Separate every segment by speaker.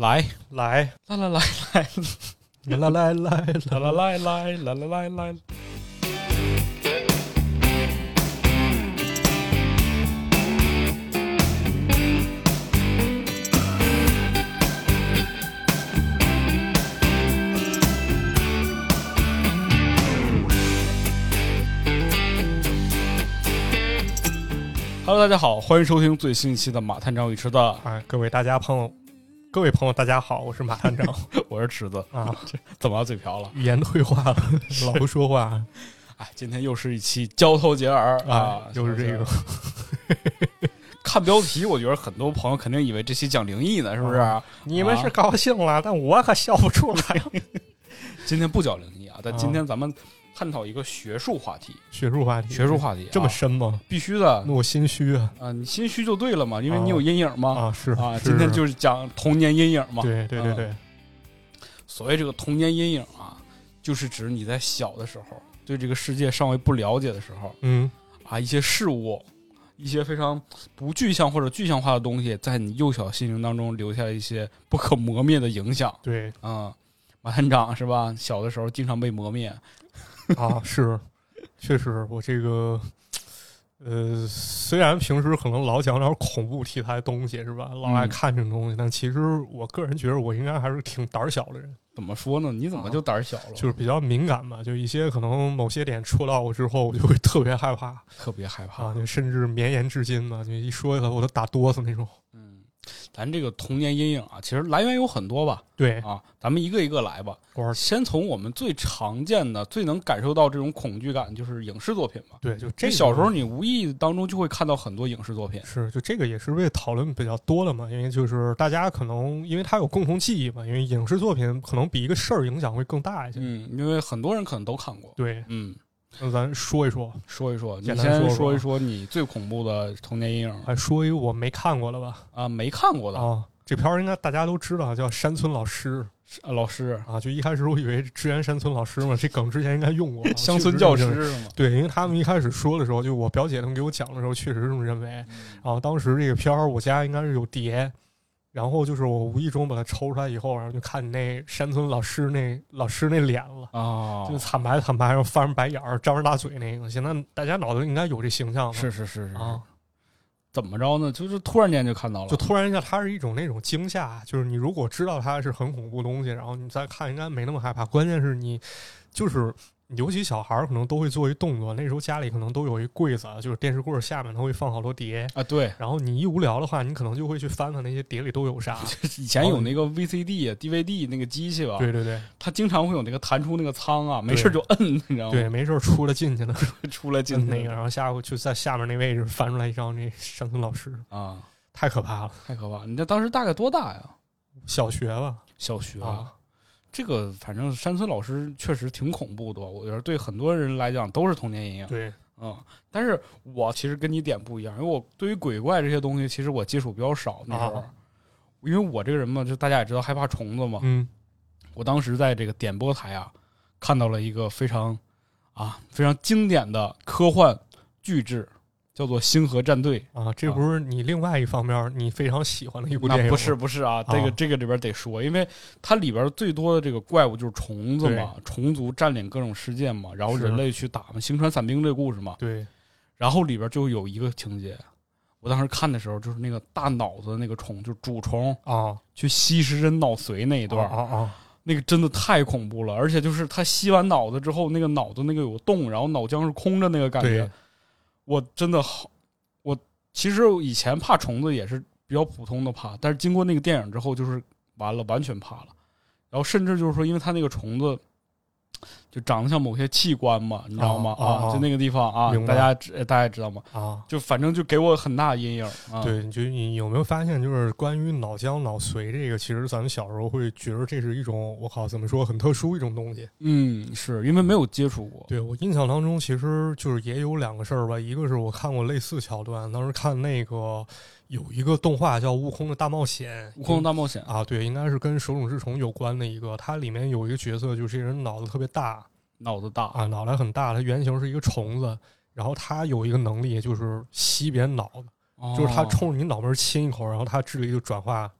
Speaker 1: 来 来来来来来
Speaker 2: 来来来来来来，
Speaker 1: 来来来来来来来，Hello，大家好，欢迎收听最新一期的《马探长与池子》，
Speaker 2: 哎，各位大家朋友，各位朋友，大家好，我是 马探长
Speaker 1: 我是池子，
Speaker 2: 啊，
Speaker 1: 怎么了？嘴瓢了？
Speaker 2: 语言退化了， 老不说话
Speaker 1: 哎，今天又是一期交头接耳 啊
Speaker 2: 啊，，就是这个，
Speaker 1: 看标题，我觉得很多朋友肯定以为这期讲灵异呢，是不是？
Speaker 2: 啊你们是高兴了，但我可笑不出 来。
Speaker 1: 今天不讲灵异啊，但今天咱们探讨一个学术话题，
Speaker 2: 学术话题，
Speaker 1: 学术话题、啊、
Speaker 2: 这么深吗？
Speaker 1: 必须的
Speaker 2: 那我心虚啊
Speaker 1: 啊！你心虚就对了嘛，因为你有阴影嘛
Speaker 2: 啊，是
Speaker 1: 啊！
Speaker 2: 是
Speaker 1: 今天就是啊讲童年阴影嘛。
Speaker 2: 对对对对，
Speaker 1: 所谓这个童年阴影啊，就是指你在小的时候对这个世界尚未不了解的时候
Speaker 2: 嗯
Speaker 1: 啊，一些事物。一些非常不具象或者具象化的东西，在你幼小心灵当中留下了一些不可磨灭的影响。
Speaker 2: 对
Speaker 1: 啊、马探长是吧？小的时候经常被磨灭，
Speaker 2: 啊是，确实我这个。呃，虽然平时可能老讲点恐怖题材的东西是吧，老爱
Speaker 1: 嗯
Speaker 2: 看这种东西，但其实我个人觉得我应该还是挺胆儿小的人。
Speaker 1: 怎么说呢？你怎么就胆儿小了？
Speaker 2: 啊就是比较敏感嘛，就一些可能某些点戳到我之后，我就会特别害怕
Speaker 1: 特别害怕。
Speaker 2: 啊，就甚至绵延至今嘛，就一说起来我都打哆嗦那种。
Speaker 1: 嗯，咱这个童年阴影啊，其实来源有很多吧。
Speaker 2: 对，
Speaker 1: 啊，咱们一个一个来吧。
Speaker 2: 我说
Speaker 1: 先从我们最常见的、最能感受到这种恐惧感，就是影视作品吧。
Speaker 2: 对，就这
Speaker 1: 这
Speaker 2: 个
Speaker 1: 小时候你无意当中就会看到很多影视作品。
Speaker 2: 是就这个也是被讨论比较多了嘛，因为就是大家可能因为它有共同记忆嘛，因为影视作品可能比一个事儿影响会更大一些。
Speaker 1: 嗯，因为很多人可能都看过。
Speaker 2: 对，
Speaker 1: 嗯，
Speaker 2: 那咱说一说，
Speaker 1: 说一说，你
Speaker 2: 简单
Speaker 1: 先
Speaker 2: 说哎说
Speaker 1: 一说你最恐怖的童年阴影
Speaker 2: 还说一个我没看过了吧？
Speaker 1: 啊，没看过的、
Speaker 2: 啊，这片儿应该大家都知道，叫山村老师
Speaker 1: 是啊老师，，
Speaker 2: 啊。就一开始我以为支援山村老师嘛，这梗之前应该用过
Speaker 1: 乡村教
Speaker 2: 师。
Speaker 1: 师是吗？
Speaker 2: 对，因为他们一开始说的时候，就我表姐他们给我讲的时候，确实是这么认为。然后当时这个片儿，我家应该是有碟，然后就是我无意中把它抽出来以后，然后就看你那山村老师那老师那脸了，
Speaker 1: 啊，
Speaker 2: 就惨白惨白，然后翻着白眼儿，张着大嘴那个。现在大家脑子里应该有这形象吧
Speaker 1: 是是是是
Speaker 2: 啊，
Speaker 1: 怎么着呢？就是突然间就看到了，
Speaker 2: 就突然一下，它是一种那种惊吓，就是你如果知道它是很恐怖的东西，然后你再看，应该没那么害怕。关键是你就是。尤其小孩儿可能都会做一动作，那时候家里可能都有一柜子啊，就是电视柜儿下面，它会放好多碟，
Speaker 1: 啊， 对，
Speaker 2: 然后你一无聊的话，你可能就会去翻翻那些碟里都有啥。
Speaker 1: 以前有那个 VCD、DVD 那个机器吧，
Speaker 2: 哦对对对
Speaker 1: 它经常会有那个弹出那个仓啊，没事就摁， 你知道吗？
Speaker 2: 对，没事儿出了进去了，
Speaker 1: 出来
Speaker 2: 进
Speaker 1: 哦进
Speaker 2: 那个，然后下回就在下面那位置翻出来一张那山村老师，
Speaker 1: 啊，
Speaker 2: 太可怕了。
Speaker 1: 太可怕！你这当时大概多大呀？
Speaker 2: 小学吧，
Speaker 1: 小学
Speaker 2: 啊，
Speaker 1: 这个反正山村老师确实挺恐怖的，我觉得对很多人来讲都是童年阴影。
Speaker 2: 对，
Speaker 1: 嗯，但是我其实跟你点不一样，因为我对于鬼怪这些东西，其实我接触比较少那时候，
Speaker 2: 啊
Speaker 1: 因为我这个人嘛，就大家也知道害怕虫子嘛，
Speaker 2: 嗯，
Speaker 1: 我当时在这个点播台啊，看到了一个非常啊非常经典的科幻巨制，叫做《星河战队》。
Speaker 2: 啊，这不是你另外一方面儿你非常喜欢的一部电
Speaker 1: 那
Speaker 2: 影吗，
Speaker 1: 不是不是啊，这个、这个里边得说，因为它里边最多的这个怪物就是虫子嘛，虫族占领各种世界嘛，然后
Speaker 2: 是
Speaker 1: 人类去打嘛，行船散兵这个故事嘛，
Speaker 2: 对，
Speaker 1: 然后里边就有一个情节，我当时看的时候就是那个大脑子的那个虫，就是主虫
Speaker 2: 啊，
Speaker 1: 去吸食人脑髓那一段，
Speaker 2: 啊啊啊，
Speaker 1: 那个真的太恐怖了，而且就是他吸完脑子之后，那个脑子那个有洞，然后脑浆是空着那个感觉
Speaker 2: 对，，
Speaker 1: 我真的好，我其实以前怕虫子也是比较普通的怕，但是经过那个电影之后，就是完了，完全怕了。然后甚至就是说，因为它那个虫子就长得像某些器官嘛，你知道吗？
Speaker 2: 啊啊啊
Speaker 1: 就那个地方啊
Speaker 2: 明，
Speaker 1: 大
Speaker 2: 白
Speaker 1: 家知呃大家也知道吗？
Speaker 2: 啊。
Speaker 1: 就反正就给我很大的阴影啊。
Speaker 2: 对，你就你有没有发现，就是关于脑浆、脑髓这个，其实咱们小时候会觉得这是一种，我靠，怎么说，很特殊一种东西。
Speaker 1: 嗯，是因为没有接触过。
Speaker 2: 对我印象当中，其实就是也有两个事儿吧，一个是我看过类似桥段，当时看那个有一个动画叫《悟空的大冒险》，
Speaker 1: 悟空大冒险
Speaker 2: 啊，对，应该是跟手冢治虫有关的一个，它里面有一个角色，就是这人脑子特别大
Speaker 1: 脑子大
Speaker 2: 啊，脑袋很大，它原型是一个虫子，然后它有一个能力就是吸别人脑子，就是它
Speaker 1: 哦
Speaker 2: 冲着你脑门儿亲一口，然后它智力就转化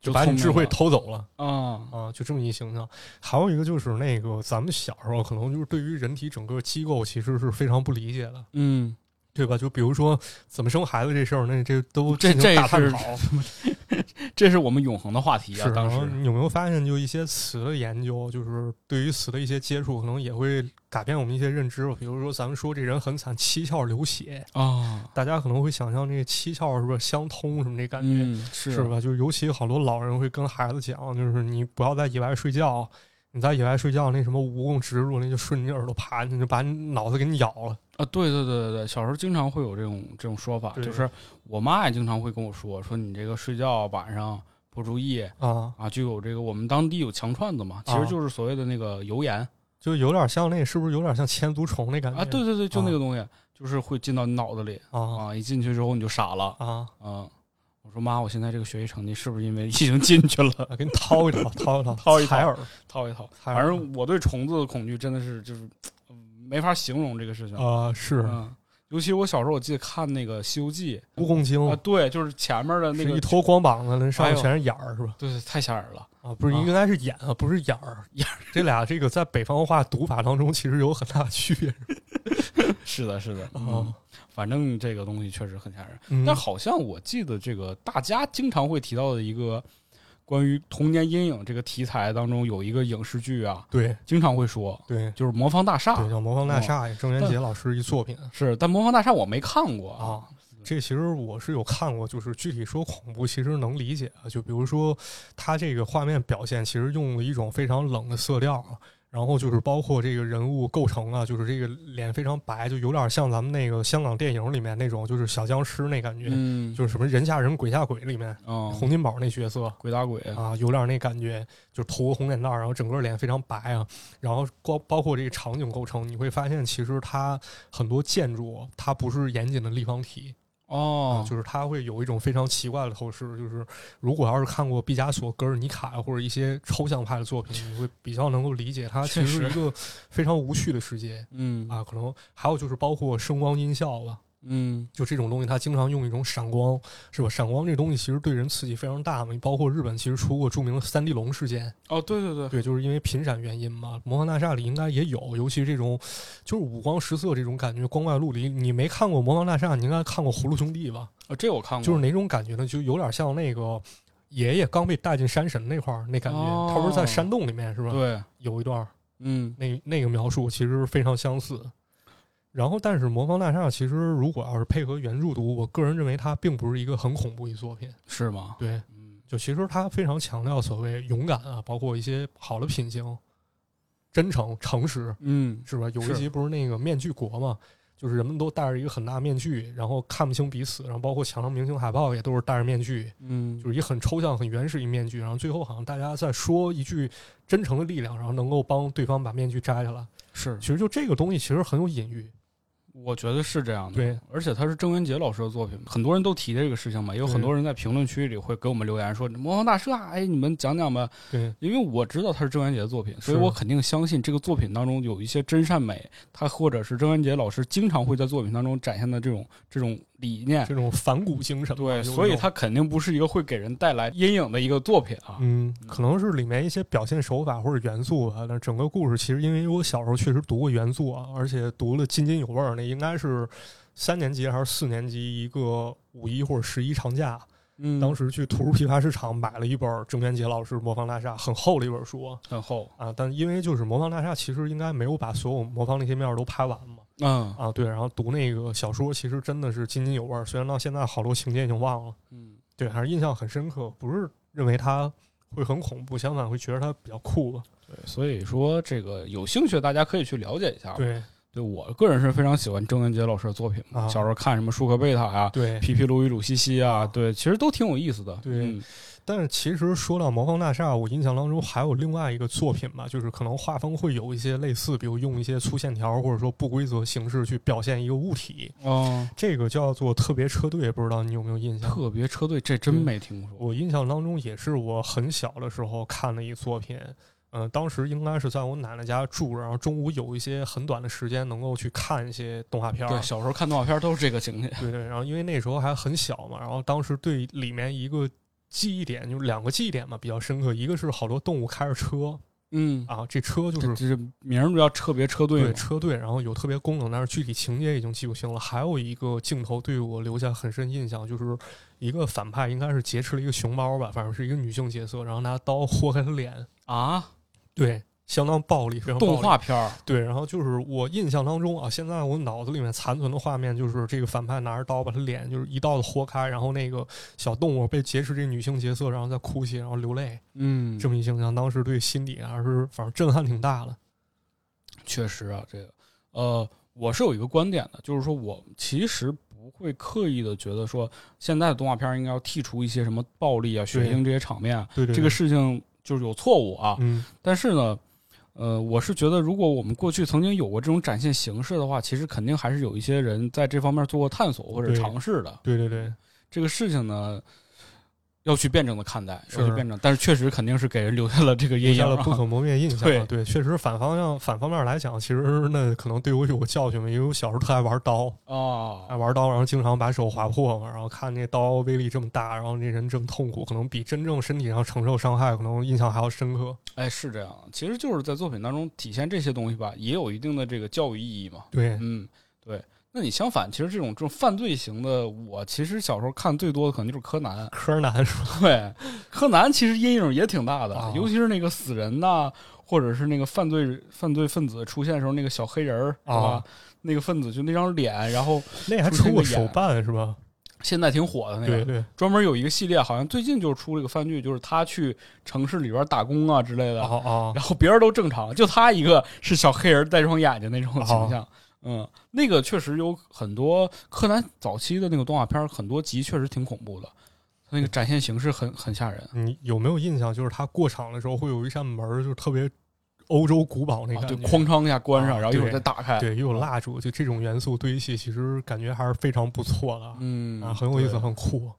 Speaker 1: 就
Speaker 2: 把你
Speaker 1: 聪明
Speaker 2: 智慧
Speaker 1: 了
Speaker 2: 偷走了
Speaker 1: 啊，
Speaker 2: 啊！就这么一形象。还有一个就是那个咱们小时候可能就是对于人体整个机构其实是非常不理解的，
Speaker 1: 嗯，
Speaker 2: 对吧？就比如说怎么生孩子这事儿，那这都
Speaker 1: 这
Speaker 2: 进行
Speaker 1: 这
Speaker 2: 大探
Speaker 1: 是
Speaker 2: 讨。
Speaker 1: 这是我们永恒的话题啊
Speaker 2: 是，，
Speaker 1: 当
Speaker 2: 然后
Speaker 1: 时
Speaker 2: 你有没有发现，就一些词的研究，就是对于词的一些接触，可能也会改变我们一些认知。比如说，咱们说这人很惨，七窍流血，
Speaker 1: 啊，
Speaker 2: 大家可能会想象这个七窍是不是相通什么这感觉，
Speaker 1: 嗯，
Speaker 2: 是吧？就是尤其好多老人会跟孩子讲，就是你不要在野外睡觉，你在野外睡觉那什么蜈蚣植入，那就顺你耳朵爬进去，就把你脑子给你咬了。
Speaker 1: 啊，对对对对对，小时候经常会有这种这种说法，
Speaker 2: 对
Speaker 1: 就是我妈也经常会跟我说，说你这个睡觉晚上不注意
Speaker 2: 啊，
Speaker 1: 啊，就有这个我们当地有强串子嘛，其
Speaker 2: 啊
Speaker 1: 实就是所谓的那个油盐啊
Speaker 2: 就有点像那，是不是有点像千足虫那感觉
Speaker 1: 啊，对对对，就那个东西，就是会进到你脑子里
Speaker 2: 啊
Speaker 1: 啊，一进去之后你就傻了，
Speaker 2: 啊
Speaker 1: 嗯，我说妈，我现在这个学习成绩是不是因为已经进去了？
Speaker 2: 啊！给你掏一掏，掏一掏，
Speaker 1: 掏一掏
Speaker 2: 采耳。
Speaker 1: 套一套，
Speaker 2: 还有
Speaker 1: 反正我对虫子的恐惧真的是就是嗯没法形容这个事情，
Speaker 2: 啊、是
Speaker 1: 嗯，尤其我小时候我记得看那个《西游记
Speaker 2: 蜈蚣精》
Speaker 1: 啊，对，就是前面的那
Speaker 2: 是
Speaker 1: 个
Speaker 2: 一脱光膀子，那上
Speaker 1: 哎
Speaker 2: 面
Speaker 1: 呦
Speaker 2: 全是眼儿，是吧？
Speaker 1: 对，太吓人 了。
Speaker 2: 啊，不是，
Speaker 1: 啊
Speaker 2: 应该是眼啊，不是眼儿。
Speaker 1: 眼
Speaker 2: 儿 这俩这个在北方话读法当中其实有很大的区别
Speaker 1: 是的，是的，嗯
Speaker 2: 啊，。
Speaker 1: 反正这个东西确实很吓人。
Speaker 2: 嗯
Speaker 1: 但好像我记得这个大家经常会提到的一个关于童年阴影这个题材当中，有一个影视剧啊，
Speaker 2: 对
Speaker 1: 经常会说，
Speaker 2: 对
Speaker 1: 就是《魔方大厦
Speaker 2: 对，》。叫《魔方大厦》，也郑渊洁老师一作品
Speaker 1: 是，但《魔方大厦》我没看过
Speaker 2: 啊。这其实我是有看过，就是具体说恐怖，其实能理解啊。就比如说，它这个画面表现，其实用了一种非常冷的色调啊，然后就是包括这个人物构成啊，就是这个脸非常白，就有点像咱们那个香港电影里面那种，就是小僵尸那感觉。
Speaker 1: 嗯，
Speaker 2: 就是什么人吓人鬼吓鬼里面，
Speaker 1: 嗯，
Speaker 2: 洪金宝那角色
Speaker 1: 鬼打鬼，
Speaker 2: 啊，有点那感觉，就是涂个红脸蛋儿，然后整个脸非常白啊，然后包包括这个场景构成，你会发现其实它很多建筑它不是严谨的立方体啊，
Speaker 1: 哦，
Speaker 2: 就是它会有一种非常奇怪的透视。就是如果要是看过毕加索、格尔尼卡或者一些抽象派的作品，你会比较能够理解它其
Speaker 1: 确
Speaker 2: 实是
Speaker 1: 实
Speaker 2: 一个非常无趣的世界
Speaker 1: 嗯
Speaker 2: 啊。可能还有就是包括声光音效啊了。
Speaker 1: 嗯，
Speaker 2: 就这种东西，它经常用一种闪光，是吧？闪光这东西其实对人刺激非常大嘛。你包括日本其实出过著名的三地龙事件，
Speaker 1: 哦，对对对，
Speaker 2: 对，就是因为频闪原因嘛。魔方大厦里应该也有，尤其这种就是五光十色这种感觉，光怪陆离。你没看过魔方大厦，你应该看过《葫芦兄弟》吧？
Speaker 1: 哦，这我看过，
Speaker 2: 就是哪种感觉呢？就有点像那个爷爷刚被带进山神那块儿那感觉，
Speaker 1: 哦
Speaker 2: 他不是在山洞里面是吧？
Speaker 1: 对，
Speaker 2: 有一段儿
Speaker 1: 嗯
Speaker 2: 那那个描述其实非常相似。然后，但是《魔方大厦》其实如果要是配合原著读，我个人认为它并不是一个很恐怖的作品。
Speaker 1: 是吗？
Speaker 2: 对，
Speaker 1: 嗯，
Speaker 2: 就其实它非常强调所谓勇敢啊，包括一些好的品行、真诚、诚实，
Speaker 1: 嗯
Speaker 2: 是吧？有一
Speaker 1: 是
Speaker 2: 集不是那个面具国嘛，就是人们都戴着一个很大面具，然后看不清彼此，然后包括墙上明星海报也都是戴着面具，
Speaker 1: 嗯，
Speaker 2: 就是一很抽象、很原始一面具。然后最后好像大家在说一句真诚的力量，然后能够帮对方把面具摘下来。
Speaker 1: 是
Speaker 2: 其实就这个东西其实很有隐喻，
Speaker 1: 我觉得是这样的，
Speaker 2: 对，
Speaker 1: 而且他是郑渊洁老师的作品，很多人都提这个事情嘛，也有
Speaker 2: 对
Speaker 1: 很多人在评论区里会给我们留言说《魔方大厦》，哎，你们讲讲吧，
Speaker 2: 对
Speaker 1: 因为我知道他是郑渊洁的作品，所以
Speaker 2: 是
Speaker 1: 我肯定相信这个作品当中有一些真善美，他或者是郑渊洁老师经常会在作品当中展现的这种这种理念，
Speaker 2: 这种反骨精神嘛。
Speaker 1: 对，
Speaker 2: 有一
Speaker 1: 所以
Speaker 2: 种
Speaker 1: 他肯定不是一个会给人带来阴影的一个作品啊，
Speaker 2: 嗯，可能是里面一些表现手法或者元素吧。那整个故事其实因为我小时候确实读过原著啊，而且读了津津有味儿。那应该是三年级还是四年级一个五一或者十一长假，
Speaker 1: 嗯
Speaker 2: 当时去图书批发市场买了一本郑渊洁老师《魔方大厦》，很厚的一本书啊
Speaker 1: 很厚，
Speaker 2: 啊。但因为就是《魔方大厦》其实应该没有把所有魔方那些面儿都拍完嘛。
Speaker 1: 嗯
Speaker 2: 啊，对，然后读那个小说，其实真的是津津有味儿。虽然到现在好多情节已经忘了，
Speaker 1: 嗯
Speaker 2: 对，还是印象很深刻。不是认为它会很恐怖，相反会觉得它比较酷啊吧？
Speaker 1: 对，所以说这个有兴趣的大家可以去了解一下吧，
Speaker 2: 对
Speaker 1: 对我个人是非常喜欢郑渊洁老师的作品嘛，
Speaker 2: 啊
Speaker 1: 小时候看什么舒克贝塔呀、
Speaker 2: 对。
Speaker 1: 皮皮鲁与鲁西西啊，
Speaker 2: 啊
Speaker 1: 对，其实都挺有意思的。
Speaker 2: 对
Speaker 1: 嗯
Speaker 2: 但是其实说到魔方大厦，我印象当中还有另外一个作品吧，就是可能画风会有一些类似，比如用一些粗线条或者说不规则形式去表现一个物体，
Speaker 1: 哦，
Speaker 2: 这个叫做特别车队，不知道你有没有印象？
Speaker 1: 特别车队这真没听说。
Speaker 2: 我印象当中也是我很小的时候看的一作品，嗯、当时应该是在我奶奶家住，然后中午有一些很短的时间能够去看一些动画片儿啊
Speaker 1: 对，。小时候看动画片都是这个情节。
Speaker 2: 对对，然后因为那时候还很小嘛，然后当时对里面一个记忆点，就是两个记忆点嘛，比较深刻。一个是好多动物开着车
Speaker 1: 嗯，
Speaker 2: 啊，这车就
Speaker 1: 这
Speaker 2: 是
Speaker 1: 这是名儿叫车别车队
Speaker 2: 对
Speaker 1: 嘛，
Speaker 2: 车队，然后有特别功能，但是具体情节已经记不清了。还有一个镜头对我留下很深印象，就是一个反派应该是劫持了一个熊猫吧，反正是一个女性角色，然后拿刀 豁开她脸，
Speaker 1: 啊，
Speaker 2: 对，相当暴力，非常暴力
Speaker 1: 动画片儿，
Speaker 2: 对。然后就是我印象当中啊，现在我脑子里面残存的画面就是这个反派拿着刀把她脸就是一刀子豁开，然后那个小动物被劫持这个女性角色，然后在哭泣，然后流泪，
Speaker 1: 嗯，
Speaker 2: 这么一形象，当时对心底还是反正震撼挺大的。
Speaker 1: 确实啊，这个，呃，我是有一个观点的，就是说我其实不会刻意的觉得说现在的动画片儿应该要剔除一些什么暴力啊、血
Speaker 2: 对
Speaker 1: 腥这些场面啊，
Speaker 2: 对对
Speaker 1: 这个事情就是有错误啊。
Speaker 2: 嗯
Speaker 1: 但是呢，呃，我是觉得如果我们过去曾经有过这种展现形式的话，其实肯定还是有一些人在这方面做过探索或者
Speaker 2: 对
Speaker 1: 尝试的。
Speaker 2: 对对对。
Speaker 1: 这个事情呢。要去辩证的看待，
Speaker 2: 是
Speaker 1: 要去辩证，但是确实肯定是给人留下了这个
Speaker 2: 留
Speaker 1: 阴影
Speaker 2: 下
Speaker 1: 啊、
Speaker 2: 了不可磨灭印象。啊
Speaker 1: 对
Speaker 2: 对，确实反方向反方面来讲，其实那可能对我有个教训嘛，因为我小时候特爱玩刀，
Speaker 1: 哦
Speaker 2: 爱玩刀，然后经常把手划破嘛，然后看那刀威力这么大，然后那人这么痛苦，可能比真正身体上承受伤害可能印象还要深刻。
Speaker 1: 哎，是这样，其实就是在作品当中体现这些东西吧，也有一定的这个教育意义嘛。
Speaker 2: 对，。
Speaker 1: 嗯，对。那你相反，其实这种这种犯罪型的，我其实小时候看最多的可能就是柯南
Speaker 2: 柯南是吧？
Speaker 1: 对，柯南其实阴影也挺大的，
Speaker 2: 啊
Speaker 1: 尤其是那个死人呐、或者是那个犯罪犯罪分子出现的时候，那个小黑人儿是吧
Speaker 2: 啊？
Speaker 1: 那个分子就那张脸，然后
Speaker 2: 那还出过手办是吧？
Speaker 1: 现在挺火的那
Speaker 2: 对
Speaker 1: 个，
Speaker 2: 对，
Speaker 1: 专门有一个系列，好像最近就出了一个番剧，就是他去城市里边打工啊之类的。
Speaker 2: 哦哦，
Speaker 1: 然后别人都正常，就他一个是小黑人带双眼睛那种
Speaker 2: 哦
Speaker 1: 形象。嗯，那个确实有很多柯南早期的那个动画片儿，很多集确实挺恐怖的，那个展现形式很很吓人。
Speaker 2: 你有没有印象？就是他过场的时候会有一扇门儿，就是特别欧洲古堡那
Speaker 1: 啊
Speaker 2: 感
Speaker 1: 对，嗯
Speaker 2: 觉。
Speaker 1: 哐当一下关上，
Speaker 2: 啊
Speaker 1: 然后一会儿
Speaker 2: 对
Speaker 1: 再打开。
Speaker 2: 对，又有蜡烛，就这种元素堆砌，其实感觉还是非常不错的。
Speaker 1: 嗯，
Speaker 2: 啊，很有意思，
Speaker 1: 对。
Speaker 2: 很酷。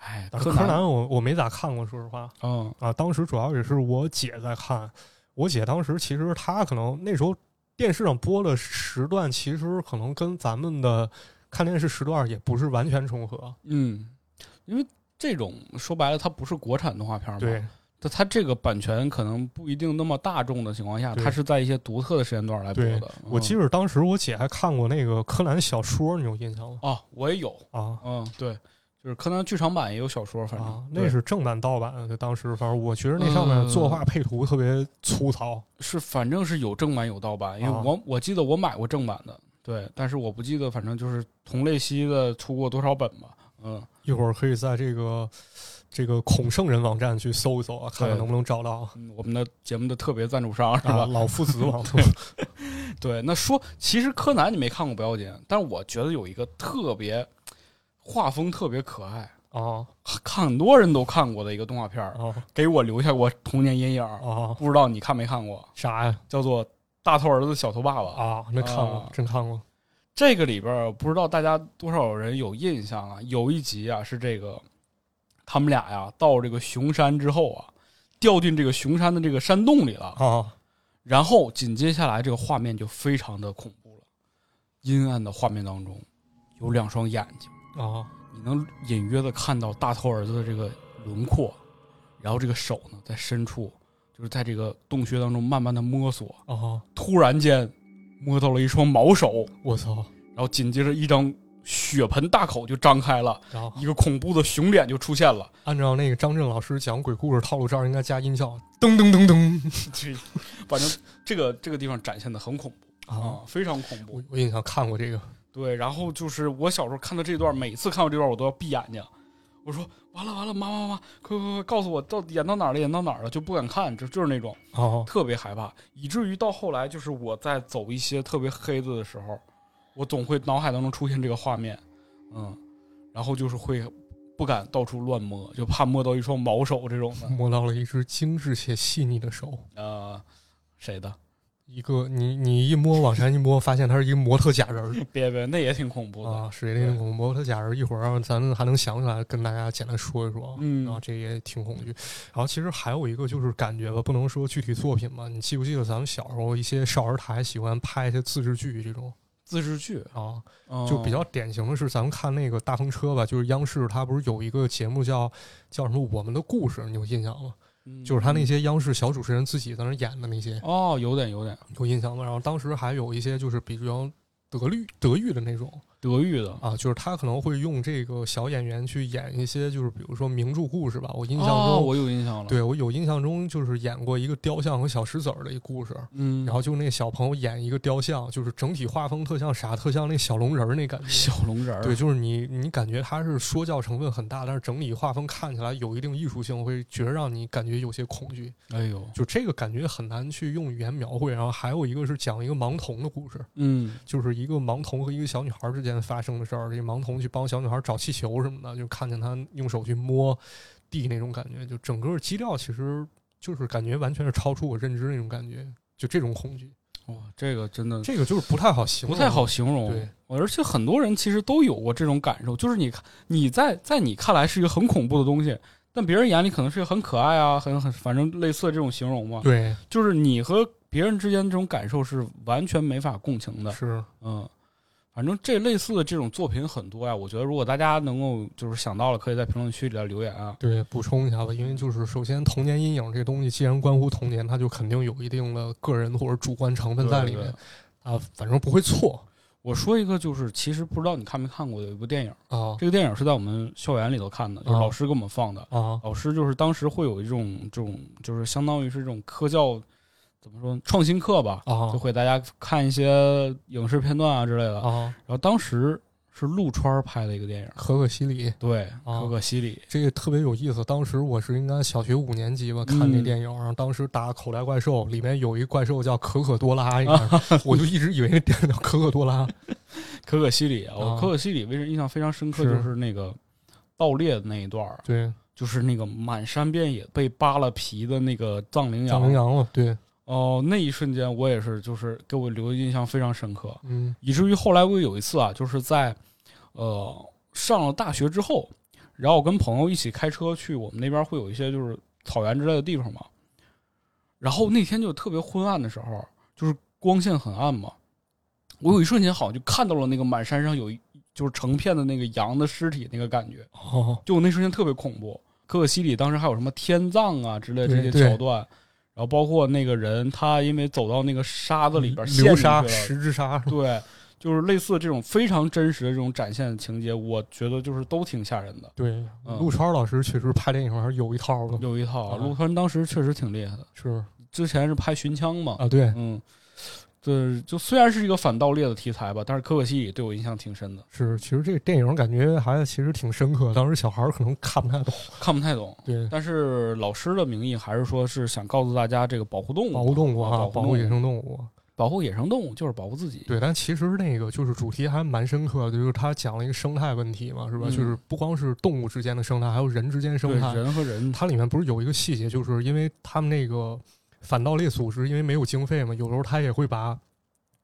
Speaker 1: 哎，
Speaker 2: 但是柯南我我没咋看过，说实话
Speaker 1: 嗯
Speaker 2: 啊，当时主要也是我姐在看。我姐当时其实她可能那时候电视上播的时段，其实可能跟咱们的看电视时段也不是完全重合。
Speaker 1: 嗯，因为这种说白了，它不是国产动画片嘛，
Speaker 2: 对，
Speaker 1: 它它这个版权可能不一定那么大众的情况下，
Speaker 2: 对
Speaker 1: 它是在一些独特的时间段来播
Speaker 2: 对
Speaker 1: 的。嗯
Speaker 2: 我记
Speaker 1: 得
Speaker 2: 得当时我姐还看过那个柯南小说，你有印象吗？
Speaker 1: 哦，我也有，
Speaker 2: 啊
Speaker 1: 嗯，对，就是柯南剧场版也有小说，反正、
Speaker 2: 啊，
Speaker 1: 对
Speaker 2: 那是正版盗版的。就当时反正我觉得那上面作画配图特别粗糙。
Speaker 1: 是反正是有正版有盗版，因为
Speaker 2: 啊
Speaker 1: 我、我记得我买过正版的，对，但是我不记得，反正就是同类系的出过多少本吧，嗯，
Speaker 2: 一会儿可以在这个这个孔圣人网站去搜一搜啊，看
Speaker 1: 对
Speaker 2: 看能不能找到
Speaker 1: 嗯我们的节目的特别赞助商是吧？
Speaker 2: 啊，老夫子网
Speaker 1: 对，那说其实柯南你没看过不要紧，但是我觉得有一个特别画风特别可爱，
Speaker 2: 啊
Speaker 1: 很多人都看过的一个动画片儿，
Speaker 2: 啊
Speaker 1: 给我留下过童年阴影儿，
Speaker 2: 啊！
Speaker 1: 不知道你看没看过，
Speaker 2: 啥呀？
Speaker 1: 叫做《大头儿子小头爸爸》。
Speaker 2: 啊，那看过
Speaker 1: 啊，
Speaker 2: 真看过
Speaker 1: 这个里边儿不知道大家多少人有印象啊？有一集啊是这个，他们俩呀、到这个熊山之后啊，掉进这个熊山的这个山洞里了。
Speaker 2: 啊
Speaker 1: 然后紧接下来这个画面就非常的恐怖了，阴暗的画面当中有两双眼睛，
Speaker 2: 啊
Speaker 1: 你能隐约的看到大头儿子的这个轮廓，然后这个手呢在深处，就是在这个洞穴当中慢慢的摸索，
Speaker 2: 啊！
Speaker 1: 突然间摸到了一双毛手。
Speaker 2: 我操！
Speaker 1: 然后紧接着一张呃血盆大口就张开了，
Speaker 2: 然后
Speaker 1: 一个恐怖的熊脸就出现了。
Speaker 2: 按照那个张震老师讲鬼故事套路，这儿应该加音效，啊噔噔噔噔
Speaker 1: 这反正这个这个地方展现的很恐怖
Speaker 2: 啊！
Speaker 1: 啊，非常恐怖
Speaker 2: 我。我印象看过这个，
Speaker 1: 对，然后就是我小时候看到这段，每次看到这段我都要闭眼睛。我说完了完了，妈妈妈妈，快快快，告诉我到底演到哪儿了，演到哪儿了，就不敢看，就就是那种
Speaker 2: 啊
Speaker 1: 特别害怕，以至于到后来就是我在走一些特别黑子的时候，我总会脑海当中出现这个画面，嗯，然后就是会不敢到处乱摸，就怕摸到一双毛手这种的。
Speaker 2: 摸到了一只精致且细腻的手，
Speaker 1: 呃，谁的？
Speaker 2: 一个你你一摸往上一摸，发现它是一个模特假人儿
Speaker 1: 别别，那也挺恐怖的。
Speaker 2: 啊，是那种模特假人儿。一会儿咱还能想起来跟大家简单说一说啊。
Speaker 1: 嗯
Speaker 2: 然后这也挺恐惧。然后其实还有一个就是感觉吧，不能说具体作品吧。你记不记得咱们小时候一些少儿台喜欢拍一些自制剧这种
Speaker 1: 自治剧，
Speaker 2: 啊，
Speaker 1: 嗯
Speaker 2: 就比较典型的是咱们看那个大风车吧，就是央视它不是有一个节目叫叫什么《我们的故事》，你有印象吗？就是他那些央视小主持人自己在那儿演的那些，
Speaker 1: 嗯哦，有点有点
Speaker 2: 有印象吗？然后当时还有一些就是比较德律德育的那种
Speaker 1: 德育的，
Speaker 2: 啊，就是他可能会用这个小演员去演一些就是比如说名著故事吧。我印象中，
Speaker 1: 哦我有印象了，，
Speaker 2: 对我有印象中就是演过一个雕像和小石子儿的一故事，
Speaker 1: 嗯，
Speaker 2: 然后就那小朋友演一个雕像，就是整体画风特像啥，特像那小龙人儿那感觉。
Speaker 1: 小龙人儿，
Speaker 2: 对，就是你，你感觉它是说教成分很大，但是整体画风看起来有一定艺术性，会觉得让你感觉有些恐惧。
Speaker 1: 哎呦，
Speaker 2: 就这个感觉很难去用语言描绘。然后还有一个是讲一个盲童的故事，
Speaker 1: 嗯，
Speaker 2: 就是一个盲童和一个小女孩之间发生的事儿。这盲童去帮小女孩找气球什么的，就看见她用手去摸地那种感觉，就整个基调其实就是感觉完全是超出我认知那种感觉，就这种恐惧，
Speaker 1: 哇，这个真的
Speaker 2: 这个就是不太好形
Speaker 1: 不
Speaker 2: 容，
Speaker 1: 太好。形容。
Speaker 2: 对，
Speaker 1: 而且很多人其实都有过这种感受，就是你看你在在你看来是一个很恐怖的东西，但别人眼里可能是一个很可爱啊，很很反正类似的这种形容嘛。
Speaker 2: 对，
Speaker 1: 就是你和别人之间这种感受是完全没法共情的。
Speaker 2: 是，
Speaker 1: 嗯，反正这类似的这种作品很多呀。我觉得如果大家能够就是想到了，可以在评论区里来留言啊。
Speaker 2: 对，补充一下吧，因为就是首先童年阴影这东西，既然关乎童年，它就肯定有一定的个人或者主观成分在里
Speaker 1: 对
Speaker 2: 面
Speaker 1: 对
Speaker 2: 啊，反正不会错
Speaker 1: 我说一个，就是其实不知道你看没看过的有一部电影，
Speaker 2: 啊
Speaker 1: 这个电影是在我们校园里头看的，就是
Speaker 2: 啊
Speaker 1: 老师给我们放的。
Speaker 2: 啊
Speaker 1: 老师就是当时会有一种这种，就是相当于是这种科教怎么说创新课吧，
Speaker 2: 啊
Speaker 1: 就会大家看一些影视片段啊之类的。
Speaker 2: 啊！
Speaker 1: 然后当时是陆川拍的一个电影，
Speaker 2: 可可西里
Speaker 1: 对，
Speaker 2: 啊
Speaker 1: 可可西里，
Speaker 2: 这个特别有意思。当时我是应该小学五年级吧，看这
Speaker 1: 嗯
Speaker 2: 电影，然后当时打口袋怪兽，里面有一怪兽叫可可多拉， 我就一直以为那电影叫可可多拉。
Speaker 1: 可可西里啊，我
Speaker 2: 啊
Speaker 1: 可可西里为人印象非常深刻，
Speaker 2: 是
Speaker 1: 就是那个盗猎的那一段儿，
Speaker 2: 对，
Speaker 1: 就是那个满山遍野被扒了皮的那个藏羚
Speaker 2: 藏羚
Speaker 1: 羊。
Speaker 2: 羊了。对，
Speaker 1: 哦、那一瞬间我也是，就是给我留的印象非常深刻，
Speaker 2: 嗯
Speaker 1: 以至于后来我有一次啊，就是在呃上了大学之后，然后我跟朋友一起开车去我们那边会有一些就是草原之类的地方嘛，然后那天就特别昏暗的时候，就是光线很暗嘛，我有一瞬间好像就看到了那个满山上有一就是成片的那个羊的尸体那个感觉，
Speaker 2: 哦，
Speaker 1: 就我那瞬间特别恐怖。可可西里当时还有什么天葬啊之类的这些
Speaker 2: 对对
Speaker 1: 桥段，然后包括那个人他因为走到那个沙子里边陷
Speaker 2: 流
Speaker 1: 进去
Speaker 2: 沙、
Speaker 1: 了
Speaker 2: 十之沙，
Speaker 1: 对，就是类似这种非常真实的这种展现情节，我觉得就是都挺吓人的。
Speaker 2: 对，
Speaker 1: 嗯
Speaker 2: 陆川老师确实拍电影还是有一套的，
Speaker 1: 有一套啊
Speaker 2: 啊
Speaker 1: 陆川当时确实挺厉害的，
Speaker 2: 是
Speaker 1: 之前是拍《寻枪》嘛，
Speaker 2: 啊，对，
Speaker 1: 嗯，对，就虽然是一个反盗猎的题材吧，但是可可西里对我印象挺深的，
Speaker 2: 是，其实这个电影感觉还其实挺深刻，当时小孩儿可能看不太懂。
Speaker 1: 看不太懂。
Speaker 2: 对，
Speaker 1: 但是老师的名义还是说是想告诉大家，这个保护动物，
Speaker 2: 保护动物啊，
Speaker 1: 保
Speaker 2: 保
Speaker 1: 动
Speaker 2: 护野
Speaker 1: 物，
Speaker 2: 生动物。
Speaker 1: 保护野生动物就是保护自己。
Speaker 2: 对，但其实那个就是主题还蛮深刻的，就是他讲了一个生态问题嘛，是吧？
Speaker 1: 嗯
Speaker 2: 就是不光是动物之间的生态，还有人之间
Speaker 1: 对
Speaker 2: 生态。
Speaker 1: 人和人，
Speaker 2: 它里面不是有一个细节，就是因为他们那个反盗猎组织，因为没有经费嘛，有时候他也会把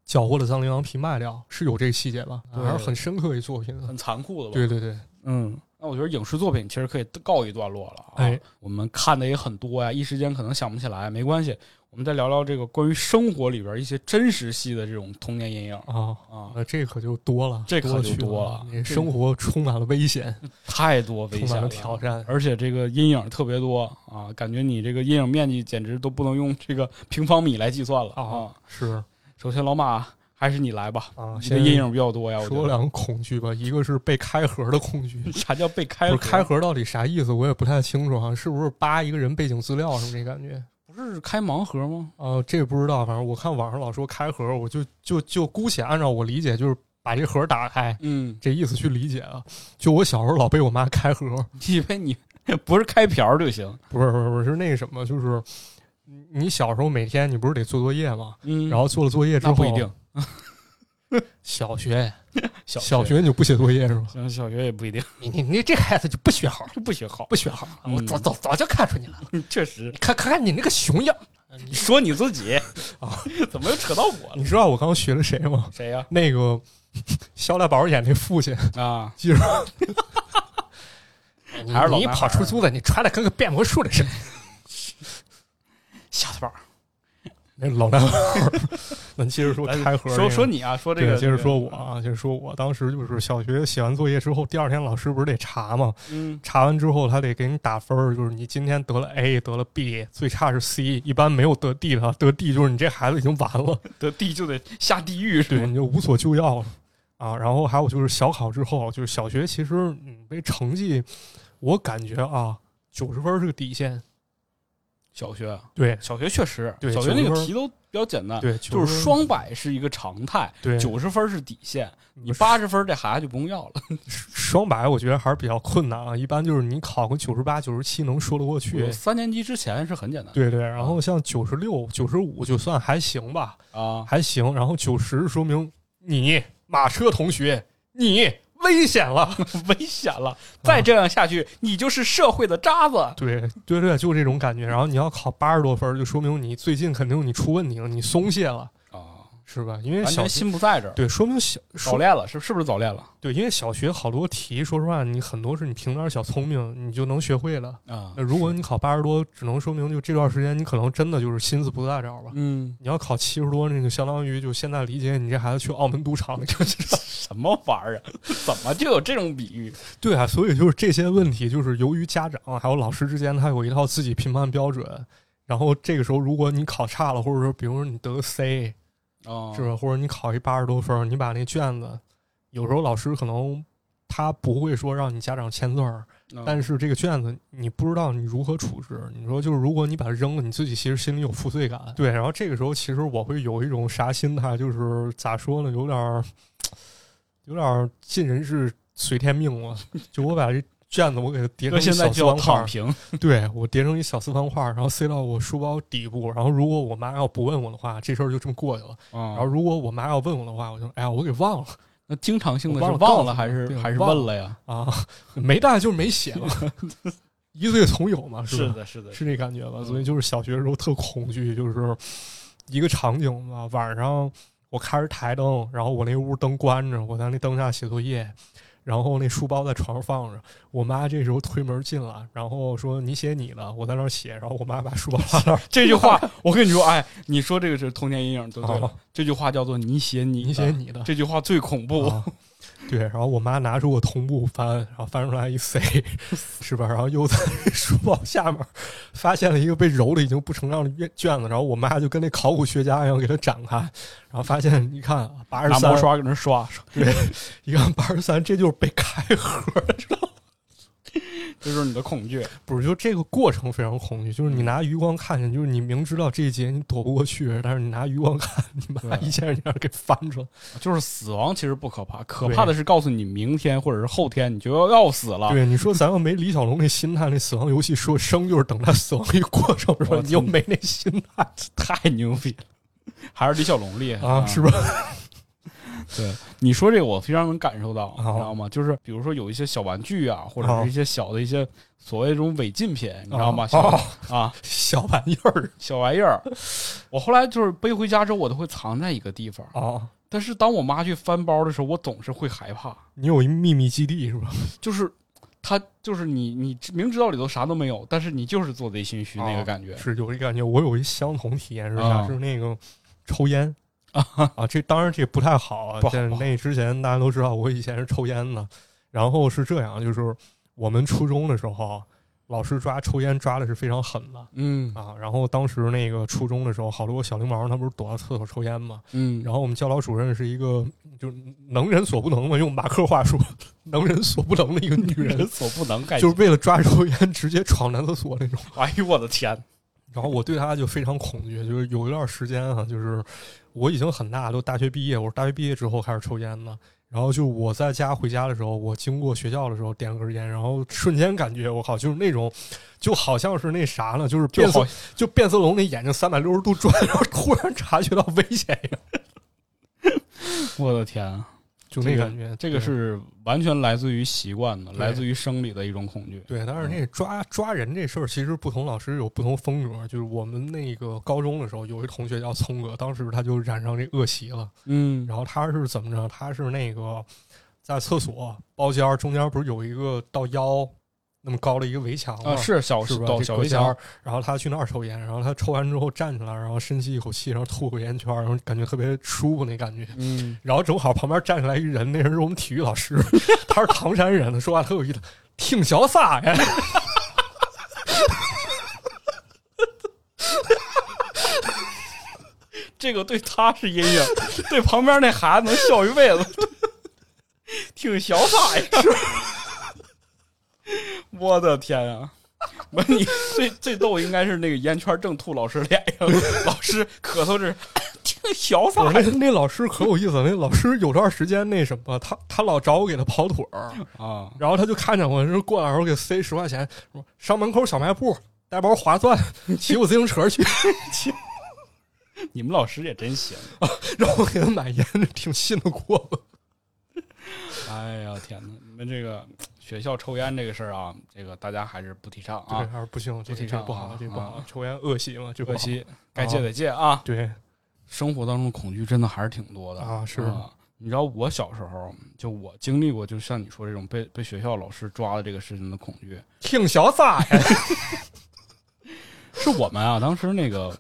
Speaker 2: 缴获的藏羚羊皮卖掉，是有这个细节吧？
Speaker 1: 对
Speaker 2: 还是很深刻一作品的。
Speaker 1: 很残酷的吧？
Speaker 2: 对对对，
Speaker 1: 嗯，那我觉得影视作品其实可以告一段落了啊。
Speaker 2: 哎
Speaker 1: 我们看的也很多呀，一时间可能想不起来，没关系，我们再聊聊这个关于生活里边一些真实系的这种童年阴影
Speaker 2: 啊，
Speaker 1: 啊，
Speaker 2: 那这可就多了，
Speaker 1: 这可
Speaker 2: 了
Speaker 1: 就
Speaker 2: 去
Speaker 1: 多了
Speaker 2: 了，你
Speaker 1: 这
Speaker 2: 生活充满了危险，
Speaker 1: 太多危
Speaker 2: 充
Speaker 1: 险
Speaker 2: 满
Speaker 1: 了
Speaker 2: 了挑战。
Speaker 1: 而且这个阴影特别多啊，感觉你这个阴影面积简直都不能用这个平方米来计算了啊
Speaker 2: 啊。是
Speaker 1: 首先，老马还是你来吧，
Speaker 2: 啊，
Speaker 1: 你的
Speaker 2: 先
Speaker 1: 阴影比较多呀。我觉
Speaker 2: 说
Speaker 1: 得
Speaker 2: 两个恐惧吧，一个是被开盒的恐 惧，
Speaker 1: 啥叫被开
Speaker 2: 不是
Speaker 1: 合？
Speaker 2: 开盒到底啥意思，我也不太清楚哈，是不是扒一个人背景资料什么这感觉？
Speaker 1: 不是开盲盒吗？
Speaker 2: 呃，这不知道，反正我看网上老说开盒，我就就就姑且按照我理解，就是把这盒打开
Speaker 1: 嗯，
Speaker 2: 这意思去理解啊。就我小时候老被我妈开盒，
Speaker 1: 以为你 不是开瓢儿就行。
Speaker 2: 不是不是不是是那个什么，就是你你小时候每天你不是得做作业吗？
Speaker 1: 嗯，
Speaker 2: 然后做了作业之
Speaker 1: 那
Speaker 2: 后，
Speaker 1: 不一定，
Speaker 2: 小学
Speaker 1: 小
Speaker 2: 小学你就不写作业是吧？
Speaker 1: 嗯，小学也不一定
Speaker 2: 你你你这孩子就不学好，
Speaker 1: 不学 好，
Speaker 2: 不学好，
Speaker 1: 嗯
Speaker 2: 我早早早就看出你了。
Speaker 1: 确实。
Speaker 2: 看看看你那个熊样，
Speaker 1: 你说你自 己
Speaker 2: 啊，
Speaker 1: 怎么又扯到我了？
Speaker 2: 你知道我刚学了谁吗？
Speaker 1: 谁呀、
Speaker 2: 那个 肖大宝演那父亲，
Speaker 1: 啊？
Speaker 2: 记住，
Speaker 1: 还是老
Speaker 2: 你
Speaker 1: 男
Speaker 2: 跑
Speaker 1: 孩儿
Speaker 2: 出租的，你穿的跟个变魔术的似的。
Speaker 1: 小的宝儿，
Speaker 2: 那老男孩 儿。咱接着说开盒、
Speaker 1: 说说你啊，说这
Speaker 2: 对，
Speaker 1: 个，
Speaker 2: 接着说我
Speaker 1: 啊，
Speaker 2: 啊，接着说我当时就是小学写完作业之后，第二天老师不是得查吗？
Speaker 1: 嗯，
Speaker 2: 查完之后他得给你打分儿，就是你今天得了 A，得了 B，最差是 C，一般没有得 D 的，得 D 就是你这孩子已经完了，
Speaker 1: 得地就得下地狱是
Speaker 2: 对，
Speaker 1: 吧？
Speaker 2: 你就无所救药了啊。然后还有就是小考之后，就是小学其实嗯，这成绩我感觉啊，九十分儿是个底线，
Speaker 1: 小学啊，
Speaker 2: 对
Speaker 1: 小学确实，
Speaker 2: 对
Speaker 1: 小学那
Speaker 2: 90
Speaker 1: 个
Speaker 2: 分
Speaker 1: 题都比较简单，
Speaker 2: 对，
Speaker 1: 啊就
Speaker 2: 就是
Speaker 1: 双百是一个常态，
Speaker 2: 对
Speaker 1: 九十分是底线，你
Speaker 2: 你
Speaker 1: 八十分这孩子就不用要了。
Speaker 2: 双百，我觉得还是比较困难啊。一般就是你考个九十八、九十七能说得过去
Speaker 1: 我，啊三年级之前是很简单的
Speaker 2: 对对，然后像九十六、九十五就算还行吧，
Speaker 1: 啊，
Speaker 2: 还行。然后九十说明你马车同学，你危 险了。
Speaker 1: 危险了，再这样下去，你就是社会的渣子。
Speaker 2: 对对对，就这种感觉。然后你要考八十多分儿，就说明你最近肯定你出问题了，你松懈了，
Speaker 1: 啊，
Speaker 2: 是吧？因为
Speaker 1: 完
Speaker 2: 小
Speaker 1: 全
Speaker 2: 学
Speaker 1: 心不在这儿，
Speaker 2: 对，说明小
Speaker 1: 早
Speaker 2: 说
Speaker 1: 恋了，是是不是早恋了
Speaker 2: 对，因为小学好多题，说实话，你很多是你凭点儿小聪明你就能学会了。
Speaker 1: 啊
Speaker 2: 那？如果你考八十多，只能说明就这段时间你可能真的就是心思不在这儿吧。
Speaker 1: 嗯，
Speaker 2: 你要考七十多，那就相当于就现在理解你这孩子去澳门赌场的感觉。
Speaker 1: 什么玩意儿？ 怎么就有这种比喻？
Speaker 2: 对啊，所以就是这些问题，就是由于家长还有老师之间，他有一套自己评判标准。然后这个时候，如果你考差了，或者说比如说你得个 C
Speaker 1: 啊，
Speaker 2: 是吧，或者你考一八十多分儿，你把那卷子，有时候老师可能他不会说让你家长签字儿，
Speaker 1: 嗯？
Speaker 2: 但是这个卷子你不知道你如何处置。你说就是，如果你把它扔了，你自己其实心里有负罪感。对，然后这个时候其实我会有一种啥心态，就是咋说呢，有点儿， 有点儿尽人事随天命 了。就我把这卷子我给它叠
Speaker 1: 哥
Speaker 2: 成一小
Speaker 1: 现在
Speaker 2: 四
Speaker 1: 就要
Speaker 2: 方块
Speaker 1: 躺
Speaker 2: 儿，
Speaker 1: 平，
Speaker 2: 对我叠成一小四方块儿，然后塞到我书包底部。然后如果我妈要不问我的话，这事儿就这么过去了。
Speaker 1: 然
Speaker 2: 然后如果我妈要问我的话，我就哎呀，我给忘了。
Speaker 1: 那经常性的
Speaker 2: 我忘
Speaker 1: 是
Speaker 2: 了告
Speaker 1: 忘
Speaker 2: 诉
Speaker 1: 了
Speaker 2: 你
Speaker 1: 还是
Speaker 2: 对
Speaker 1: 还是
Speaker 2: 忘
Speaker 1: 问了呀？
Speaker 2: 啊，没带就是没写 嘛，一岁从有嘛，吧？
Speaker 1: 的，是的
Speaker 2: 啊是这感觉吧？
Speaker 1: 嗯
Speaker 2: 所以就是小学的时候特恐惧，就是一个场景嘛，晚上我开着台灯，然后我那屋灯关着，我在那灯下写作业，然后那书包在床上放着，我妈这时候推门进来，然后说你写你的，我在那儿写，然后我妈把书包拉那儿，
Speaker 1: 这句 话，我跟你说，哎，你说这个是童年阴影，对对
Speaker 2: 啊
Speaker 1: 了。这句话叫做“你写你的
Speaker 2: 你写你的，
Speaker 1: 这句话最恐怖。
Speaker 2: 啊对，然后我妈拿出我同步翻，然后翻出来 一塞，是吧？然后又在 书包下面发现了一个被揉的已经不成样的卷卷子，然后我妈就跟那考古学家一样给它展开，然后发现一看啊八十
Speaker 1: 拿
Speaker 2: 三
Speaker 1: 毛，刷搁那刷，刷
Speaker 2: 一看八十三，这就是被开盒的，
Speaker 1: 这就是你的恐惧。
Speaker 2: 不是？就这个过程非常恐惧，
Speaker 1: 嗯
Speaker 2: 就是你拿余光看见，就是你明知道这一节你躲不过去，但是你拿余光看，你把
Speaker 1: 对
Speaker 2: 一件一件给翻出来。
Speaker 1: 就是死亡其实不可怕，可怕的是告诉你明天或者是后天你就要要死了。
Speaker 2: 对，你说咱们没李小龙那心态，那死亡游戏说生就是等待死亡一过程，是吧
Speaker 1: 我？
Speaker 2: 你又没那心态
Speaker 1: 太牛逼了，还是李小龙厉害
Speaker 2: 啊，是？吧？
Speaker 1: 对，你说这个我非常能感受到，你
Speaker 2: 啊
Speaker 1: 知道吗？就是比如说有一些小玩具啊，或者
Speaker 2: 啊
Speaker 1: 是一些小的一些所谓这种违禁品，你知道吗？
Speaker 2: 哦
Speaker 1: 小，啊，
Speaker 2: 小玩意儿
Speaker 1: 小玩意儿，我后来就是背回家之后，我都会藏在一个地方。
Speaker 2: 啊，
Speaker 1: 但是当我妈去翻包的时候，我总是会害怕，
Speaker 2: 你有一秘密基地是吧？
Speaker 1: 就是她就是你，你明知道里头啥都没有，但是你就是做贼心虚
Speaker 2: 哦
Speaker 1: 那个感觉。
Speaker 2: 是有一感觉，我有一相同体验是啥？
Speaker 1: 啊
Speaker 2: 是那个抽烟啊，这当然这不太好啊
Speaker 1: 不。好
Speaker 2: 但
Speaker 1: 不好
Speaker 2: 那之前大家都知道，我以前是抽烟的。然后是这样，就是我们初中的时候，老师抓抽烟抓的是非常狠的。
Speaker 1: 嗯
Speaker 2: 啊，然后当时那个初中的时候，好多小流氓他不是躲到厕所抽烟嘛，
Speaker 1: 嗯，
Speaker 2: 然后我们教导主任是一个就是能人所不能嘛，用马克话说，能人所不能的一个女
Speaker 1: 女人
Speaker 2: 人，
Speaker 1: 所不能干。
Speaker 2: 就是为了抓抽烟直接闯男厕所那种。
Speaker 1: 哎呦我的天，
Speaker 2: 然后我对她就非常恐惧，就是有一段时间啊，就是我已经很大，都大学毕业，我是大学毕业之后开始抽烟的。然后就我在家回家的时候，我经过学校的时候点了根烟，然后瞬间感觉我靠，就是那种，就好像是那啥呢，就是
Speaker 1: 就
Speaker 2: 变色
Speaker 1: 好
Speaker 2: 就变色龙那眼睛三百六十度转， 然后突然察觉到危险一样，
Speaker 1: 我的天，
Speaker 2: 就
Speaker 1: 这
Speaker 2: 那
Speaker 1: 个
Speaker 2: 感觉。
Speaker 1: 这个
Speaker 2: 对
Speaker 1: 是完全来自于习惯的，
Speaker 2: 对
Speaker 1: 来自于生理的一种恐惧。
Speaker 2: 对，但是那抓抓人这事儿，其实不同老师有不同风格。就是我们那个高中的时候，有一同学叫聪哥，当时他就染上这恶习了。
Speaker 1: 嗯
Speaker 2: 然后他是怎么着？他是那个在厕所包间儿中间不是有一个到腰那么高的一个围墙嘛
Speaker 1: 啊，是小
Speaker 2: 哦是吧？
Speaker 1: 小
Speaker 2: 这
Speaker 1: 小
Speaker 2: 隔
Speaker 1: 围
Speaker 2: 间
Speaker 1: 墙
Speaker 2: 儿，然后他去那儿抽烟，然后他抽完之后站起来，然后深吸一口气，然后吐个烟圈儿，然后感觉特别舒服那感觉。
Speaker 1: 嗯，
Speaker 2: 然后正好旁边站起来一人，那人是我们体育老 师，他是唐山人，说话特有意思，挺潇洒呀。
Speaker 1: 这个对他是阴影， 对旁边那孩子能笑一辈子， 挺潇洒 呀。 我的天啊！不是你最最逗应该是那个烟圈正吐老师脸上，老师咳嗽这 挺潇洒
Speaker 2: 我
Speaker 1: 呀
Speaker 2: 那那老师可有意思了，那老师有段时间那什么，他他老找我给他跑腿儿，
Speaker 1: 啊！
Speaker 2: 然后他就看见我，说过来，我给塞十块钱，说上门口小卖部带包划算，骑我自行车 去，
Speaker 1: 你们老师也真行，
Speaker 2: 让我给他买烟，挺信得过的。
Speaker 1: 哎呀天哪！你们这个学校抽烟这个事儿啊，这个大家还是不提倡
Speaker 2: 对，
Speaker 1: 啊，
Speaker 2: 还是不行，这
Speaker 1: 不提
Speaker 2: 个这个
Speaker 1: 倡
Speaker 2: 不好
Speaker 1: 啊，
Speaker 2: 这个不好
Speaker 1: 啊，
Speaker 2: 抽烟恶习嘛，这不
Speaker 1: 可
Speaker 2: 好。
Speaker 1: 惜该戒得戒啊。
Speaker 2: 对，
Speaker 1: 生活当中恐惧真的还是挺多的
Speaker 2: 啊是
Speaker 1: 吧？你知道我小时候，就我经历过，就像你说这种被被学校老师抓的这个事情的恐惧，
Speaker 2: 挺潇洒呀。
Speaker 1: 是我们啊，当时那个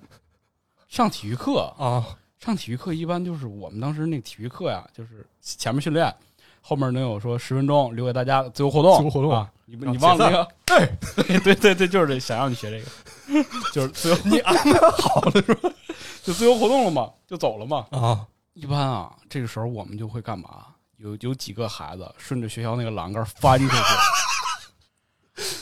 Speaker 1: 上体育课，
Speaker 2: 啊，
Speaker 1: 上体育课一般就是我们当时那个体育课呀，就是前面训练，后面能有说十分钟留给大家自由活动，
Speaker 2: 自由活动
Speaker 1: 啊，你不
Speaker 2: 然后
Speaker 1: 你忘了那个？
Speaker 2: 对，
Speaker 1: 对 对对对，就是这，想让你学这个， 就是自由，你安排好了是吧？ 就自由活动了嘛，就走了嘛，
Speaker 2: 啊，
Speaker 1: 一般啊，这个时候我们就会干嘛？有有几个孩子顺着学校那个栏杆翻出去，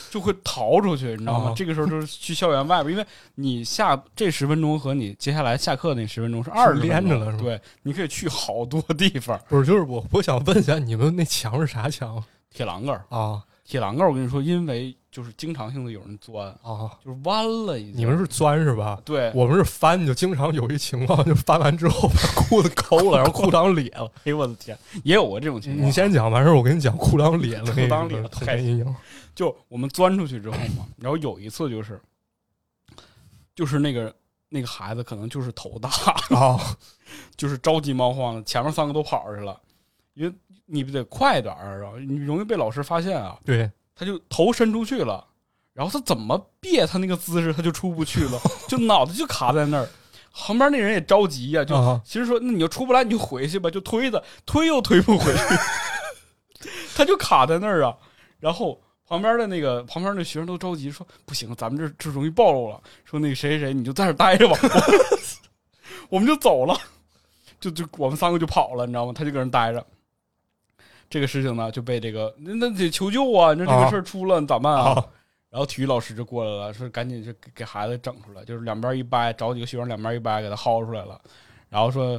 Speaker 1: 就会逃出去，你知道吗？
Speaker 2: 哦
Speaker 1: 这个时候就是去校园外边，因为你下这十分钟和你接下来下课那十分钟是二十
Speaker 2: 连着了是吧
Speaker 1: 对，你可以去好多地方。
Speaker 2: 不是，就是我我想问一下，你们那墙是啥墙
Speaker 1: 铁栏杆儿，
Speaker 2: 啊？
Speaker 1: 铁栏杆儿，我跟你说，因为就是经常性的有人钻，
Speaker 2: 啊，
Speaker 1: 就是弯了已经。
Speaker 2: 你们是钻是吧？
Speaker 1: 对，
Speaker 2: 我们是翻，就经常有一情况，就翻完之后把 裤子抠了，然后裤裆裂了。
Speaker 1: 哎呦我的天，也有过这种情况。
Speaker 2: 你先讲完事儿，我跟你讲裤裆裂了，
Speaker 1: 裤裆裂
Speaker 2: 那
Speaker 1: 了
Speaker 2: 个童年阴影。
Speaker 1: 就我们钻出去之后嘛，然后有一次就是，就是那个那个孩子可能就是头大，
Speaker 2: 啊
Speaker 1: 就是着急忙慌的，前面三个都跑去了，因为你不得快点儿啊，你容易被老师发现啊，
Speaker 2: 对，
Speaker 1: 他就头伸出去了，然后他怎么别他那个姿势他就出不去了，就脑袋就卡在那儿，旁边那人也着急呀、就
Speaker 2: 啊，
Speaker 1: 其实说，那你就出不来，你就回去吧，就推他， 推又推不回去， 他就卡在那儿啊。然后旁边的那个旁边的学生都着急说，不行，咱们这这容易暴露了。说那个谁谁谁，你就在这儿待着吧， 我们就走了，就就我们三个就跑了，你知道吗？他就搁那儿待着。这个事情呢，就被这个那那得求救啊！那这个
Speaker 2: 啊
Speaker 1: 事儿出了，咋办啊？
Speaker 2: 啊
Speaker 1: 然后体育老师就过来了，说赶紧就给给孩子整出来，就是两边一掰，找几个学生两边一掰，给他薅出来了，然后说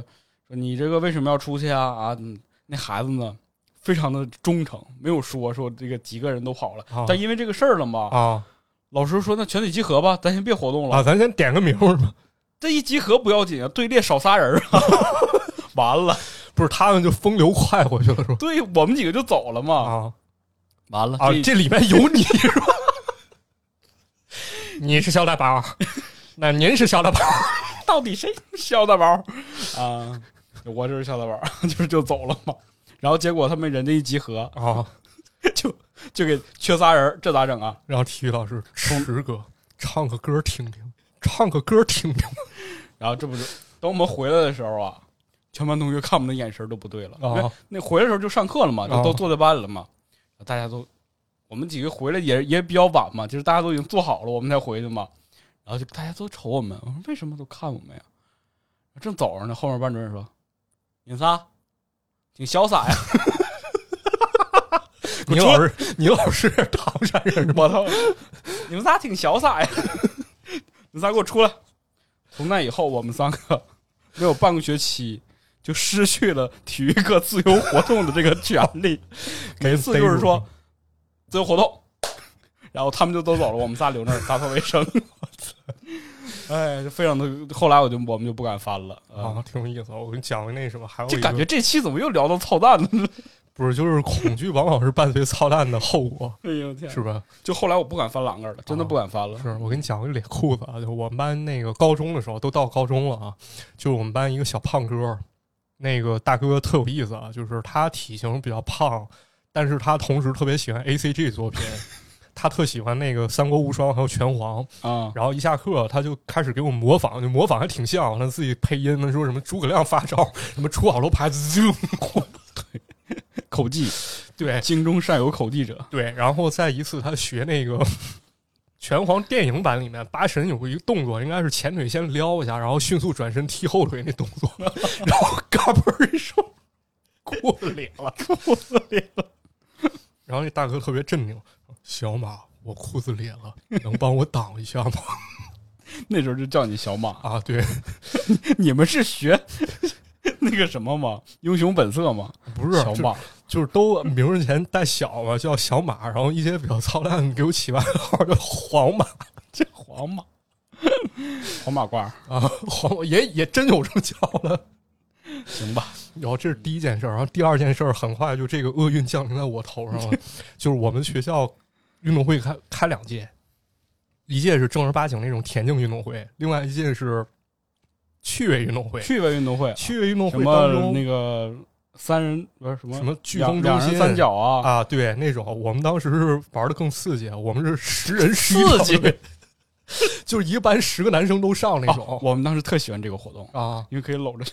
Speaker 1: 说你这个为什么要出去啊啊？嗯那孩子呢，非常的忠诚，没有说说这个几个人都跑了，
Speaker 2: 啊
Speaker 1: 但因为这个事儿了嘛，
Speaker 2: 啊
Speaker 1: 老师说那全体集合吧，咱先别活动了，
Speaker 2: 啊！咱先点个名儿吧。
Speaker 1: 这一集合不要紧啊，队列少仨人啊， 完了，
Speaker 2: 不是他们就风流快活去了是吧？
Speaker 1: 对我们几个就走了嘛，
Speaker 2: 啊
Speaker 1: 完了
Speaker 2: 啊！
Speaker 1: 这
Speaker 2: 这里面有你是吧？ 你是小喇 叭，那您是小喇叭
Speaker 1: 到底谁是肖大宝啊？我就是肖大宝， 就是就走了嘛。然后结果他们人家一集合，
Speaker 2: 啊！
Speaker 1: 就就给缺仨人儿，这咋整啊？
Speaker 2: 然后体育老师，池哥，唱个歌听听，唱个歌听听
Speaker 1: 然后这不就等我们回来的时候啊，全班同学看我们的眼神都不对了。因为
Speaker 2: 啊
Speaker 1: 那回来的时候就上课了嘛，就
Speaker 2: 啊
Speaker 1: 都坐在班里了嘛，大家都我们几个回来也也比较晚嘛，就是大家都已经坐好了，我们才回去嘛。然后就大家都瞅我们，我说为什么都看我们呀？正走着呢，后面班主任说：“你仨挺潇洒呀。
Speaker 2: 你
Speaker 1: 我
Speaker 2: 老师，你老师是唐山人是”吧？
Speaker 1: 我 操，你们仨挺潇洒呀！你仨给我出来！从那以后，我们三个没有半个学期就失去了体育课自由活动的这个权利。每次就是说自由活动，然后他们就都走了，我们仨留那儿 打扫卫生。哎，就非常的。后来我就我们就不敢翻了啊。
Speaker 2: 啊，挺有意思。我给你讲个那什么，还有
Speaker 1: 就
Speaker 2: 一
Speaker 1: 感
Speaker 2: 个
Speaker 1: 觉这期怎么又聊到操蛋了？
Speaker 2: 不是，就是恐惧往往是伴随操蛋的后果，
Speaker 1: 哎呦天！
Speaker 2: 是吧？
Speaker 1: 就后来我不敢翻栏杆了，真
Speaker 2: 啊
Speaker 1: 的不敢翻了。
Speaker 2: 是我给你讲个脸裤子啊，就我们班那个高中的时候，都到高中了啊，就是我们班一个小胖哥，那个大哥特有意 思啊，就是他体型比较胖，但是他同时特别喜欢 A C G 作品。他特喜欢那个《三国无双》还有《拳皇》，
Speaker 1: 啊，
Speaker 2: 然后一下课他就开始给我模仿，就模仿还挺像，他自己配音，他说什么诸葛亮发招，什么出好多牌子，
Speaker 1: 口技，
Speaker 2: 对
Speaker 1: 京中善有口技者。
Speaker 2: 对，然后再一次他学那个拳皇电影版里面八神有一个动作，应该是前腿先撩一下，然后迅速转身踢后腿那动作， 然后嘎嘣儿一声过脸了，过脸了。然后那大哥特别镇定，小马，我裤子裂了，能帮我挡一下吗？
Speaker 1: 那时候就叫你小马。
Speaker 2: 啊，对，
Speaker 1: 你们是学 那个什么吗？英雄本色吗？
Speaker 2: 不是
Speaker 1: 小
Speaker 2: 就
Speaker 1: 马
Speaker 2: 就是都名字前带小嘛，叫小马，然后一些比较操蛋的给我起外号叫黄马
Speaker 1: 黄马，黄马褂儿，
Speaker 2: 啊，黄马也也真有这么叫的。
Speaker 1: 行吧？
Speaker 2: 然后这是第一件事儿，然后第二件事儿很快就这个厄运降临在我头上了，就是我们学校运动会开开两届，一届是正儿八经那种田径运动会，另外一届是趣味运动会。
Speaker 1: 趣味运动会，
Speaker 2: 趣味运动
Speaker 1: 什
Speaker 2: 会
Speaker 1: 么
Speaker 2: 当中
Speaker 1: 那个三人不是什么
Speaker 2: 什么飓
Speaker 1: 两
Speaker 2: 风
Speaker 1: 两
Speaker 2: 中
Speaker 1: 人
Speaker 2: 心
Speaker 1: 三角啊，
Speaker 2: 啊，对那种，我们当时是玩的更刺激，啊我们是十人十一
Speaker 1: 刺
Speaker 2: 套
Speaker 1: 激
Speaker 2: 队，就是一个班十个男生都上那
Speaker 1: 啊
Speaker 2: 种
Speaker 1: 我们当时特喜欢这个活动，
Speaker 2: 啊。
Speaker 1: 因为可以搂着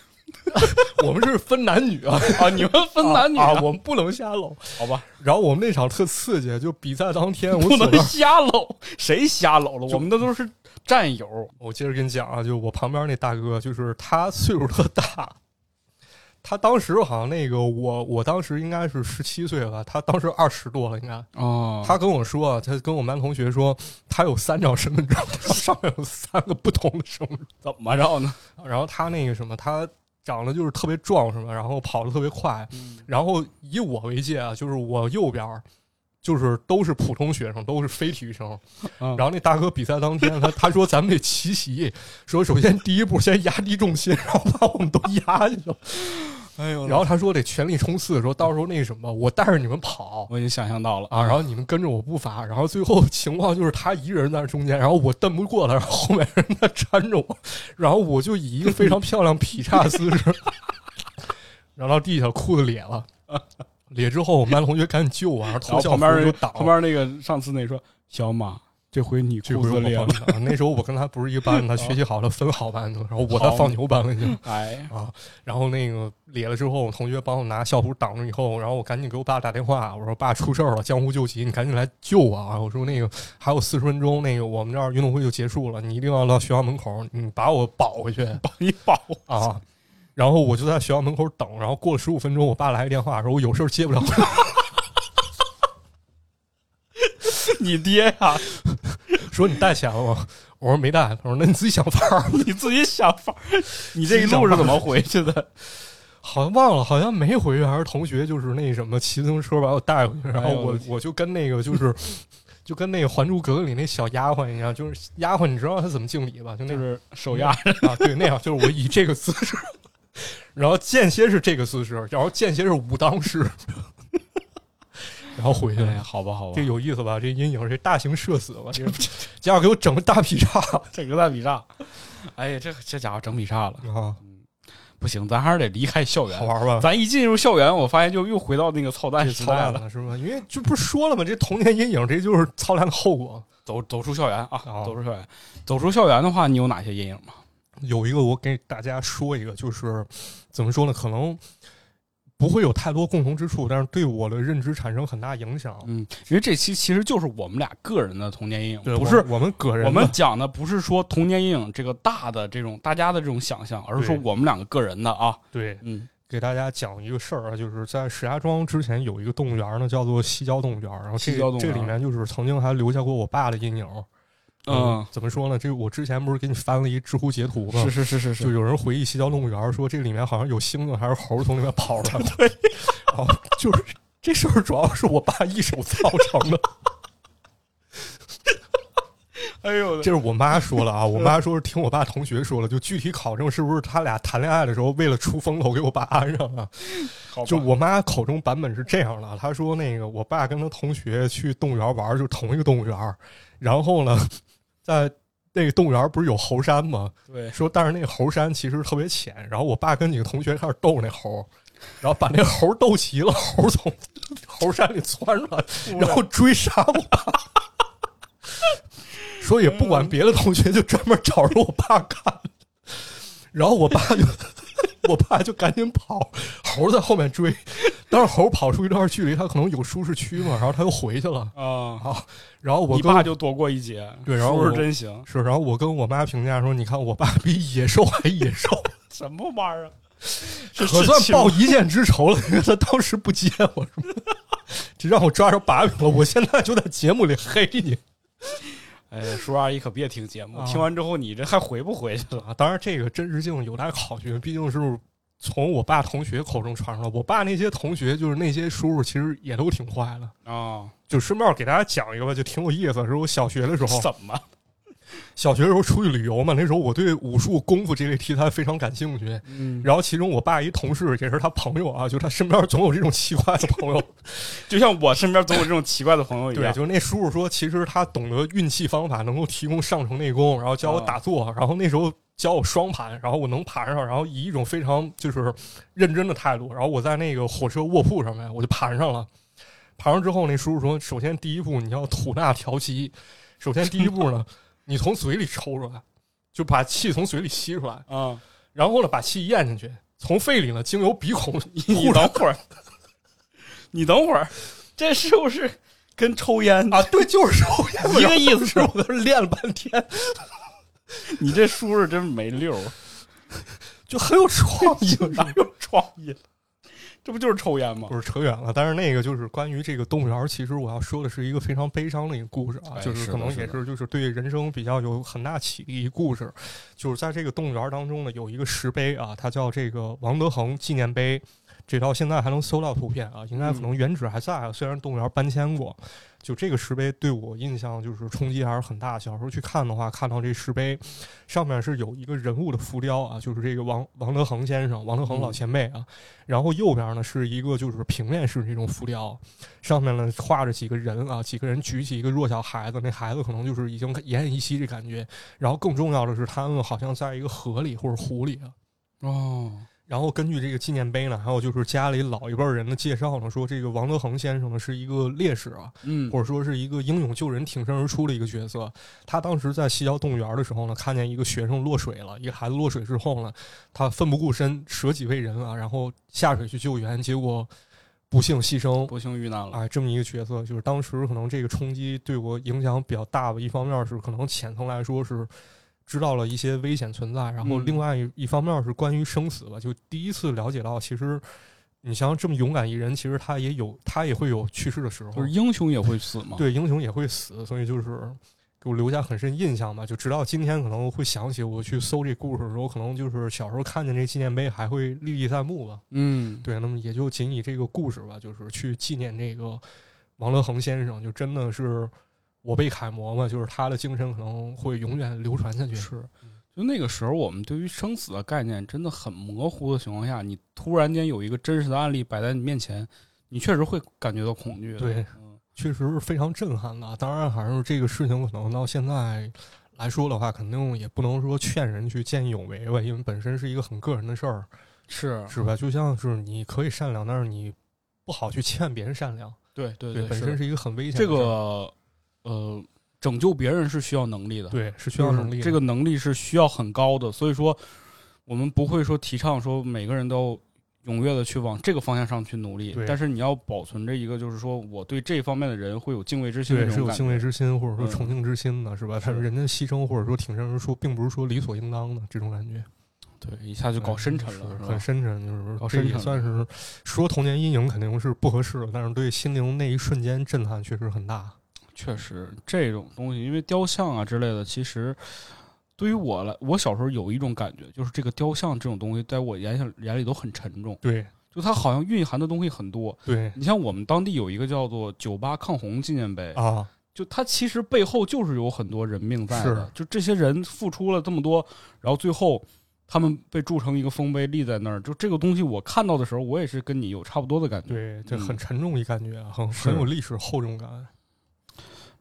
Speaker 2: 我们是分男女啊，
Speaker 1: 啊，你们 分男女
Speaker 2: 啊
Speaker 1: 啊
Speaker 2: 啊，我们不能瞎搂。
Speaker 1: 好吧？
Speaker 2: 然后我们那场特刺激，就比赛当天，我
Speaker 1: 不
Speaker 2: 走
Speaker 1: 能
Speaker 2: 到
Speaker 1: 瞎搂，谁瞎搂了？
Speaker 2: 啊就
Speaker 1: 我们那都是战友，
Speaker 2: 我接着跟你讲啊，就我旁边那大哥，就是他岁数特大，他当时好像那个我我当时应该是十七岁吧，他当时二十多了，应该。
Speaker 1: 哦
Speaker 2: 他跟我说啊，他跟我们班同学说，他有三张身份证， 上面有三个不同的身份
Speaker 1: 怎么着 呢？
Speaker 2: 证。然后他那个什么，他长得就是特别壮什么，然后跑得特别快，然后以我为界啊，就是我右边儿就是都是普通学生，都是非体育生。
Speaker 1: 嗯
Speaker 2: 然后那大哥比赛当天，他他说咱们得奇袭， 说首先第一步先压低重心，然 后把我们都压下去了。
Speaker 1: 哎呦
Speaker 2: 然后他说得全力冲刺，说到时候那什么，我带着你们跑。
Speaker 1: 我已经想象到了
Speaker 2: 啊，然后你们跟着我步伐，然后最后情况就是他一个人在中间，然后我蹬不过他，然后后面人在搀着我，然后我就以一个非常漂亮劈叉姿势，然后到地下裤子裂了，裂之后我们班同学赶紧救我，然后
Speaker 1: 然
Speaker 2: 脱
Speaker 1: 后
Speaker 2: 校
Speaker 1: 旁
Speaker 2: 服
Speaker 1: 边
Speaker 2: 就
Speaker 1: 人
Speaker 2: 挡
Speaker 1: 旁边那个上次那说小马，这回你
Speaker 2: 这
Speaker 1: 裤
Speaker 2: 回
Speaker 1: 子
Speaker 2: 我
Speaker 1: 裂
Speaker 2: 放
Speaker 1: 了，
Speaker 2: 他了，那时候我跟他不是一个班，他学习好了分好班的，然后我在
Speaker 1: 好
Speaker 2: 放牛班了已经。
Speaker 1: 哎，
Speaker 2: 啊，然后那个裂了之后，我同学帮我拿校服挡住以后，然后我赶紧给我爸打电话，我说爸出事儿了，江湖救急，你赶紧来救我啊！我说那个还有四十分钟，那个我们这儿运动会就结束了，你一定要到学校门口，你把我保回去
Speaker 1: 帮你保
Speaker 2: 啊！然后我就在学校门口等，然后过了十五分钟，我爸来一电话说我有事儿接不了，
Speaker 1: 你爹呀、
Speaker 2: 说你带钱了吗？我说没带，他说那你自己想法儿，
Speaker 1: 你自己想法儿， 你这一路是怎么回去的？
Speaker 2: 好像忘了，好像没回去，还是同学就是那什么骑自行车把我带回去，然后
Speaker 1: 哎呦我
Speaker 2: 我
Speaker 1: 的
Speaker 2: 我就跟那个就是 就跟那个《还珠格格》里那小丫鬟一样，就是丫鬟，你知道她怎么敬礼吧？ 就那
Speaker 1: 就
Speaker 2: 种
Speaker 1: 是手压着，
Speaker 2: 啊，对，那样就是我以这个姿势， 然后间歇是这个姿势，然后间歇是武当式， 然后回去了。
Speaker 1: 哎，好吧，好吧
Speaker 2: 这，有意思吧？这阴影，这大型社死吧？这 家伙给我整个大劈叉
Speaker 1: 整个大劈叉，哎呀，这这家伙整劈叉了，
Speaker 2: 啊！
Speaker 1: 不行，咱还是得离开校
Speaker 2: 好
Speaker 1: 园。
Speaker 2: 玩吧？
Speaker 1: 咱一进入校园，我发现就又回到那个操蛋时
Speaker 2: 操
Speaker 1: 代
Speaker 2: 蛋
Speaker 1: 了。
Speaker 2: 了是吧？因为这不是说了吗？这童年阴影，这就是操蛋的后果。
Speaker 1: 走走出校园啊，
Speaker 2: 哦
Speaker 1: 走出校园，走出校园的话，你有哪些阴影吗？
Speaker 2: 有一个我给大家说一个，就是怎么说呢？可能不会有太多共同之处，但是对我的认知产生很大影响。
Speaker 1: 嗯，因为这期其实就是我们俩个人的童年阴影，
Speaker 2: 对
Speaker 1: 不
Speaker 2: 我
Speaker 1: 是
Speaker 2: 我们个人的，
Speaker 1: 我们讲的不是说童年阴影这个大的这种大家的这种想象，而是说
Speaker 2: 对
Speaker 1: 我们两个个人的啊，
Speaker 2: 对
Speaker 1: 嗯
Speaker 2: 给大家讲一个事儿啊，就是在石家庄之前有一个动物园呢，叫做西郊动物园。然后这
Speaker 1: 西郊动
Speaker 2: 个
Speaker 1: 物园
Speaker 2: 这个里面就是曾经还留下过我爸的阴影。
Speaker 1: 嗯，
Speaker 2: 怎么说呢？这个我之前不是给你翻了一知乎截图吗？
Speaker 1: 是是是是
Speaker 2: 就有人回忆西郊动物园说，这里面好像有猩猩还是猴儿从里面跑出来的。对， 然后就是这事儿主要是我爸一手造成的，
Speaker 1: 哎呦我的
Speaker 2: 这是我妈说了啊。我妈说是听我爸同学说了，就具体考证是不是他俩谈恋爱的时候为了出风头给我爸安上了。
Speaker 1: 好吧
Speaker 2: 就我妈口中版本是这样的，啊她说那个我爸跟他同学去动物园玩，就同一个动物园，然后呢，在那个动物园不是有猴山吗？
Speaker 1: 对，
Speaker 2: 说但是那个猴山其实特别浅，然后我爸跟几个同学开始逗那猴，然后把那猴逗齐了，猴从猴山里窜出来，然后追杀我爸。说也不管别的同学，就专门找着我爸看。然后我爸就， 我爸就赶紧跑，猴在后面追。但是猴跑出一段距离，他可能有舒适区嘛，然后他又回去了。
Speaker 1: 啊，
Speaker 2: 然后我
Speaker 1: 你
Speaker 2: 跟
Speaker 1: 爸就躲过一劫，
Speaker 2: 对然后
Speaker 1: 叔叔
Speaker 2: 我
Speaker 1: 真行，
Speaker 2: 是，然后我跟我妈评价说：“你看，我爸比野兽还野兽，
Speaker 1: 什么玩 意儿啊？ 这
Speaker 2: 可
Speaker 1: 是
Speaker 2: 算
Speaker 1: 亲
Speaker 2: 报一箭之仇了。”因为他当时不接我说，这让我抓着把柄了。我现在就在节目里黑你
Speaker 1: 哎，叔阿姨可别听节目，
Speaker 2: 啊
Speaker 1: 听完之后你这还回不回去了？
Speaker 2: 啊！当然，这个真实性有待考据，毕竟是从我爸同学口中传出来。我爸那些同学，就是那些叔叔，其实也都挺坏的。
Speaker 1: 啊，
Speaker 2: 就顺便给大家讲一个吧，就挺有意思。是我小学的时候，
Speaker 1: 怎么？
Speaker 2: 小学的时候出去旅游嘛，那时候我对武术、功夫这类题材非常感兴趣。
Speaker 1: 嗯，
Speaker 2: 然后其中我爸一同事也是他朋友啊，就他身边总有这种奇怪的朋友。
Speaker 1: 就像我身边总有这种奇怪的朋友一
Speaker 2: 对，嗯
Speaker 1: 样，
Speaker 2: 就是那叔叔说，其实他懂得运气方法，能够提供上乘内功，然后教我打坐，然后那时候教我双盘，然后我能爬上，然后以一种非常就是认真的态度，然后我在那个火车卧铺上面我就盘上了。盘上之后，那叔叔说，首先第一步你要吐纳调息，首先第一步 呢，你从嘴里抽出来，就把气从嘴里吸出来，
Speaker 1: 啊，
Speaker 2: 然后呢把气咽进去，从肺里呢经由鼻孔
Speaker 1: 你
Speaker 2: 吐出
Speaker 1: 等会儿， 你等会儿，这是不是跟抽烟
Speaker 2: 啊，对，就是抽烟
Speaker 1: 一个意思
Speaker 2: 是我都练了半天，
Speaker 1: 你这叔叔真没溜儿，
Speaker 2: 就很有创 意。
Speaker 1: 哪有创意了？这不就是抽烟吗？
Speaker 2: 不是扯远了，但是那个就是关于这个动物园儿，其实我要说的是一个非常悲伤的一个故事啊，
Speaker 1: 哎
Speaker 2: 就是是
Speaker 1: 的
Speaker 2: 可能
Speaker 1: 是
Speaker 2: 也
Speaker 1: 的
Speaker 2: 是就是对人生比较有很大启迪故事。就是在这个动物园儿当中呢，有一个石碑啊，它叫这个王德恒纪念碑，这到现在还能搜到图片啊，应该
Speaker 1: 嗯
Speaker 2: 可能原址还在啊，虽然动物园儿搬迁过。就这个石碑对我印象就是冲击还是很大。小时候去看的话，看到这石碑上面是有一个人物的浮雕啊，就是这个王王德恒先生，王德恒老前辈啊。然后右边呢是一个就是平面式这种浮雕，上面呢画着几个人啊，几个人举起一个弱小孩子，那孩子可能就是已经奄奄一息这感觉。然后更重要的是，他们好像在一个河里或者湖里啊。
Speaker 1: 哦，
Speaker 2: 然后根据这个纪念碑呢，还有就是家里老一辈人的介绍呢，说这个王德恒先生呢是一个烈士啊，
Speaker 1: 嗯
Speaker 2: 或，者说是一个英勇救人、挺身而出的一个角色。他当时在西郊动物园的时候呢，看见一个学生落水了，一个孩子落水之后呢，他奋不顾身，舍己为人啊，然后下水去救援，结果不幸牺牲。
Speaker 1: 不幸遇难了。
Speaker 2: 哎，这么一个角色，就是当时可能这个冲击对我影响比较大吧。一方面是可能浅层来说是知道了一些危险存在，然后
Speaker 1: 嗯
Speaker 2: 另外一一方面是关于生死吧，就第一次了解到，其实你像这么勇敢一人，其实他也有他也会有去世的时候，
Speaker 1: 就是英雄也会死吗？，
Speaker 2: 对，英雄也会死，所以就是给我留下很深印象吧。就直到今天，可能会想起我去搜这故事的时候，可能就是小时候看见这纪念碑，还会历历在目吧。
Speaker 1: 嗯，
Speaker 2: 对，那么也就仅以这个故事吧，就是去纪念这个王德恒先生，就真的是我辈楷模嘛，就是他的精神可能会永远流传下去。
Speaker 1: 是。就那个时候，我们对于生死的概念真的很模糊的情况下，你突然间有一个真实的案例摆在你面前，你确实会感觉到恐惧的。
Speaker 2: 对
Speaker 1: 嗯，
Speaker 2: 确实是非常震撼的。啊当然，还是这个事情可能到现在来说的话，肯定也不能说劝人去见义勇为吧，因为本身是一个很个人的事儿。
Speaker 1: 是，
Speaker 2: 是吧？就像是你可以善良，但是你不好去劝别人善良，
Speaker 1: 对对
Speaker 2: 本身是一个很危险的
Speaker 1: 这
Speaker 2: 事儿。
Speaker 1: 个呃，拯救别人是需要能力的，，
Speaker 2: 对是需要能力的。
Speaker 1: 这个能力是需要很高的，所以说我们不会说提倡说每个人都踊跃的去往这个方向上去努力
Speaker 2: 对，
Speaker 1: 但是你要保存着一个就是说我对这方面的人会有敬畏之心的
Speaker 2: 对
Speaker 1: 这
Speaker 2: 是
Speaker 1: 种
Speaker 2: 有
Speaker 1: 感
Speaker 2: 敬
Speaker 1: 觉。
Speaker 2: 畏之心，或者说
Speaker 1: 嗯
Speaker 2: 崇敬之心的，是吧？但是
Speaker 1: 是
Speaker 2: 人家牺牲或者说挺身而出，并不是说理所应当的这种感觉。哎
Speaker 1: 对，一下就搞深沉了，
Speaker 2: 嗯是
Speaker 1: 是吧
Speaker 2: 很深沉，就是
Speaker 1: 搞
Speaker 2: 这
Speaker 1: 深
Speaker 2: 也
Speaker 1: 沉
Speaker 2: 算是说童年阴影肯定是不合适的，但是对心灵那一瞬间震撼确实很大。
Speaker 1: 确实，这种东西，因为雕像啊之类的，其实对于我来，我小时候有一种感觉，就是这个雕像这种东西，在我眼里眼里都很沉重，
Speaker 2: 对
Speaker 1: 就它好像蕴含的东西很多。
Speaker 2: 对
Speaker 1: 你像我们当地有一个叫做“酒吧抗洪纪念碑”，
Speaker 2: 啊，
Speaker 1: 就它其实背后就是有很多人命在的
Speaker 2: 是，
Speaker 1: 就这些人付出了这么多，然后最后他们被铸成一个丰碑立在那儿，就这个东西我看到的时候，我也是跟你有差不多的感觉。
Speaker 2: 对，这
Speaker 1: 嗯
Speaker 2: 啊很沉重一感觉，很
Speaker 1: 是啊
Speaker 2: 很有历史厚重感。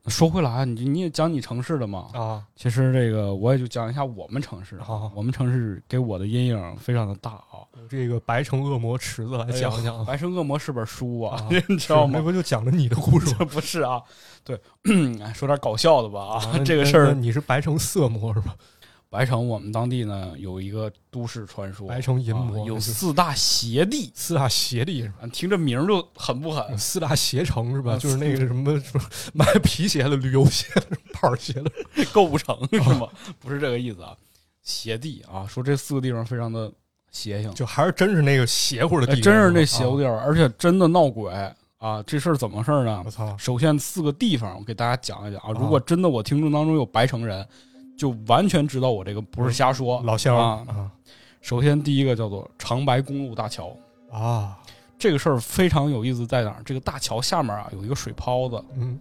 Speaker 1: 说回来啊，你你也讲你城市的嘛，
Speaker 2: 啊，
Speaker 1: 其实这个我也就讲一下我们城市啊，
Speaker 2: 好好
Speaker 1: 我们城市给我的阴影非常的大啊。
Speaker 2: 这个白城恶魔池子来讲讲
Speaker 1: 《
Speaker 2: 啊，
Speaker 1: 白生恶魔》是本书啊，
Speaker 2: 啊
Speaker 1: 你知道
Speaker 2: 是那
Speaker 1: 吗？
Speaker 2: 不就讲了你的故事吗？
Speaker 1: 不是啊，对，哎说点搞笑的吧 啊，
Speaker 2: 那
Speaker 1: 这个
Speaker 2: 那
Speaker 1: 事
Speaker 2: 那
Speaker 1: 儿，
Speaker 2: 你是白城色魔是吧？
Speaker 1: 白城我们当地呢有一个都市传说，
Speaker 2: 白城淫魔
Speaker 1: 啊有
Speaker 2: 四
Speaker 1: 四大邪地，
Speaker 2: 四大邪地是吧？
Speaker 1: 啊听这名儿就狠不 狠？
Speaker 2: 四大邪城是吧？
Speaker 1: 啊
Speaker 2: 就是那个什么什么 买皮鞋的、旅游鞋的、 板儿鞋的，
Speaker 1: 购物城是吗？不是这个意思啊，邪地啊，说这四个地方非常的邪性，
Speaker 2: 就还是真是那个邪乎的
Speaker 1: 哎
Speaker 2: 地方，
Speaker 1: 真是那
Speaker 2: 吧
Speaker 1: 邪乎地方，而且真的闹鬼啊！这事儿怎么事儿呢
Speaker 2: 啊我？操！
Speaker 1: 首先四个地方，我给大家讲一讲啊。如果真的我听众当中有白城人，就完全知道我这个不是瞎说。
Speaker 2: 老乡
Speaker 1: 啊
Speaker 2: 啊
Speaker 1: 首先第一个叫做长白公路大桥，
Speaker 2: 啊，
Speaker 1: 这个事儿非常有意思，在哪儿？这个大桥下面啊有一个水泡子，
Speaker 2: 嗯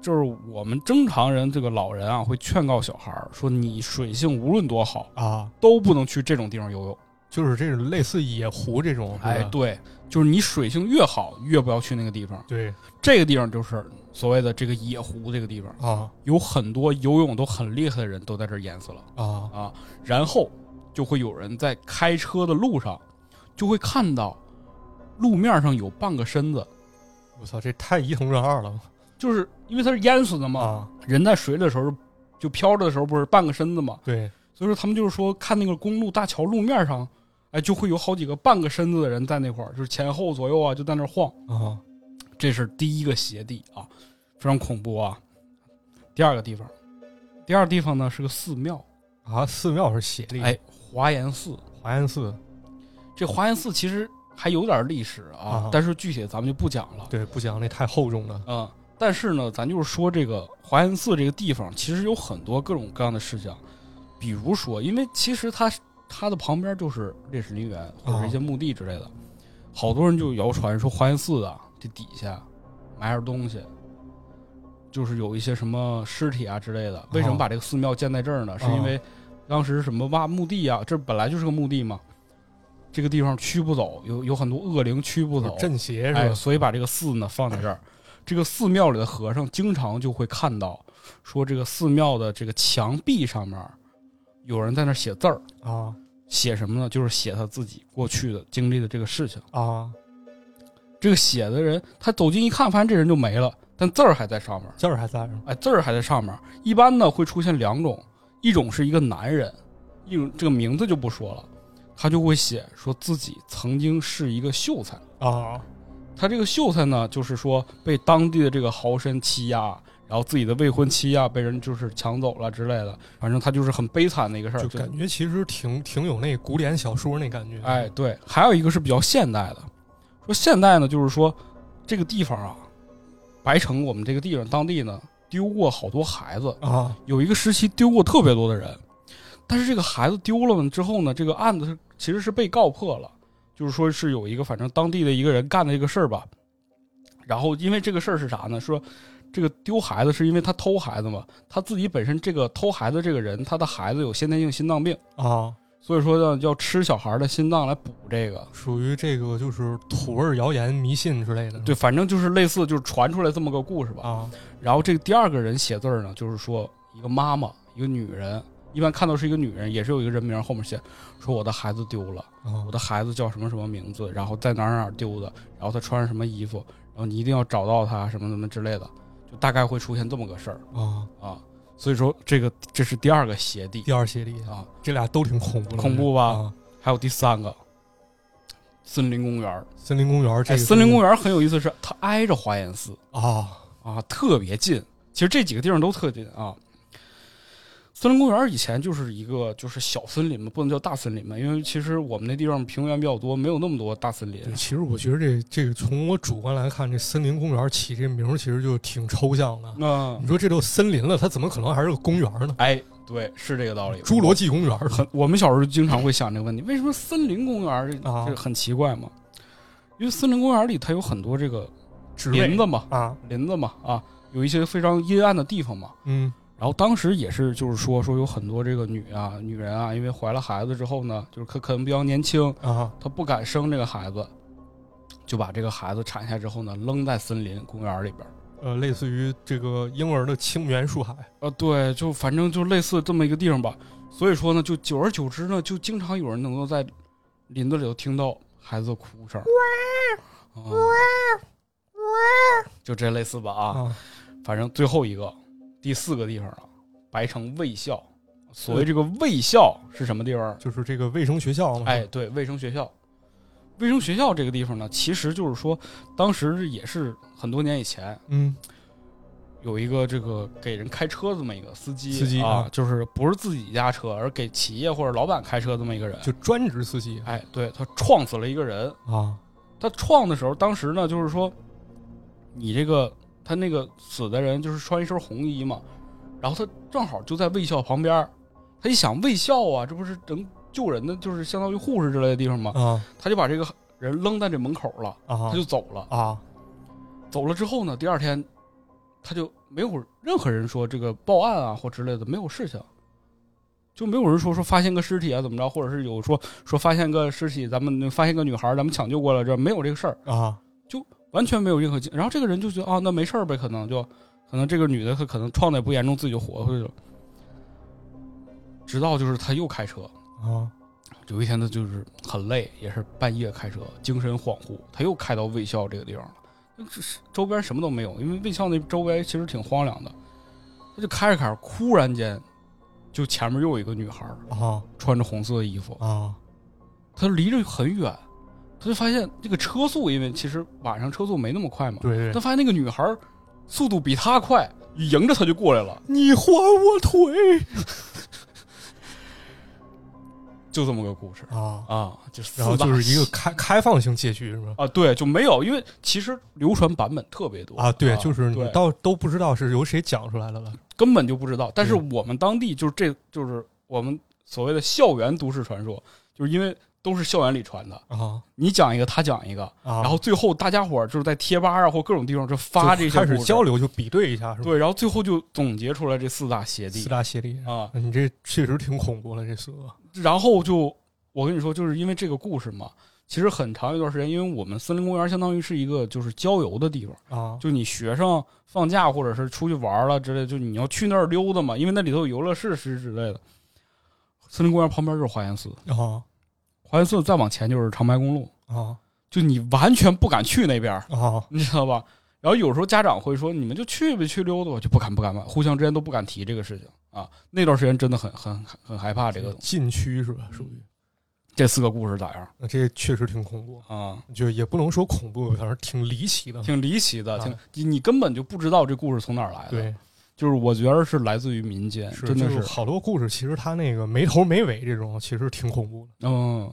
Speaker 1: 就是我们正常人这个老人啊会劝告小孩儿说，你水性无论多好，
Speaker 2: 啊，
Speaker 1: 都不能去这种地方游泳。
Speaker 2: 就是这种类似野湖这种，是吧
Speaker 1: 哎，对，就是你水性越好，越不要去那个地方。
Speaker 2: 对
Speaker 1: 这个地方就是所谓的这个野湖，这个地方
Speaker 2: 啊
Speaker 1: 有很多游泳都很厉害的人都在这儿淹死了
Speaker 2: 啊
Speaker 1: 啊。然后就会有人在开车的路上，就会看到路面上有半个身子，
Speaker 2: 我操，这太伊藤润二了
Speaker 1: 就是因为他是淹死的嘛，
Speaker 2: 啊！
Speaker 1: 人在水里的时候就飘着的时候不是半个身子嘛，
Speaker 2: 对，
Speaker 1: 所以说他们就是说看那个公路大桥路面上，哎，就会有好几个半个身子的人在那块儿，就是前后左右啊就在那儿晃。
Speaker 2: 啊
Speaker 1: 这是第一个邪地啊，非常恐怖啊。第二个地方，第二个地方呢是个寺庙，
Speaker 2: 啊，寺庙是邪力，
Speaker 1: 哎，华严寺。
Speaker 2: 华严寺，
Speaker 1: 这华严寺其实还有点历史啊，
Speaker 2: 啊
Speaker 1: 但是具体咱们就不讲了。
Speaker 2: 对，不讲那太厚重了
Speaker 1: 嗯，但是呢，咱就是说这个华严寺这个地方，其实有很多各种各样的事情，比如说，因为其实它它的旁边就是烈士陵园或者一些墓地之类的，好多人就谣传说华严寺啊这底下埋着东西，就是有一些什么尸体啊之类的。为什么把这个寺庙建在这儿呢？是因为当时什么挖墓地啊，这本来就是个墓地嘛。这个地方驱不走，有有很多恶灵驱不走，
Speaker 2: 镇邪是
Speaker 1: 哎，
Speaker 2: 吧？
Speaker 1: 所以把这个寺呢放在这儿。这个寺庙里的和尚经常就会看到，说这个寺庙的这个墙壁上面有人在那儿写字儿，
Speaker 2: 啊
Speaker 1: 写什么呢？就是写他自己过去的经历的这个事情。
Speaker 2: 啊，
Speaker 1: 这个写的人，他走近一看，发现这人就没了，但字儿还在上面。
Speaker 2: 劲儿还在是吧
Speaker 1: 哎，字儿还在上面。一般呢会出现两种，一种是一个男人，一种这个名字就不说了，他就会写说自己曾经是一个秀才。
Speaker 2: 啊
Speaker 1: 他这个秀才呢，就是说被当地的这个豪绅欺压，然后自己的未婚妻啊被人就是抢走了之类的，反正他就是很悲惨的一个事儿。
Speaker 2: 就
Speaker 1: 就
Speaker 2: 感觉其实挺挺有那古典小说那感觉，
Speaker 1: 哎，对，还有一个是比较现代的，说现代呢，就是说这个地方啊，白城我们这个地方当地呢丢过好多孩子，
Speaker 2: 啊
Speaker 1: 有一个时期丢过特别多的人，但是这个孩子丢了呢之后呢，这个案子是其实是被告破了，就是说是有一个反正当地的一个人干的这个事儿吧。然后因为这个事儿是啥呢？说这个丢孩子是因为他偷孩子嘛，他自己本身这个偷孩子这个人，他的孩子有先天性心脏病，
Speaker 2: 啊，
Speaker 1: 所以说呢要吃小孩的心脏来补这个。
Speaker 2: 属于这个就是土味儿谣言、迷信之类的，
Speaker 1: 对，反正就是类似就是传出来这么个故事吧。
Speaker 2: 啊
Speaker 1: 然后这个第二个人写字儿呢，就是说一个妈妈，一个女人，一般看到是一个女人，也是有一个人名儿后面写说我的孩子丢了，
Speaker 2: 啊
Speaker 1: 我的孩子叫什么什么名字，然后在哪儿哪儿丢的，然后他穿什么衣服，然后你一定要找到他什么什么之类的，就大概会出现这么个事儿
Speaker 2: 啊，
Speaker 1: 啊。所以说这个这是第二个邪地
Speaker 2: 第二系列
Speaker 1: 啊，
Speaker 2: 这俩都挺恐怖的，
Speaker 1: 恐怖吧
Speaker 2: 啊
Speaker 1: 还有第三个森林公园儿。
Speaker 2: 森林公园儿，这
Speaker 1: 哎，
Speaker 2: 个
Speaker 1: 森林公园儿很有意思是，它挨着华严寺。
Speaker 2: 啊，
Speaker 1: 啊，特别近。其实这几个地方都特近啊。森林公园以前就是一个就是小森林嘛，不能叫大森林嘛，因为其实我们那地方平原比较多，没有那么多大森林
Speaker 2: 对，。其实我觉得这这个从我主观来看，这森林公园起这名儿其实就挺抽象的。
Speaker 1: 那
Speaker 2: 你说这都森林了，它怎么可能还是个公园呢？
Speaker 1: 哎，对，是这个道理。
Speaker 2: 侏罗纪公园儿
Speaker 1: 很，我们小时候经常会想这个问题，为什么森林公园这
Speaker 2: 啊
Speaker 1: 这很奇怪嘛？因为森林公园里它有很多这个
Speaker 2: 植
Speaker 1: 林
Speaker 2: 被
Speaker 1: 子嘛，
Speaker 2: 啊，
Speaker 1: 林子嘛啊，有一些非常阴暗的地方嘛。
Speaker 2: 嗯
Speaker 1: 然后当时也是，就是说说有很多这个女啊女人啊，因为怀了孩子之后呢，就是可可能比较年轻，
Speaker 2: 啊
Speaker 1: 她不敢生这个孩子，就把这个孩子产下之后呢，扔在森林公园里边儿。
Speaker 2: 呃，类似于这个婴儿的清源树海，
Speaker 1: 啊，对，就反正就类似这么一个地方吧。所以说呢，就久而久之呢，就经常有人能够在林子里头听到孩子的哭声，啊，就这类似吧啊。
Speaker 2: 啊，
Speaker 1: 反正最后一个，第四个地方了，白城卫校。所
Speaker 2: 呃
Speaker 1: 谓这个卫校是什么地方？
Speaker 2: 就是这个卫生学校嘛。
Speaker 1: 哎，，对，卫生学校。卫生学校这个地方呢，其实就是说，当时也是很多年以前，
Speaker 2: 嗯，
Speaker 1: 有一个这个给人开车这么一个司机，
Speaker 2: 司机
Speaker 1: 啊
Speaker 2: 啊，
Speaker 1: 就是不是自己家车，而给企业或者老板开车这么一个人。
Speaker 2: 就专职司机
Speaker 1: 哎，对他撞死了一个人。
Speaker 2: 啊，
Speaker 1: 他撞的时候，当时呢就是说，你这个他那个死的人就是穿一身红衣嘛，然后他正好就在卫校旁边儿，他一想卫校啊，这不是能救人的，就是相当于护士之类的地方嘛，
Speaker 2: 啊
Speaker 1: 他就把这个人扔在这门口了，
Speaker 2: 啊
Speaker 1: 他就走了。
Speaker 2: 啊
Speaker 1: 走了之后呢，第二天他就没有任何人说这个报案啊或之类的，没有事情，就没有人说说发现个尸体啊怎么着，或者是有说说发现个尸体，咱们发现个女孩，咱们抢救过来，这没有这个事儿，
Speaker 2: 啊
Speaker 1: 完全没有任何进。然后这个人就觉得啊，那没事儿呗，可能就可能这个女的她可能撞的也不严重，自己就活回去了。直到就是他又开车，
Speaker 2: 啊
Speaker 1: 有一天他就是很累，也是半夜开车，精神恍惚，他又开到卫校这个地方了。这是周边什么都没有，因为卫校那周围其实挺荒凉的。他就开着开着，忽然间，就前面又有一个女孩儿
Speaker 2: 啊
Speaker 1: 穿着红色的衣服，
Speaker 2: 啊
Speaker 1: 他离着很远，他就发现这个车速，因为其实晚上车速没那么快嘛，
Speaker 2: 对
Speaker 1: 他
Speaker 2: 对，
Speaker 1: 发现那个女孩儿速度比他快，迎着他就过来了，
Speaker 2: 你还我腿
Speaker 1: 就这么个故事
Speaker 2: 啊，
Speaker 1: 啊，就四
Speaker 2: 然后就是一个
Speaker 1: 大
Speaker 2: 开开放性结局是吧？
Speaker 1: 啊，对，就没有，因为其实流传版本特别多
Speaker 2: 啊，对，就是你
Speaker 1: 对
Speaker 2: 到都不知道是由谁讲出来的了
Speaker 1: 根本就不知道。但是我们当地就是这就是我们所谓的校园都市传说，就是因为都是校园里传的，
Speaker 2: 啊
Speaker 1: 你讲一个，他讲一个，
Speaker 2: 啊，
Speaker 1: 然后最后大家伙儿就是在贴吧啊或各种地方就发这
Speaker 2: 就
Speaker 1: 些
Speaker 2: 开始
Speaker 1: 故事
Speaker 2: 交，流，就比对一下是吧？
Speaker 1: 对，然后最后就总结出来这四大邪
Speaker 2: 四
Speaker 1: 地
Speaker 2: 大邪力，
Speaker 1: 啊，
Speaker 2: 你这确实挺恐怖了，这四个
Speaker 1: 然后就我跟你说，就是因为这个故事嘛。其实很长一段时间，因为我们森林公园相当于是一个就是郊游的地方，
Speaker 2: 啊
Speaker 1: 就你学生放假或者是出去玩了之类的，就你要去那儿溜达嘛，因为那里头有游乐设施之类的。森林公园旁边就是华严寺，
Speaker 2: 啊
Speaker 1: 华严寺再往前就是长白公路，
Speaker 2: 啊
Speaker 1: 就你完全不敢去那边儿，
Speaker 2: 啊
Speaker 1: 你知道吧？然后有时候家长会说：“你们就去呗，去溜达吧。”就不敢不敢吧，互相之间都不敢提这个事情啊。那段时间真的很很很很害怕这个东西。
Speaker 2: 禁区是
Speaker 1: 嗯
Speaker 2: 吧？属于
Speaker 1: 这四个故事咋样
Speaker 2: 那这确实挺恐怖，
Speaker 1: 啊？
Speaker 2: 就也不能说恐怖，反正挺离奇的。
Speaker 1: 嗯挺离奇的，
Speaker 2: 啊
Speaker 1: 挺你你根本就不知道这故事从哪儿来的。，
Speaker 2: 对，
Speaker 1: 就是我觉得是来自于民间，
Speaker 2: 是
Speaker 1: 真的
Speaker 2: 就是好多故事，其实它那个没头没尾这种，其实挺恐怖的，
Speaker 1: 嗯。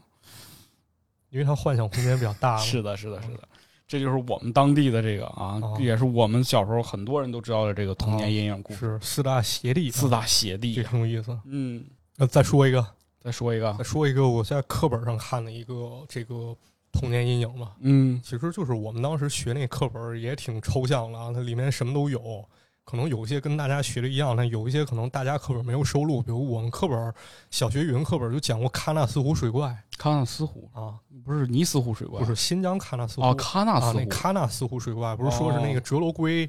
Speaker 2: 因为它幻想空间比较大嘛。
Speaker 1: 是的，是的，是的，嗯这就是我们当地的这个啊，
Speaker 2: 哦
Speaker 1: 也是我们小时候很多人都知道的这个童年阴影故事，
Speaker 2: 是嗯四大邪力，
Speaker 1: 四大邪
Speaker 2: 这
Speaker 1: 地。
Speaker 2: 挺有意思。
Speaker 1: 嗯，
Speaker 2: 那再说一个，
Speaker 1: 再说一个
Speaker 2: 再，说一个，我在课本上看的一个这个童年阴影嘛，
Speaker 1: 嗯
Speaker 2: 其实就是我们当时学那课本儿也挺抽象的啊，它里面什么都有，可能有一些跟大家学的一样，但有一些可能大家课本没有收录。比如我们课本儿小学语文课本儿就讲过喀纳斯湖水怪
Speaker 1: 喀纳斯湖
Speaker 2: 啊，
Speaker 1: 不是尼斯湖水怪，
Speaker 2: 不是新疆喀纳斯湖
Speaker 1: 哦，喀纳
Speaker 2: 啊
Speaker 1: 斯，
Speaker 2: 那
Speaker 1: 湖，
Speaker 2: 喀纳斯湖水怪不是说是那个折罗龟、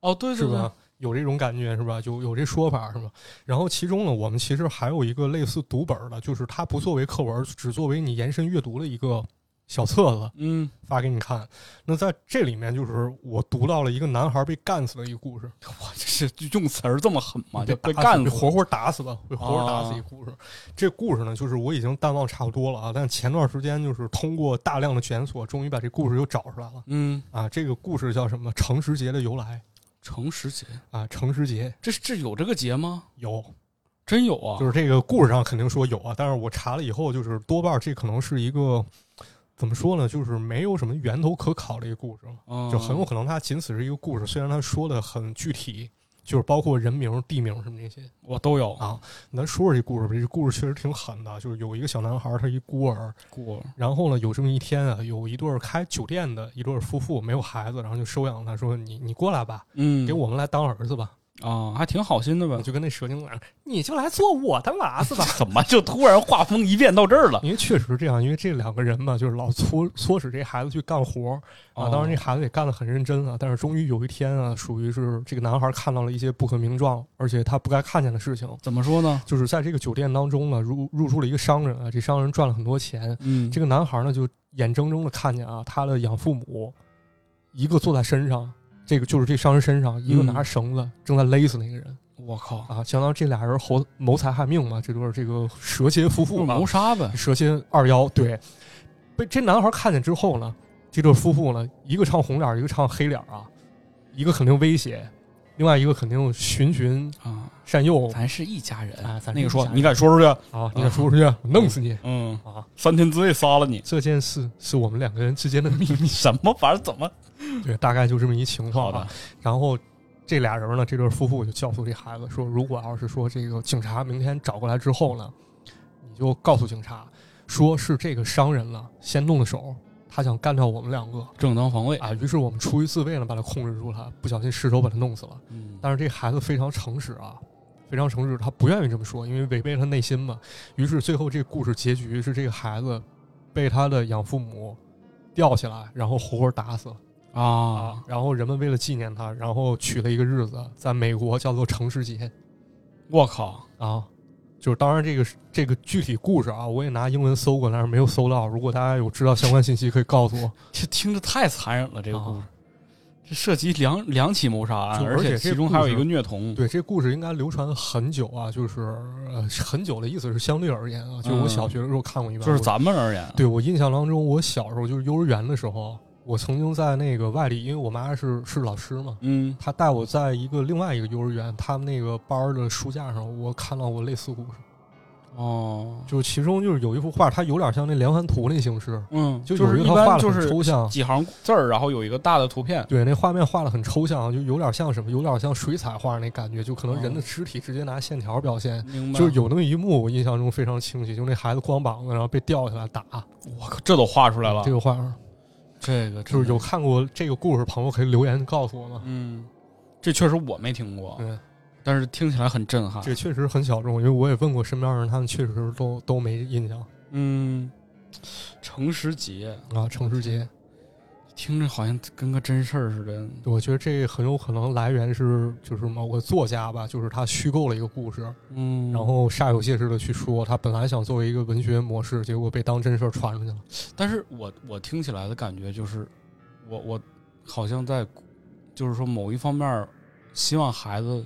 Speaker 1: 哦，对
Speaker 2: 是
Speaker 1: 对对
Speaker 2: 吧，？有这种感觉是吧？有有这说法是吧？然后其中呢，我们其实还有一个类似读本儿的，就是它不作为课文儿，只作为你延伸阅读的一个小册子。
Speaker 1: 嗯，
Speaker 2: 发给你看。那在这里面，就是我读到了一个男孩被干死的一个故事，
Speaker 1: 我这是用词儿这么狠吗？啊就被
Speaker 2: 被
Speaker 1: 干啊
Speaker 2: 死被
Speaker 1: 活
Speaker 2: 活活打死的，被活活打死一个故事。这故事呢，就是我已经淡忘差不多了啊，但前段时间就是通过大量的检索，终于把这故事又找出来了
Speaker 1: 嗯，
Speaker 2: 啊。这个故事叫什么？诚实节的由来
Speaker 1: 诚实节，
Speaker 2: 啊，诚实节
Speaker 1: 这这有这个节吗？
Speaker 2: 有，
Speaker 1: 真有啊！
Speaker 2: 就是这个故事上肯定说有啊，但是我查了以后，就是多半这可能是一个。怎么说呢？就是没有什么源头可考的一个故事，
Speaker 1: 嗯
Speaker 2: 就很有可能它仅此是一个故事，虽然它说的很具体，就是包括人名、地名什么这些。
Speaker 1: 我都有
Speaker 2: 啊咱说说这故事吧，这故事确实挺狠的，就是有一个小男孩，他一孤儿，
Speaker 1: 过，
Speaker 2: 然后呢，有这么一天啊，有一对儿开酒店的一对儿夫妇没有孩子，然后就收养他，说你你过来吧，
Speaker 1: 嗯，
Speaker 2: 给我们来当儿子吧。
Speaker 1: 啊，还挺好心的呗
Speaker 2: 我。就跟那蛇精讲，你就来做我的娃子吧。
Speaker 1: 怎么就突然画风一变到这儿了？
Speaker 2: 因为确实是这样，因为这两个人嘛，就是老唆唆使这孩子去干活儿
Speaker 1: 哦
Speaker 2: 啊。当然，这孩子也干得很认真啊。但是终于有一天啊，属于是这个男孩看到了一些不可名状，而且他不该看见的事情。
Speaker 1: 怎么说呢？
Speaker 2: 就是在这个酒店当中呢，啊入入住了一个商人啊，这商人赚了很多钱。
Speaker 1: 嗯，
Speaker 2: 这个男孩呢，就眼睁睁的看见啊，他的养父母一个坐在身上，这个就是这商人身上，一个
Speaker 1: 嗯
Speaker 2: 拿着绳子正在勒死那个人。
Speaker 1: 我靠，
Speaker 2: 啊，相当于这俩人谋谋财害命嘛，这都是这个蛇蝎夫
Speaker 1: 就是
Speaker 2: 妇嘛
Speaker 1: 谋，杀呗。
Speaker 2: 蛇蝎二妖对。被这男孩看见之后呢，这对夫妇呢，一个唱红脸儿，一个唱黑脸儿啊，一个肯定威胁，另外一个肯定循循
Speaker 1: 啊，
Speaker 2: 善诱
Speaker 1: 咱是一家人。
Speaker 2: 啊，咱
Speaker 1: 哎那个说，
Speaker 2: 这
Speaker 1: 你
Speaker 2: 样
Speaker 1: 敢说出去？
Speaker 2: 啊，你敢说出去，我弄死你
Speaker 1: 嗯，
Speaker 2: 啊！
Speaker 1: 三天之内杀了 你。
Speaker 2: 这件事是我们两个人之间的秘密，
Speaker 1: 什么玩意儿？怎么？
Speaker 2: 对，大概就这么一情况
Speaker 1: 好
Speaker 2: 吧。
Speaker 1: 的，
Speaker 2: 然后这俩人呢，这对夫妇就教唆这孩子说，如果要是说这个警察明天找过来之后呢，你就告诉警察，说是这个商人了先动的手，他想干掉我们两个
Speaker 1: 正当防卫。
Speaker 2: 啊。于是我们出于自卫呢，把他控制住了，不小心失手把他弄死了。
Speaker 1: 嗯，
Speaker 2: 但是这孩子非常诚实啊，非常诚实，他不愿意这么说，因为违背他内心嘛。于是最后这故事结局是这个孩子被他的养父母吊起来，然后活活打死了。
Speaker 1: 啊，
Speaker 2: 然后人们为了纪念他，然后取了一个日子，在美国叫做城市节
Speaker 1: 我靠，
Speaker 2: 啊。就是当然这个这个具体故事啊，我也拿英文搜过，但是没有搜到。如果大家有知道相关信息，可以告诉我。
Speaker 1: 这听着太残忍了。这个故事
Speaker 2: 啊，
Speaker 1: 这涉及两两起谋杀案，
Speaker 2: 就
Speaker 1: 而
Speaker 2: 而且这
Speaker 1: 其中还有一个虐童。
Speaker 2: 对，这故事应该流传很久啊，就是呃很久的意思是相对而言啊，就是我小学的时候看过一版，
Speaker 1: 嗯就是
Speaker 2: 我
Speaker 1: 咱们而言啊，
Speaker 2: 对我印象当中，我小时候就是幼儿园的时候，我曾经在那个外地，因为我妈是是老师嘛，
Speaker 1: 嗯，
Speaker 2: 她带我在一个另外一个幼儿园，他们那个班儿的书架上，我看到过类似故事。
Speaker 1: 哦，
Speaker 2: 就是其中就是有一幅画，它有点像那连环图那形式，
Speaker 1: 嗯，
Speaker 2: 就
Speaker 1: 就是
Speaker 2: 有一
Speaker 1: 一
Speaker 2: 个画
Speaker 1: 般
Speaker 2: 的
Speaker 1: 就
Speaker 2: 很
Speaker 1: 是
Speaker 2: 抽象，
Speaker 1: 几行字儿，然后有一个大的图片。
Speaker 2: 对，那画面画的很抽象，就有点像什么，有点像水彩画那感觉，就可能人的
Speaker 1: 哦
Speaker 2: 肢体直接拿线条表现，
Speaker 1: 明白，
Speaker 2: 就是有那么一幕我印象中非常清晰，就那孩子光膀子，然后被吊下来打，
Speaker 1: 我靠，这都画出来了嗯
Speaker 2: 这。个画
Speaker 1: 这个
Speaker 2: 就是有
Speaker 1: 有，
Speaker 2: 看过这个故事的朋友可以留言告诉我吗？
Speaker 1: 嗯，这确实我没听过，
Speaker 2: 对，
Speaker 1: 但是听起来很震撼
Speaker 2: 这。个确实很小众，因为我也问过身边人，他们确实都都没印象
Speaker 1: 嗯，诚实节
Speaker 2: 啊。程世杰，
Speaker 1: 听着好像跟个真事儿似的。
Speaker 2: 我觉得这很有可能来源是就是某个作家吧，就是他虚构了一个故事，
Speaker 1: 嗯，
Speaker 2: 然后煞有介事的去说，他本来想作为一个文学模式，结果被当真事儿传出去了。
Speaker 1: 但是我我听起来的感觉就是，我我好像在，就是说某一方面儿，希望孩子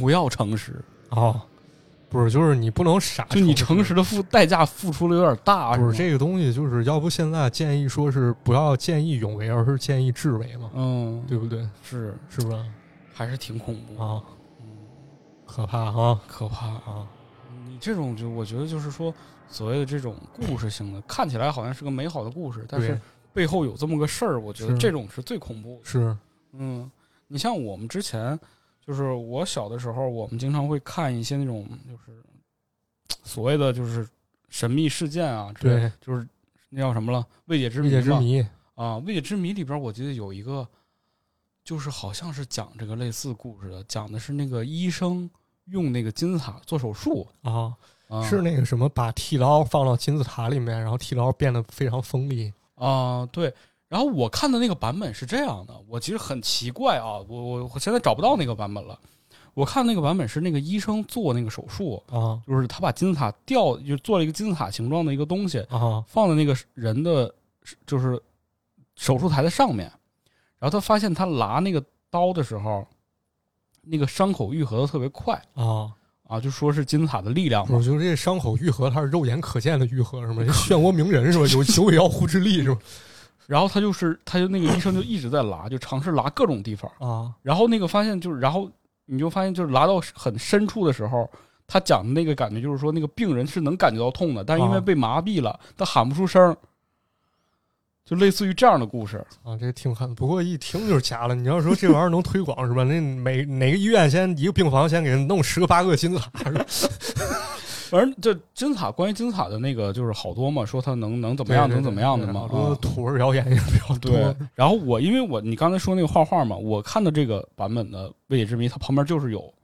Speaker 1: 不要诚实，
Speaker 2: 哦，不是，就是你不能傻，
Speaker 1: 就你诚实的付代价付出的有点大，
Speaker 2: 不啊是
Speaker 1: 是吗
Speaker 2: 这个东西，就是要不现在建议说是不要见义勇为，而是见义智为嘛，
Speaker 1: 嗯，
Speaker 2: 对不对？
Speaker 1: 是
Speaker 2: 是不是
Speaker 1: 还是挺恐怖，
Speaker 2: 啊？
Speaker 1: 嗯，
Speaker 2: 可怕啊
Speaker 1: 可怕。
Speaker 2: 啊！
Speaker 1: 你这种就我觉得就是说，所谓的这种故事性的，看起来好像是个美好的故事，但是
Speaker 2: 对
Speaker 1: 背后有这么个事儿，我觉得
Speaker 2: 是
Speaker 1: 这种是最恐怖的。
Speaker 2: 是
Speaker 1: 嗯，你像我们之前，就是我小的时候，我们经常会看一些那种就是所谓的就是神秘事件啊，之类的，
Speaker 2: 对
Speaker 1: 就是那叫什么了，未解之
Speaker 2: 未解之
Speaker 1: 嘛
Speaker 2: 谜
Speaker 1: 啊，未解之谜里边，我记得有一个，就是好像是讲这个类似故事的，讲的是那个医生用那个金字塔做手术，
Speaker 2: 啊，
Speaker 1: 啊、
Speaker 2: 是那个什么，把剃刀放到金字塔里面，然后剃刀变得非常锋利。
Speaker 1: 啊、对。然后我看的那个版本是这样的，我其实很奇怪啊，我我我现在找不到那个版本了。我看那个版本是那个医生做那个手术，
Speaker 2: 啊
Speaker 1: 就是他把金字塔吊，就做了一个金字塔形状的一个东西，
Speaker 2: 啊
Speaker 1: 放在那个人的就是手术台的上面。然后他发现他拿那个刀的时候，那个伤口愈合的特别快
Speaker 2: 啊！
Speaker 1: 啊，就说是金字塔的力量嘛
Speaker 2: 我。觉得这伤口愈合，它是肉眼可见的愈合， 是吗？这漩涡鸣人是吧？有九尾妖狐之力是吧？
Speaker 1: 然后他就是他就那个医生就一直在拉，就尝试拉各种地方。
Speaker 2: 啊
Speaker 1: 然后那个发现就是，然后你就发现就是拉到很深处的时候，他讲的那个感觉就是说，那个病人是能感觉到痛的，但是因为
Speaker 2: 啊
Speaker 1: 被麻痹了，他喊不出声儿，就类似于这样的故事。
Speaker 2: 啊，这挺狠。不过一听就是假的。你要说这玩意儿能推广是吧？那每哪个医院先一个病房先给弄十个八个金字塔是吧？
Speaker 1: 反正这金字塔，关于金字塔的那个就是好多嘛，说它能能 怎么样，
Speaker 2: 对对
Speaker 1: 能怎么样的
Speaker 2: 对
Speaker 1: 嘛。
Speaker 2: 好
Speaker 1: 啊
Speaker 2: 多土味谣言也比较多。
Speaker 1: 对，然后我因为我你刚才说那个画画嘛，我看的这个版本的《未解之谜》，它旁边就是有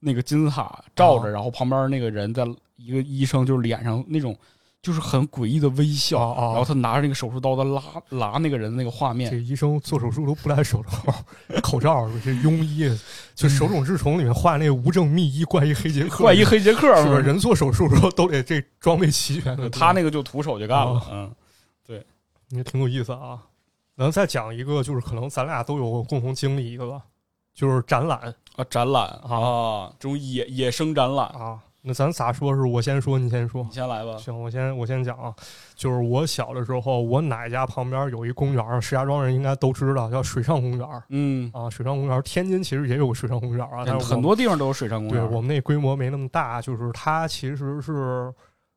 Speaker 1: 那个金字塔照着，
Speaker 2: 哦
Speaker 1: 然后旁边那个人在一个医生就是脸上那种就是很诡异的微笑，
Speaker 2: 哦哦
Speaker 1: 然后他拿着那个手术刀在拉拉那个人的那个画面
Speaker 2: 这，医生做手术都不戴手套、口罩，这庸医，就《手冢治虫》里面画那无证秘医怪医黑杰克，
Speaker 1: 怪一黑杰克
Speaker 2: 是
Speaker 1: 嘛
Speaker 2: 吧？人做手术时候都得这装备齐全的，
Speaker 1: 他那个就徒手就干了，
Speaker 2: 哦
Speaker 1: 嗯，
Speaker 2: 也挺有意思啊。然后再讲一个，就是可能咱俩都有共同经历一个吧，就是展览
Speaker 1: 啊，展览啊，这种野野生展览，
Speaker 2: 啊。那咱咋说？是我先说，你先说
Speaker 1: 你。先来吧，
Speaker 2: 行，我先我先讲啊，就是我小的时候，我奶家旁边有一公园，石家庄人应该都知道，叫水上公园
Speaker 1: 嗯，
Speaker 2: 啊。水上公园，天津其实也有水上公园啊，但是
Speaker 1: 很
Speaker 2: 我
Speaker 1: 多地方都有水上公
Speaker 2: 对
Speaker 1: 园，
Speaker 2: 我们那规模没那么大，就是它其实是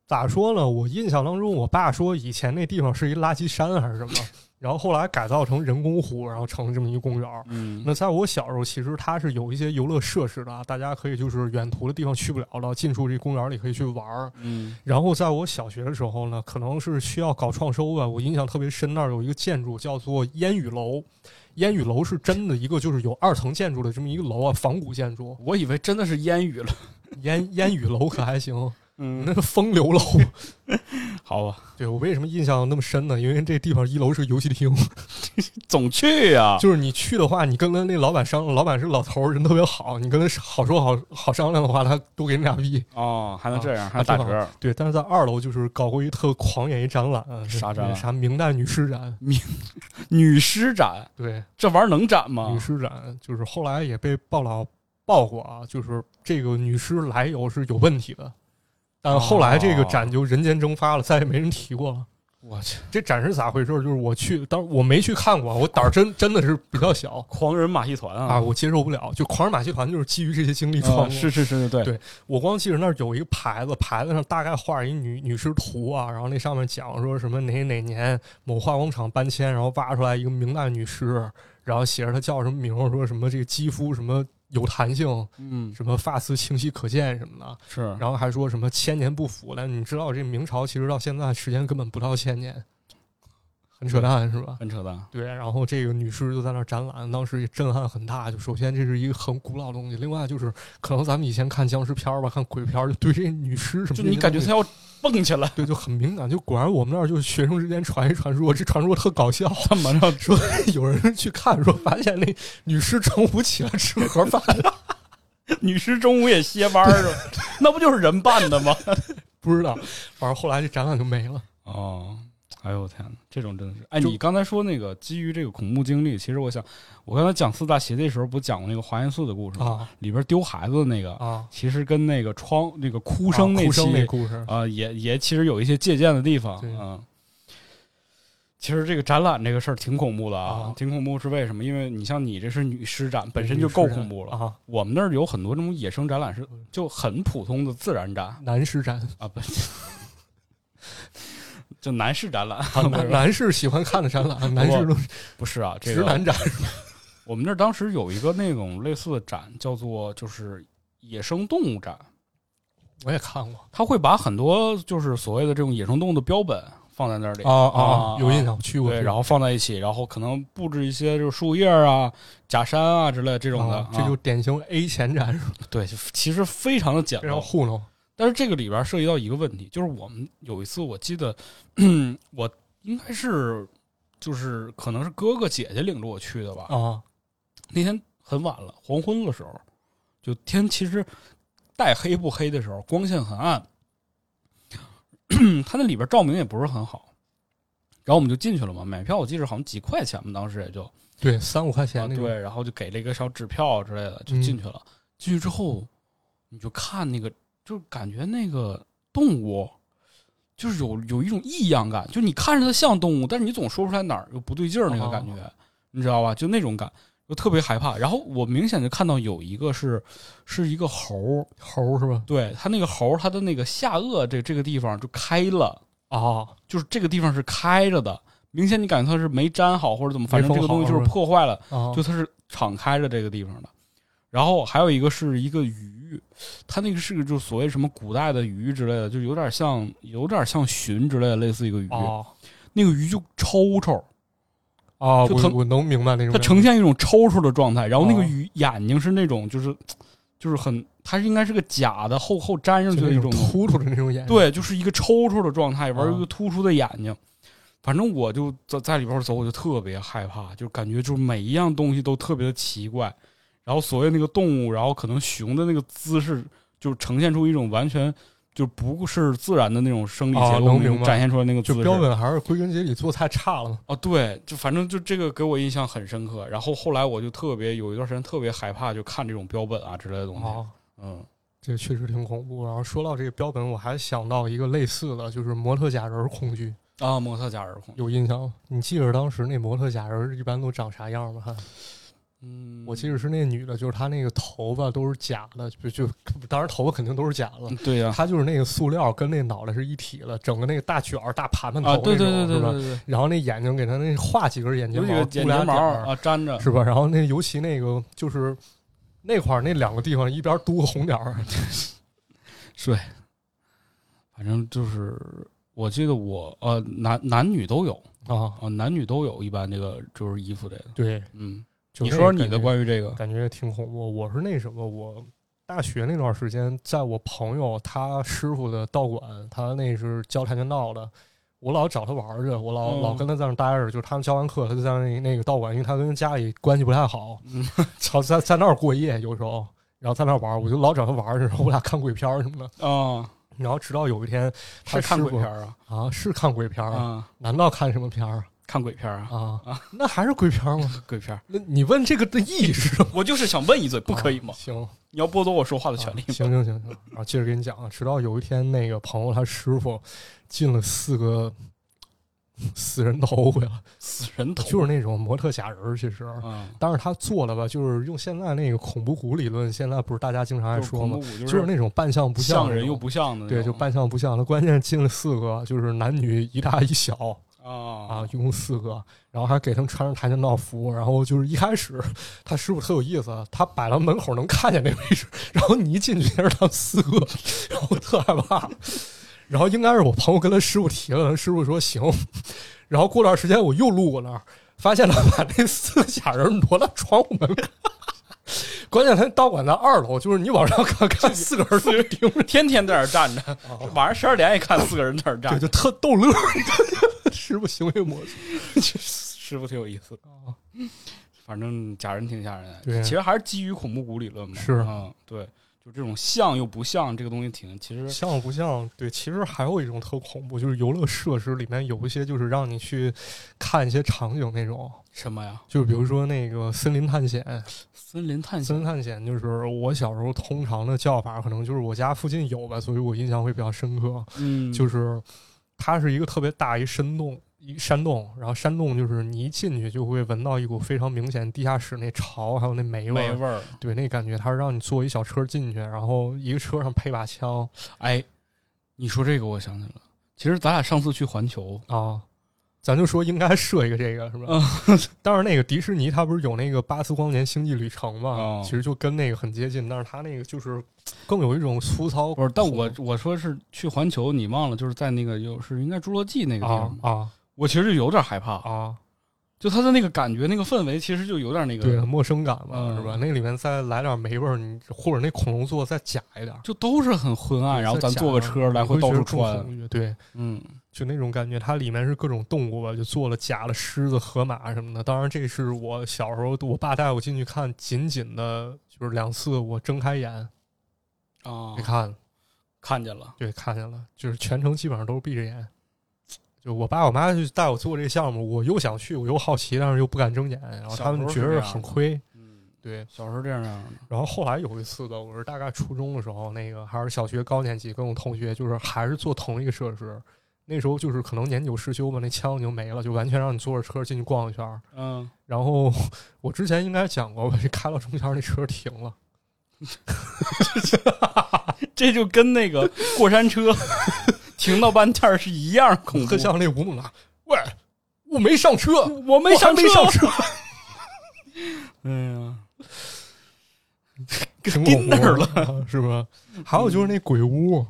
Speaker 2: 咋说呢？我印象当中，我爸说以前那地方是一垃圾山还是什么，然后后来改造成人工湖，然后成这么一公园儿。
Speaker 1: 嗯，
Speaker 2: 那在我小时候，其实它是有一些游乐设施的啊，大家可以就是远途的地方去不了了，进出这公园里可以去玩儿。
Speaker 1: 嗯
Speaker 2: 然后在我小学的时候呢，可能是需要搞创收吧，我印象特别深，那儿有一个建筑叫做烟雨楼，烟雨楼是真的一个就是有二层建筑的这么一个楼啊，仿古建筑，
Speaker 1: 我以为真的是烟雨了，
Speaker 2: 烟烟雨楼可还行，那
Speaker 1: 嗯，
Speaker 2: 个风流楼。
Speaker 1: 好吧。
Speaker 2: 对我为什么印象那么深呢？因为这地方一楼是个游戏厅，
Speaker 1: 总去呀、
Speaker 2: 就是你去的话，你跟那老板商量，老板是老头儿，人特别好，你跟他好说好好商量的话，他多给你俩币。
Speaker 1: 哦，还能这样，还
Speaker 2: 啊
Speaker 1: 打
Speaker 2: 挺好
Speaker 1: 折，
Speaker 2: 对，但是在二楼就是搞过一特狂野一展览，
Speaker 1: 嗯啥展览
Speaker 2: 啥明代女尸展，
Speaker 1: 女尸展
Speaker 2: 对，
Speaker 1: 这玩意儿能展吗
Speaker 2: 女？尸展就是后来也被报道报过啊，就是这个女尸来由是有问题的，但后来
Speaker 1: 啊
Speaker 2: 这个展就人间蒸发了，再也没人提过了。
Speaker 1: 我去，
Speaker 2: 这展是咋回事儿？就是我去，当然我没去看过，我胆儿真真的是比较小
Speaker 1: 狂人马戏团啊！
Speaker 2: 啊，我接受不了。就狂人马戏团就是基于这些经历
Speaker 1: 嗯
Speaker 2: 创、
Speaker 1: 是。是是，对
Speaker 2: 对我光记着那儿有一个牌子，牌子上大概画一女女尸图啊，然后那上面讲说什么哪哪年某化工厂搬迁，然后挖出来一个明代女尸，然后写着她叫什么名儿，说什么这个肌肤什么有弹性，
Speaker 1: 嗯，
Speaker 2: 什么发丝清晰可见什么的。
Speaker 1: 是
Speaker 2: 然后还说什么千年不腐但你知道这明朝其实到现在时间根本不到千年，很扯淡是吧？
Speaker 1: 很扯淡。
Speaker 2: 对，然后这个女尸就在那儿展览，当时也震撼很大。就首先这是一个很古老的东西，另外就是可能咱们以前看僵尸片儿吧，看鬼片儿，就对这女尸什么这些
Speaker 1: 就
Speaker 2: 东西，
Speaker 1: 你感觉他要蹦起来，
Speaker 2: 对就很敏感。就果然我们那儿就学生之间传一传说，这传说特搞笑，
Speaker 1: 怎么着？
Speaker 2: 有人去看说发现那女尸中午起来吃盒饭，
Speaker 1: 女尸中午也歇班儿了， 那不就是人扮的吗？
Speaker 2: 不知道，反正后来这展览就没了。
Speaker 1: 哦，哎呦我天哪，这种真的是……哎，
Speaker 2: 就
Speaker 1: 你刚才说那个基于这个恐怖经历，其实我想，我刚才讲四大邪的时候，不讲过那个华严寺的故事吗？
Speaker 2: 啊
Speaker 1: 里边丢孩子的那个，
Speaker 2: 啊！
Speaker 1: 其实跟那个窗那个哭
Speaker 2: 哭
Speaker 1: 声那
Speaker 2: 哭
Speaker 1: 期
Speaker 2: 声那故事，
Speaker 1: 啊、也也其实有一些借鉴的地方
Speaker 2: 对
Speaker 1: 啊、嗯其实这个展览这个事儿挺恐怖的啊，
Speaker 2: 啊
Speaker 1: 挺恐怖是为什么？因为你像你这是女尸展，本身就够恐怖了。
Speaker 2: 啊！
Speaker 1: 我们那儿有很多这种野生展览是就很普通的自然展
Speaker 2: 男士展，
Speaker 1: 啊，不，就男士展 览
Speaker 2: 啊男男士喜欢看的展览，男士都是
Speaker 1: 不是啊，这
Speaker 2: 直
Speaker 1: 个
Speaker 2: 男展
Speaker 1: 我们那儿当时有一个那种类似的展，叫做就是野生动物展，
Speaker 2: 我也看过。
Speaker 1: 他会把很多就是所谓的这种野生动物的标本放在那里
Speaker 2: 啊
Speaker 1: 啊
Speaker 2: 有印象，我去过。
Speaker 1: 对，
Speaker 2: 去过
Speaker 1: 然后放在一起，然后可能布置一些就是树叶啊、假山啊之类这种的，
Speaker 2: 啊这就
Speaker 1: 啊
Speaker 2: 典型 A 前展示，
Speaker 1: 对，就其实非常的简
Speaker 2: 非常
Speaker 1: 陋。
Speaker 2: 糊弄。
Speaker 1: 但是这个里边涉及到一个问题，就是我们有一次我记得， 我应该是就是可能是哥哥姐姐领着我去的吧，
Speaker 2: 啊
Speaker 1: 那天很晚了，黄昏的时候，就天其实带黑不黑的时候，光线很暗， 它那里边照明也不是很好。然后我们就进去了嘛，买票我记着好像几块钱吧，当时也就
Speaker 2: 对，三五块钱
Speaker 1: 啊
Speaker 2: 那种，
Speaker 1: 对，然后就给了一个小纸票之类的，就进去了。进去之后，你就看那个，就是感觉那个动物，就是有有一种异样感，就是你看着它像动物，但是你总说不出来哪儿有不对劲儿那个感觉，你知道吧？就那种感，就特别害怕。然后我明显就看到有一个是是一个猴儿，
Speaker 2: 猴是吧？
Speaker 1: 对它那个猴儿，它的那个下颚这这个地方就开了，
Speaker 2: 啊，
Speaker 1: 就是这个地方是开着的。明显你感觉它是没粘好或者怎么，反正
Speaker 2: 没
Speaker 1: 这个
Speaker 2: 封
Speaker 1: 东西
Speaker 2: 好
Speaker 1: 就是
Speaker 2: 是吧
Speaker 1: 破坏了，
Speaker 2: 啊，
Speaker 1: 就它是敞开着这个地方的。然后还有一个是一个鱼，它那个是个就是所谓什么古代的鱼之类的，就有点像有点像鲟之类的，类似一个鱼。
Speaker 2: 哦
Speaker 1: 那个鱼就抽抽，
Speaker 2: 哦，
Speaker 1: 就
Speaker 2: 我
Speaker 1: 腾
Speaker 2: 我能明白那种
Speaker 1: 它
Speaker 2: 感觉，
Speaker 1: 呈现一种抽抽的状态，然后那个
Speaker 2: 哦
Speaker 1: 鱼眼睛是那种就是就是很，它是应该是个假的，后后粘上去
Speaker 2: 就
Speaker 1: 的
Speaker 2: 那
Speaker 1: 一种
Speaker 2: 种
Speaker 1: 东西
Speaker 2: 突出的那种眼睛，
Speaker 1: 对，就是一个抽抽的状态，玩
Speaker 2: 哎啊
Speaker 1: 一个突出的眼睛。反正我就在在里边走，我就特别害怕，就感觉就是每一样东西都特别的奇怪。然后所谓那个动物，然后可能熊的那个姿势，就呈现出一种完全就不是自然的那种生理
Speaker 2: 哦
Speaker 1: 结构，
Speaker 2: 能
Speaker 1: 那
Speaker 2: 明
Speaker 1: 种
Speaker 2: 白
Speaker 1: 展现出来那个姿
Speaker 2: 就
Speaker 1: 势。
Speaker 2: 标本还是归根结底做太差了嘛。
Speaker 1: 啊，对，就反正就这个给我印象很深刻。然后后来我就特别有一段时间特别害怕，就看这种标本啊之类的东西。
Speaker 2: 哦，
Speaker 1: 嗯，
Speaker 2: 这确实挺恐怖。然后说到这个标本，我还想到一个类似的，就是模特假人儿恐惧，
Speaker 1: 啊，模特假人恐。
Speaker 2: 有印象吗？你记着当时那模特假人儿一般都长啥样吗？还
Speaker 1: 嗯，
Speaker 2: 我记得是那女的，就是她那个头发都是假的，就就当然头发肯定都是假的啊
Speaker 1: 嗯，，对呀、
Speaker 2: 她就是那个塑料跟那脑袋是一体的，整个那个大卷儿、大盘盘头
Speaker 1: 啊，对
Speaker 2: 那种，
Speaker 1: 对对对对
Speaker 2: 是吧？
Speaker 1: 对对。
Speaker 2: 然后那眼睛给她那画几根眼睫
Speaker 1: 有
Speaker 2: 毛，
Speaker 1: 几个
Speaker 2: 嘟
Speaker 1: 眼睫毛
Speaker 2: 俩点儿
Speaker 1: 啊粘着，
Speaker 2: 是吧？然后那尤其那个就是那块儿那两个地方，一边嘟个红点儿，
Speaker 1: 对，反正就是我记得我呃男男女都有
Speaker 2: 啊，
Speaker 1: 啊、男女都有，一般这个就是衣服这个，
Speaker 2: 对，
Speaker 1: 嗯，
Speaker 2: 就
Speaker 1: 你
Speaker 2: 那
Speaker 1: 说说
Speaker 2: 个
Speaker 1: 你
Speaker 2: 感
Speaker 1: 的
Speaker 2: 觉
Speaker 1: 关于这个，
Speaker 2: 感觉挺恐怖。我是那什么，我大学那段时间，在我朋友他师傅的道馆，他那是教跆拳道的，我老找他玩儿去，我老、
Speaker 1: 嗯
Speaker 2: 老跟他在那儿待着，就是他们教完课，他就在那那个道馆，因为他跟家里关系不太好，
Speaker 1: 嗯
Speaker 2: 操、在在那儿过夜有时候，然后在那儿玩儿，我就老找他玩儿去，然后我俩看鬼片儿什么的，
Speaker 1: 啊，
Speaker 2: 然后直到有一天，他
Speaker 1: 是看
Speaker 2: 师
Speaker 1: 鬼
Speaker 2: 傅
Speaker 1: 片儿啊
Speaker 2: 啊，是看鬼片儿，
Speaker 1: 啊，
Speaker 2: 难道看什么片儿
Speaker 1: 看鬼片儿啊，
Speaker 2: 啊？
Speaker 1: 啊
Speaker 2: 那还是鬼片儿吗？
Speaker 1: 鬼片儿，
Speaker 2: 那你问这个的意义是什么？
Speaker 1: 我就是想问一嘴，不可以吗
Speaker 2: 啊？行。
Speaker 1: 你要剥夺我说话的权利
Speaker 2: 啊。行行行行，啊，接着给你讲啊，直到有一天，那个朋友他师傅进了四个 死人头回来，
Speaker 1: 死人头
Speaker 2: 啊就是那种模特假人儿，其实。
Speaker 1: 啊，
Speaker 2: 但是他做了吧，就是用现在那个恐怖谷理论，现在不是大家经常爱
Speaker 1: 就是
Speaker 2: 说
Speaker 1: 恐
Speaker 2: 吗
Speaker 1: 怖？谷，就
Speaker 2: 就是那种半像不
Speaker 1: 像
Speaker 2: 那
Speaker 1: 人又
Speaker 2: 种
Speaker 1: 不像的那种，
Speaker 2: 对，就半像不像。他关键进了四个，就是男女一大一小
Speaker 1: 啊
Speaker 2: 啊，一共四个，然后还给他们穿上跆拳道服，然后就是一开始他师傅特有意思，他摆到门口能看见那位置，然后你一进去也是他们四个，然后我特害怕，然后应该是我朋友跟他师傅提了，他师傅说行，然后过段时间我又路过那儿，发现他把那四个假人挪到窗户门口。关键他道馆在二楼，就是你往上看，看四个人都盯着，
Speaker 1: 天天在那儿站着，晚上十二点也看四个人在那儿
Speaker 2: 啊对，
Speaker 1: 站着，
Speaker 2: 就特逗乐儿，师傅行为模式。
Speaker 1: 师傅挺有意思的。 反正假人挺吓人的，
Speaker 2: 哦对啊
Speaker 1: 其实还是基于恐怖谷理论嘛。
Speaker 2: 是
Speaker 1: 嗯，对，就这种像又不像这个东西挺，其实
Speaker 2: 像不像？对，其实还有一种特恐怖，就是游乐设施里面有一些就是让你去看一些场景那种，
Speaker 1: 什么呀？
Speaker 2: 就比如说那个森林探险。
Speaker 1: 森林探
Speaker 2: 森
Speaker 1: 险
Speaker 2: 林探险就是我小时候通常的叫法，可能就是我家附近有吧，所以我印象会比较深刻。
Speaker 1: 嗯
Speaker 2: 就是它是一个特别大一深洞，一山洞，然后山洞就是你一进去就会闻到一股非常明显地下室那潮，还有那霉味
Speaker 1: 没
Speaker 2: 儿。
Speaker 1: 味儿。
Speaker 2: 对，那感觉它是让你坐一小车进去，然后一个车上配把枪
Speaker 1: 哎，你说这个我想起来了，其实咱俩上次去环球，
Speaker 2: 啊，咱就说应该设一个这个是吧？
Speaker 1: 嗯
Speaker 2: 但是那个迪士尼它不是有那个巴斯光年星际旅程嘛，
Speaker 1: 哦
Speaker 2: 其实就跟那个很接近，但是它那个就是更有一种粗糙。
Speaker 1: 不是，但
Speaker 2: 哦
Speaker 1: 我我说是去环球，你忘了，就是在那个又是应该侏罗纪那个地
Speaker 2: 啊
Speaker 1: 方吗，
Speaker 2: 啊
Speaker 1: 我其实有点害怕，
Speaker 2: 啊，
Speaker 1: 就它的那个感觉、那个氛围，其实就有点那个，
Speaker 2: 对，啊陌生感嘛，
Speaker 1: 嗯
Speaker 2: 是吧？那里面再来点霉味儿，你或者那恐龙做得再假一点，
Speaker 1: 就都是很昏暗，然后咱坐个车来
Speaker 2: 回
Speaker 1: 回到处穿，
Speaker 2: 对。
Speaker 1: 嗯，
Speaker 2: 就那种感觉，它里面是各种动物吧，就做了假的狮子、河马什么的。当然，这是我小时候我爸带我进去看，仅仅的就是两次，我睁开眼
Speaker 1: 啊
Speaker 2: 没，看，
Speaker 1: 看见了。
Speaker 2: 对，看见了，就是全程基本上都是闭着眼。就我爸我妈就带我做这个项目，我又想去，我又好奇，但是又不敢睁眼，然后他们觉得很亏。
Speaker 1: 嗯，
Speaker 2: 对，
Speaker 1: 小时候这样那样的，
Speaker 2: 然后后来有一次的，我是大概初中的时候，那个还是小学高年级，跟我同学就是还是做同一个设施。那时候就是可能年久失修吧，那枪已经没了，就完全让你坐着车进去逛一圈儿。
Speaker 1: 嗯，
Speaker 2: 然后我之前应该讲过吧，这开到中间儿那车停了，
Speaker 1: 这就跟那个过山车停到半天儿是一样恐怖
Speaker 2: 特。像那吴猛达，喂，我没 上车，
Speaker 1: 我 哎嗯
Speaker 2: 我还没上车。
Speaker 1: 哎呀，
Speaker 2: 挺
Speaker 1: 钉
Speaker 2: 恐
Speaker 1: 那儿
Speaker 2: 怖
Speaker 1: 了。
Speaker 2: 了，啊是吧？还有就是那鬼屋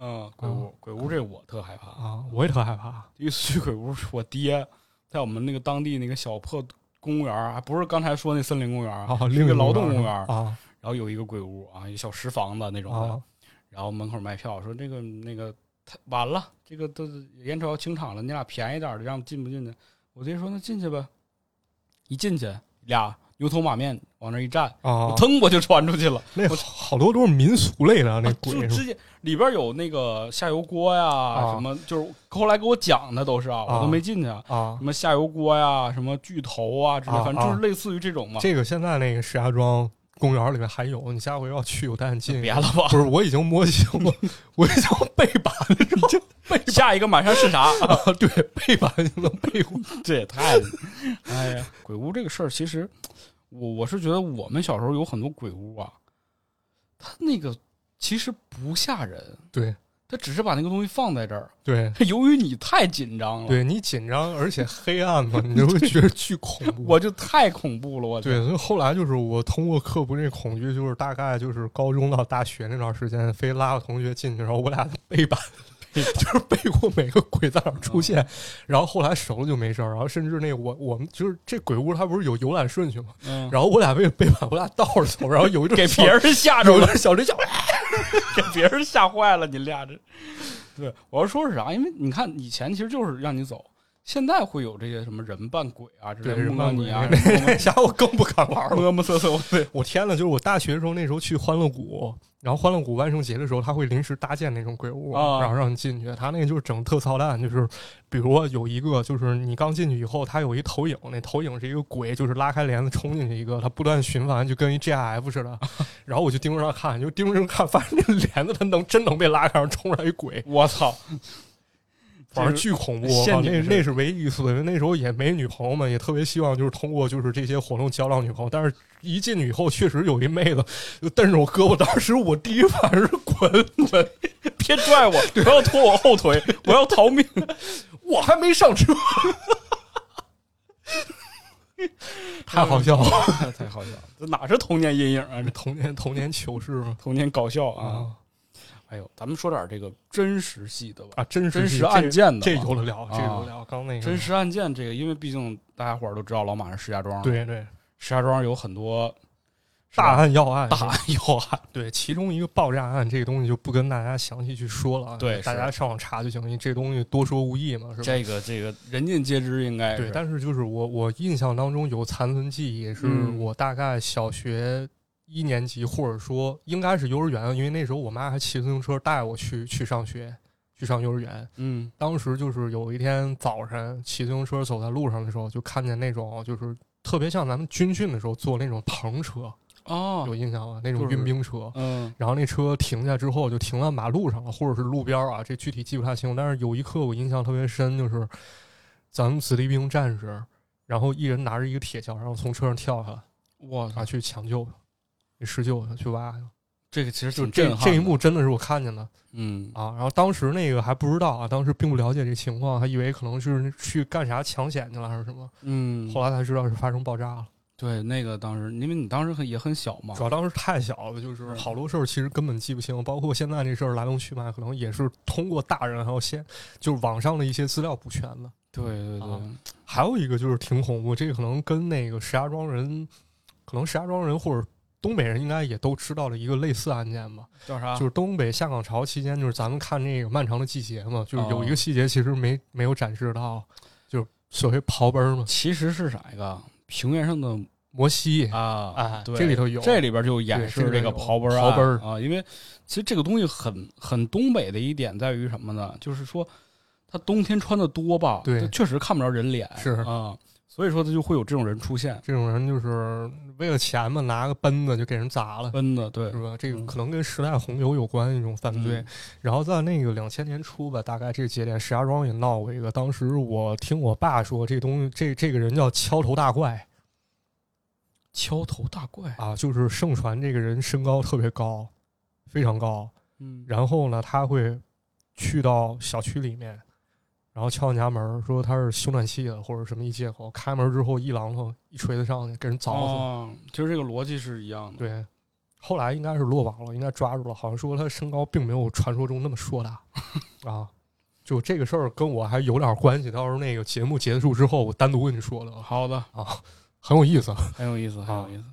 Speaker 1: 嗯，鬼屋，鬼屋这我特害怕。
Speaker 2: 啊，我也特害怕。
Speaker 1: 有一次去鬼屋，我爹在我们那个当地那个小破公园儿，还不是刚才说那森林公园儿
Speaker 2: 啊，
Speaker 1: 哦是一
Speaker 2: 另
Speaker 1: 个
Speaker 2: 一
Speaker 1: 劳动
Speaker 2: 公
Speaker 1: 公园
Speaker 2: 园
Speaker 1: 儿，
Speaker 2: 啊
Speaker 1: 然后有一个鬼屋啊，有小石房子那种的
Speaker 2: 啊，
Speaker 1: 然后门口卖票说这个那个太晚了，这个都眼瞅要清场了，你俩便宜点儿的，让进不进去？我爹说那进去吧，一进去俩牛头马面往那一站，
Speaker 2: 啊
Speaker 1: 我！腾我就穿出去了，
Speaker 2: 那
Speaker 1: 我啊
Speaker 2: 好多都是民俗类的啊那
Speaker 1: 就
Speaker 2: 鬼，是吧哦
Speaker 1: 直接里边有那个下油锅呀，什么就是后来给我讲的都是啊，我
Speaker 2: 啊
Speaker 1: 都没进去啊，
Speaker 2: 啊
Speaker 1: 什，么下油锅呀，什么巨头啊之类，
Speaker 2: 啊
Speaker 1: 反正就是类似于这种嘛，
Speaker 2: 这个现在那个石家庄公园里面还有，你下回要去有带你进。
Speaker 1: 别了吧，
Speaker 2: 不是，我已经摸清 了，我已经背板了，已经
Speaker 1: 下一个马上是啥？
Speaker 2: 啊，对， 背板就能背过。
Speaker 1: 这也太……哎呀，鬼屋这个事儿，其实我我是觉得我们小时候有很多鬼屋啊，它那个其实不吓人，
Speaker 2: 对
Speaker 1: 它只是把那个东西放在这儿。
Speaker 2: 对
Speaker 1: 由于你太紧张了，
Speaker 2: 对，你紧张而且黑暗嘛，你就会觉得巨恐怖。
Speaker 1: 我就太恐怖了，我
Speaker 2: 对，所以后来就是我通过克服这恐惧，就是大概就是高中到大学那段时间，非拉个同学进去，然后我俩背板，就是 背过每个鬼在哪儿出
Speaker 1: 嗯
Speaker 2: 现，然后后来熟了就没事儿，然后甚至那我我们就是这鬼屋它不是有游览顺序吗？
Speaker 1: 嗯，
Speaker 2: 然后我俩为了背板，我俩倒着走，然后有一种
Speaker 1: 给别人吓着
Speaker 2: 有一
Speaker 1: 了，
Speaker 2: 种小驴叫，
Speaker 1: 给别人吓坏了，你俩这。对，我要说是啥？因为你看以前其实就是让你走，现在会有这些什么人扮鬼啊，之类
Speaker 2: 对，
Speaker 1: 的
Speaker 2: 人
Speaker 1: 摸
Speaker 2: 扮
Speaker 1: 你
Speaker 2: 鬼
Speaker 1: 啊，
Speaker 2: 那啥我更不敢玩 了。
Speaker 1: 摸摸瑟瑟， 我对，
Speaker 2: 我天呐，就是我大学的时候，那时候去欢乐谷，然后欢乐谷万圣节的时候，他会临时搭建那种鬼屋，
Speaker 1: 啊
Speaker 2: 然后让你进去。他那个就是整特操蛋，就是比如说有一个，就是你刚进去以后，他有一投影，那投影是一个鬼，就是拉开帘子冲进去一个，他不断循环，就跟一 GIF 似的。然后我就盯着那看，就盯着那看，发现那帘子它能真能被拉开，然后冲上一鬼，
Speaker 1: 我操，
Speaker 2: 反正巨恐怖。
Speaker 1: 陷
Speaker 2: 我靠
Speaker 1: 阱
Speaker 2: 那
Speaker 1: 式
Speaker 2: 那是唯一一次，因为那时候也没女朋友嘛，也特别希望就是通过就是这些活动交到女朋友。但是一进去以后，确实有一妹子就瞪着我胳膊，当时我第一反应是 滚滚，
Speaker 1: 别拽我，不要拖我后 腿，我要逃命。
Speaker 2: 我还没上车，太好笑 了。
Speaker 1: 太好笑了，这哪是童年阴影啊？这
Speaker 2: 童年童年糗事嘛
Speaker 1: 童年搞笑啊！
Speaker 2: 啊
Speaker 1: 哎呦，咱们说点这个真实系的吧，
Speaker 2: 啊，真实
Speaker 1: 真实
Speaker 2: 这
Speaker 1: 案件的吧
Speaker 2: 这有的聊，这有
Speaker 1: 啊
Speaker 2: 的聊。刚那个
Speaker 1: 真实案件这个，因为毕竟大家伙儿都知道老马是石家庄，，
Speaker 2: 对对
Speaker 1: 石家庄有很多
Speaker 2: 大案要案
Speaker 1: 大案要案，
Speaker 2: 对，其中一个爆炸案这个东西就不跟大家详细去说了啊，
Speaker 1: 对
Speaker 2: 大
Speaker 1: 是
Speaker 2: 家上网查就行，因为这东西多说无益嘛，是吧？
Speaker 1: 这个这个人尽皆知，应该
Speaker 2: 对，
Speaker 1: 是
Speaker 2: 但是就是我我印象当中有残存记忆，是
Speaker 1: 嗯
Speaker 2: 我大概小学一年级，或者说应该是幼儿园，因为那时候我妈还骑自行车带我去去上学，去上幼儿园。
Speaker 1: 嗯
Speaker 2: 当时就是有一天早晨骑自行车走在路上的时候，就看见那种就是特别像咱们军训的时候坐那种篷车，
Speaker 1: 哦
Speaker 2: 有印象吗？那种
Speaker 1: 就是
Speaker 2: 运兵车，
Speaker 1: 嗯
Speaker 2: 然后那车停下之后就停在马路上了，或者是路边儿啊，这具体记不太清。但是有一刻我印象特别深，就是咱们子弟兵战士，然后一人拿着一个铁锹，然后从车上跳下来，
Speaker 1: 我操
Speaker 2: 啊，去抢救他，去施救他，去挖他。
Speaker 1: 这个其实
Speaker 2: 就
Speaker 1: 挺
Speaker 2: 这
Speaker 1: 震撼
Speaker 2: 这一
Speaker 1: 的
Speaker 2: 幕真的是我看见的
Speaker 1: 嗯
Speaker 2: 啊！然后当时那个还不知道啊，当时并不了解这情况，还以为可能是去干啥抢险去了还是什么，
Speaker 1: 嗯
Speaker 2: 后来才知道是发生爆炸了。
Speaker 1: 对那个当时，因为你当时很也很小嘛
Speaker 2: 主，要当时太小了，
Speaker 1: 嗯
Speaker 2: 就是好多事儿其实根本记不清，包括现在这事儿来龙去脉，可能也是通过大人还有先就是网上的一些资料补全的。
Speaker 1: 对对对
Speaker 2: 啊还有一个就是挺恐怖，这个可能跟那个石家庄人，可能石家庄人或者东北人应该也都知道的一个类似案件吧，
Speaker 1: 叫啥？
Speaker 2: 就是东北下岗潮期间，就是咱们看那个《漫长的季节》嘛，
Speaker 1: 啊
Speaker 2: 就是有一个细节其实没没有展示到，就是所谓刨奔儿嘛，
Speaker 1: 其实是啥一个平原上的
Speaker 2: 摩西，
Speaker 1: 啊
Speaker 2: 哎
Speaker 1: 对，
Speaker 2: 这里头有
Speaker 1: 这里边就演示
Speaker 2: 对这
Speaker 1: 个
Speaker 2: 个
Speaker 1: 刨奔儿
Speaker 2: 刨奔儿
Speaker 1: 案啊，因为其实这个东西很很东北的一点在于什么呢？就是说他冬天穿的多吧，
Speaker 2: 对
Speaker 1: 它确实看不着人脸，
Speaker 2: 是
Speaker 1: 啊，所以说他就会有这种人出现，
Speaker 2: 这种人就是为了钱嘛，拿个奔子就给人砸了。
Speaker 1: 真的对
Speaker 2: 是，吧？这
Speaker 1: 嗯
Speaker 2: 个可能跟时代洪流有关一种犯罪。
Speaker 1: 嗯
Speaker 2: 然后在那个两千年初吧，大概这个节点，石家庄也闹过一个。当时我听我爸说，这东西这这个人叫敲头大怪
Speaker 1: 敲头大怪，
Speaker 2: 啊，就是盛传这个人身高特别高，非常高。
Speaker 1: 嗯，
Speaker 2: 然后呢，他会去到小区里面，然后敲你家门儿，说他是修暖气的或者什么一借口。开门之后一榔头一锤子上去，给人凿死。
Speaker 1: 哦，其实这个逻辑是一样的，
Speaker 2: 对，后来应该是落网了，应该抓住了，好像说他身高并没有传说中那么 硕大啊。就这个事儿跟我还有点关系，到时候那个节目结束之后，我单独跟你说的啊，
Speaker 1: 好 的，
Speaker 2: 很有意思。
Speaker 1: 很有意思，很
Speaker 2: 啊
Speaker 1: 有意思。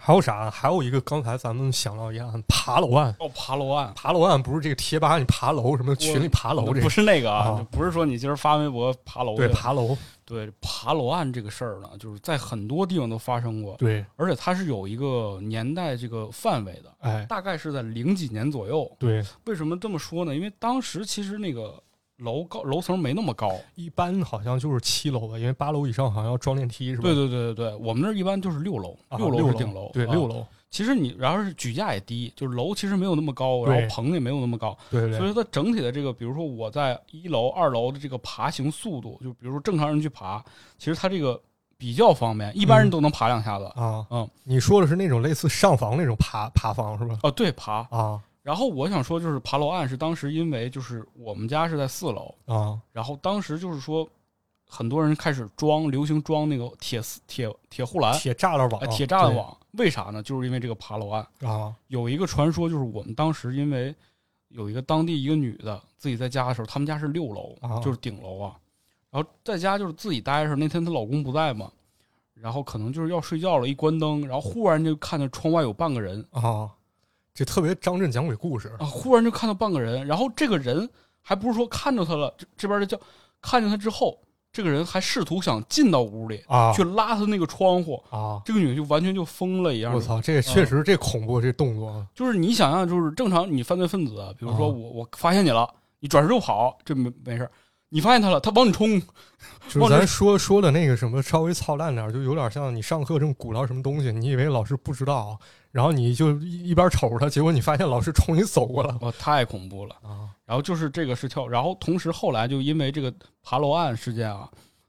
Speaker 2: 还有啥？还有一个，刚才咱们想到一案，爬楼案。
Speaker 1: 哦，爬楼案，
Speaker 2: 爬楼案不是这个贴吧，你爬楼什么 群里爬楼这
Speaker 1: 不
Speaker 2: 个，
Speaker 1: 是那个
Speaker 2: 啊
Speaker 1: 啊，不是说你今儿发微博爬楼
Speaker 2: 对
Speaker 1: 去了
Speaker 2: 爬楼，
Speaker 1: 对爬楼案这个事儿呢，就是在很多地方都发生过，
Speaker 2: 对，
Speaker 1: 而且它是有一个年代这个范围的，
Speaker 2: 哎，
Speaker 1: 大概是在零几年左右。
Speaker 2: 对，
Speaker 1: 为什么这么说呢？因为当时其实那个楼高楼层没那么高，
Speaker 2: 一般好像就是七楼吧，因为八楼以上好像要装电梯是吧？
Speaker 1: 对对对对对，我们那儿一般就是六楼，
Speaker 2: 啊
Speaker 1: 楼是顶楼，
Speaker 2: 对，
Speaker 1: 啊
Speaker 2: 六。楼，
Speaker 1: 其实你然后是举架也低，就是楼其实没有那么高，
Speaker 2: 对
Speaker 1: 然后棚也没有那么高，
Speaker 2: 对对
Speaker 1: 所
Speaker 2: 对，
Speaker 1: 以它整体的这个，比如说我在一楼、二楼的这个爬行速度，就比如说正常人去爬，其实它这个比较方便，一
Speaker 2: 嗯
Speaker 1: 般人都能爬两下子。
Speaker 2: 啊，
Speaker 1: 嗯，
Speaker 2: 你说的是那种类似上房那种爬爬房是吧？
Speaker 1: 哦，对，爬。
Speaker 2: 啊
Speaker 1: 然后我想说，就是爬楼案是当时因为就是我们家是在四楼，
Speaker 2: 啊
Speaker 1: 然后当时就是说很多人开始装，流行装那个铁丝铁铁护栏、
Speaker 2: 铁栅栏
Speaker 1: 哎
Speaker 2: 网，哦
Speaker 1: 铁栅栏网，为啥呢？就是因为这个爬楼案。
Speaker 2: 对啊
Speaker 1: 有一个传说，就是我们当时因为有一个当地一个女的自己在家的时候，他们家是六楼，
Speaker 2: 啊
Speaker 1: 就是顶楼啊。然后在家就是自己待着，那天她老公不在嘛，然后可能就是要睡觉了，一关灯，然后忽然就看见窗外有半个人
Speaker 2: 啊，这特别张震讲鬼故事
Speaker 1: 啊，忽然就看到半个人，然后这个人还不是说看着他了，这这边就叫看见他之后，这个人还试图想进到屋里、
Speaker 2: 啊
Speaker 1: 去拉他那个窗户，
Speaker 2: 啊！
Speaker 1: 这个女的就完全就疯了一样，
Speaker 2: 我操，这确
Speaker 1: 嗯
Speaker 2: 实这恐怖这动作
Speaker 1: 就是你想象，就是正常你犯罪分子，比如
Speaker 2: 啊
Speaker 1: 说我、我发现你了，你转身就跑，这没没事儿。你发现他了，他往你冲，
Speaker 2: 啊就是咱说说的那个什么稍微操烂点儿，就有点像你上课正鼓捣什么东西，你以为老师不知道，然后你就一一边瞅着他，结果你发现老师冲你走过来了
Speaker 1: 哦，太恐怖了。
Speaker 2: 啊
Speaker 1: 然后就是这个是跳，然后同时后来就因为这个爬楼案事件啊，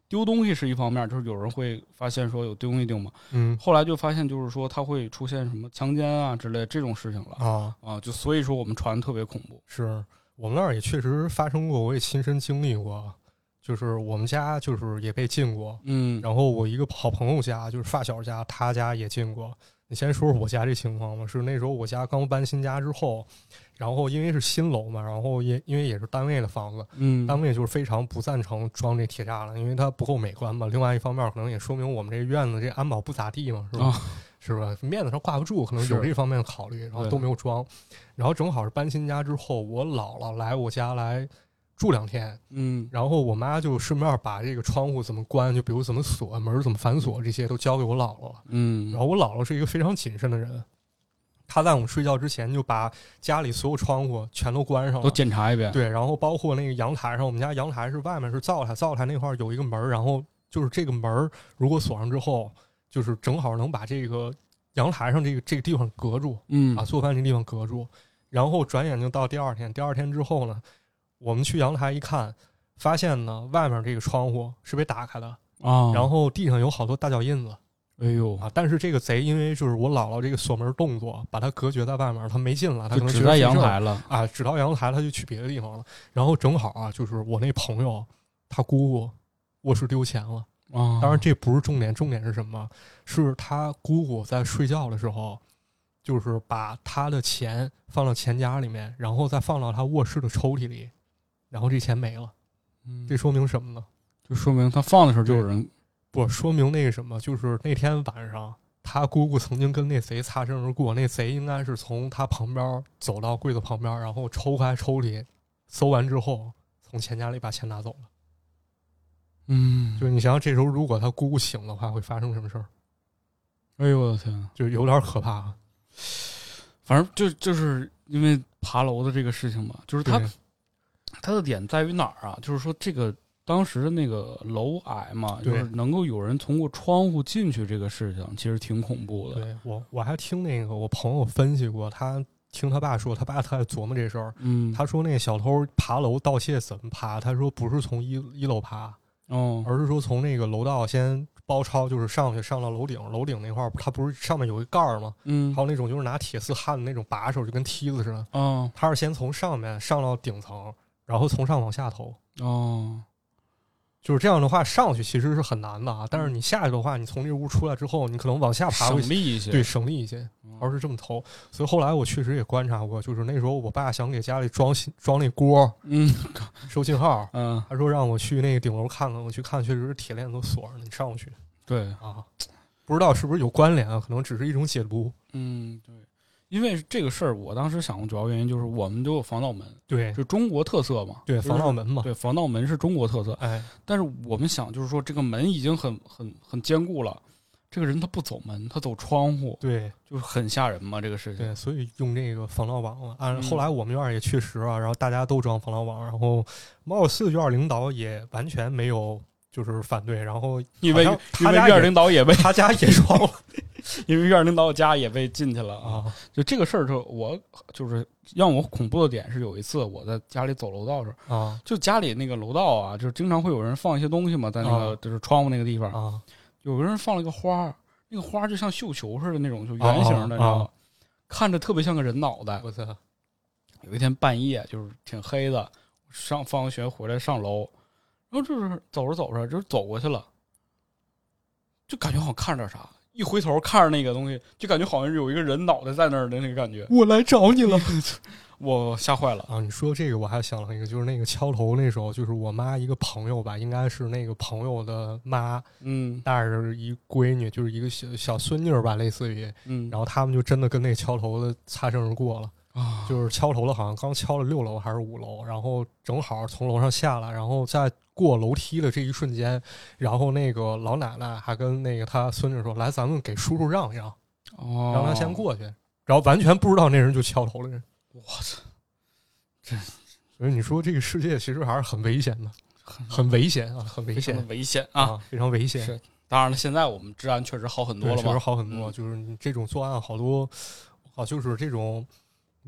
Speaker 1: 丢东西是一方面，就是有人会发现说有丢东西丢嘛，
Speaker 2: 嗯
Speaker 1: 后来就发现就是说它会出现什么强奸啊之类这种事情了
Speaker 2: 啊
Speaker 1: 啊，就所以说我们传得特别恐怖
Speaker 2: 是我们那儿也确实发生过，我也亲身经历过，啊就是我们家就是也被禁过，
Speaker 1: 嗯，
Speaker 2: 然后我一个好朋友家就是发小家，他家也进过。你先说说我家这情况吧，是那时候我家刚搬新家之后，然后因为是新楼嘛，然后也因为也是单位的房子，
Speaker 1: 嗯
Speaker 2: 单位就是非常不赞成装这铁栅栏，因为它不够美观嘛。另外一方面，可能也说明我们这院子这安保不咋地嘛，是吧？
Speaker 1: 啊
Speaker 2: 是吧？面子上挂不住，可能
Speaker 1: 是
Speaker 2: 有这方面的考虑，然后
Speaker 1: 对
Speaker 2: 都没有装。然后正好是搬新家之后，我姥姥来我家来住两天，
Speaker 1: 嗯
Speaker 2: 然后我妈就顺便把这个窗户怎么关，就比如怎么锁门儿、怎么反锁这些都交给我姥姥了。
Speaker 1: 嗯，
Speaker 2: 然后我姥姥是一个非常谨慎的人，她在我们睡觉之前就把家里所有窗户全都关上了
Speaker 1: 都。检查一遍，
Speaker 2: 对，然后包括那个阳台上，我们家阳台是外面是灶台，灶台那块儿有一个门儿，然后就是这个门儿如果锁上之后，就是正好能把这个阳台上这个这个地方隔住
Speaker 1: 嗯
Speaker 2: 啊，做饭这地方隔住。然后转眼就到第二天，第二天之后呢，我们去阳台一看，发现呢外面这个窗户是被打开的，
Speaker 1: 啊，
Speaker 2: 然后地上有好多大脚印子
Speaker 1: 哎呦，
Speaker 2: 啊。但是这个贼因为就是我姥姥这个锁门动作，把它隔绝在外面，他没进来，他可
Speaker 1: 就
Speaker 2: 能
Speaker 1: 只
Speaker 2: 觉得
Speaker 1: 在
Speaker 2: 费
Speaker 1: 阳
Speaker 2: 事儿
Speaker 1: 台了，
Speaker 2: 啊，只到阳台他就去别的地方了。然后正好啊，就是我那朋友他姑姑卧室丢钱了。
Speaker 1: 啊，
Speaker 2: 当然这不是重点，重点是什么？是他姑姑在睡觉的时候，就是把他的钱放到钱夹里面，然后再放到他卧室的抽屉里，然后这钱没了。
Speaker 1: 嗯
Speaker 2: 这说明什么呢？
Speaker 1: 就说明他放的时候就有人
Speaker 2: 不说明那个什么，就是那天晚上。他姑姑曾经跟那贼擦身而过，那贼应该是从他旁边走到柜子旁边，然后抽开抽屉，搜完之后，从钱夹里把钱拿走了。
Speaker 1: 嗯，
Speaker 2: 就是你想想，这时候如果他姑姑醒的话，会发生什么事儿？
Speaker 1: 哎呦我的天，
Speaker 2: 就有点可怕啊。
Speaker 1: 反正就就是因为爬楼的这个事情嘛，就是它
Speaker 2: 对
Speaker 1: 它的点在于哪儿啊？就是说这个当时的那个楼矮嘛，就
Speaker 2: 对
Speaker 1: 是能够有人通过窗户进去这个事情，其实挺恐怖的。
Speaker 2: 对我我还听那个我朋友分析过，他听他爸说，他爸他在琢磨这事儿。
Speaker 1: 嗯，
Speaker 2: 他说那小偷爬楼盗窃怎么爬？他说不是从一一楼爬，
Speaker 1: 哦，
Speaker 2: 而是说从那个楼道先包抄，就是上去上到楼顶，楼顶那块儿它不是上面有一盖儿吗？
Speaker 1: 嗯
Speaker 2: 还，有那种就是拿铁丝焊的那种把手，就跟梯子似的。
Speaker 1: 哦
Speaker 2: 他是先从上面上到顶层，然后从上往下投。
Speaker 1: 哦，
Speaker 2: 就是这样的话，上去其实是很难的啊。但是你下去的话，你从这屋出来之后，你可能往下爬会
Speaker 1: 省力一些。
Speaker 2: 对，省力一些，
Speaker 1: 嗯
Speaker 2: 而是这么投。所以后来我确实也观察过，就是那时候我爸想给家里装信装那锅
Speaker 1: 嗯
Speaker 2: 收信号，
Speaker 1: 嗯，
Speaker 2: 他说让我去那个顶楼看看，我去看，确实是铁链子锁着呢，你上不去
Speaker 1: 对，
Speaker 2: 啊。不知道是不是有关联啊？可能只是一种解读。
Speaker 1: 嗯对，因为这个事儿，我当时想的主要原因就是我们都有防盗门，
Speaker 2: 对
Speaker 1: 就中国特色嘛。
Speaker 2: 对，
Speaker 1: 就是
Speaker 2: 防盗门嘛。
Speaker 1: 对，防盗门是中国特色，
Speaker 2: 哎，
Speaker 1: 但是我们想就是说，这个门已经很很很坚固了，这个人他不走门，他走窗户，
Speaker 2: 对
Speaker 1: 就是很吓人嘛，这个事情。
Speaker 2: 对，所以用这个防盗网了。按
Speaker 1: 嗯
Speaker 2: 后来我们院儿也确实啊，然后大家都装防盗网，然后貌似院儿领导也完全没有就是反对，然后
Speaker 1: 因为
Speaker 2: 好像
Speaker 1: 因
Speaker 2: 他
Speaker 1: 为
Speaker 2: 家
Speaker 1: 院
Speaker 2: 也
Speaker 1: 领导也被
Speaker 2: 他家也装了
Speaker 1: 因为院领导家也被进去了啊。
Speaker 2: 啊。
Speaker 1: 就这个事儿，就我就是让我恐怖的点是有一次我在家里走楼道的时候，
Speaker 2: 啊
Speaker 1: 就家里那个楼道啊，就是经常会有人放一些东西嘛，在那个就是窗户那个地方，
Speaker 2: 啊
Speaker 1: 有个人放了一个花儿，那个花儿就像绣球似的那种，就圆形的，你知道
Speaker 2: 啊啊
Speaker 1: 吗？看着特别像个人脑袋。
Speaker 2: 我操！
Speaker 1: 有一天半夜就是挺黑的，上放完学回来上楼，然后就是走着走着就走过去了，就感觉好像看着点啥，一回头看着那个东西，就感觉好像是有一个人脑袋在那儿的那个感觉，
Speaker 2: 我来找你了
Speaker 1: 我吓坏了。
Speaker 2: 啊！你说这个，我还想了一个，就是那个敲头那时候，就是我妈一个朋友吧，应该是那个朋友的妈
Speaker 1: 嗯
Speaker 2: 带着一闺女，就是一个小小孙女儿吧，类似于，
Speaker 1: 嗯，
Speaker 2: 然后他们就真的跟那个敲头的擦身而过了。
Speaker 1: 后啊，
Speaker 2: 就是敲头了，好像刚敲了六楼还是五楼，然后正好从楼上下来，然后在过楼梯的这一瞬间，然后那个老奶奶还跟那个她孙女说：“来，咱们给叔叔让一让，
Speaker 1: 哦，
Speaker 2: 让他先。过去。”然后完全不知道那人就敲头了人，
Speaker 1: 我操，
Speaker 2: 所以你说这个世界其实还是很危险的，
Speaker 1: 很
Speaker 2: 很危险啊，很危
Speaker 1: 非常的
Speaker 2: 险
Speaker 1: 危险啊！，
Speaker 2: 非常危险。
Speaker 1: 是当然了，现在我们治安确实好很多
Speaker 2: 对
Speaker 1: 了
Speaker 2: 确实
Speaker 1: 吧？
Speaker 2: 好很多。
Speaker 1: 嗯
Speaker 2: 就是你这种作案好多，啊，就是这种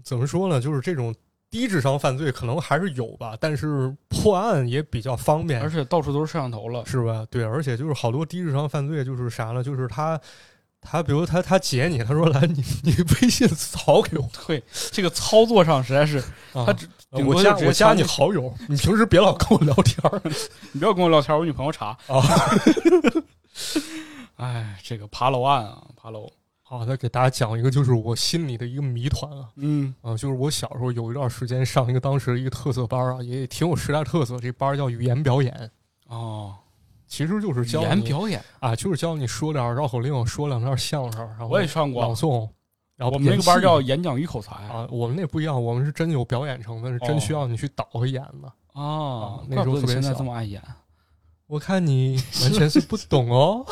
Speaker 2: 怎么说呢？就是这种低智商犯罪可能还是有吧，但是破案也比较方便
Speaker 1: 而，且到处都是摄像头了。
Speaker 2: 是吧？对，而且就是好多低智商犯罪就是啥呢？就是他。他比如他他截你，他说来你你微信扫给我，
Speaker 1: 对，这个操作上实在是，
Speaker 2: 啊
Speaker 1: 他只顶多
Speaker 2: 我
Speaker 1: 就
Speaker 2: 加
Speaker 1: 直接
Speaker 2: 我加
Speaker 1: 强
Speaker 2: 你
Speaker 1: 制
Speaker 2: 好友，你平时别老跟我聊天 儿
Speaker 1: 你不要跟我聊天，我女朋友查。
Speaker 2: 啊。
Speaker 1: 哦 哎，这个爬楼案啊，爬楼，
Speaker 2: 好，再给大家讲一个，就是我心里的一个谜团啊。
Speaker 1: 嗯
Speaker 2: 啊，就是我小时候有一段时间上一个当时一个特色班儿啊，也挺有时代特色。这班儿叫语言表演，
Speaker 1: 哦，
Speaker 2: 其实就是
Speaker 1: 语
Speaker 2: 教
Speaker 1: 言
Speaker 2: 你
Speaker 1: 表演，
Speaker 2: 啊，就是教你说点儿绕口令，说两段相声，然后
Speaker 1: 我也上过。
Speaker 2: 朗诵。然后
Speaker 1: 我们那个班儿
Speaker 2: 演戏
Speaker 1: 叫哦演讲与口才
Speaker 2: 啊，我们那不一样，我们是真有表演成分，是真
Speaker 1: 哦
Speaker 2: 需要你去倒和演的。
Speaker 1: 啊
Speaker 2: 啊那
Speaker 1: 怪
Speaker 2: 时
Speaker 1: 不
Speaker 2: 候
Speaker 1: 得你
Speaker 2: 特别
Speaker 1: 现在
Speaker 2: 小
Speaker 1: 这么爱演，
Speaker 2: 我看你 完全是不懂哦。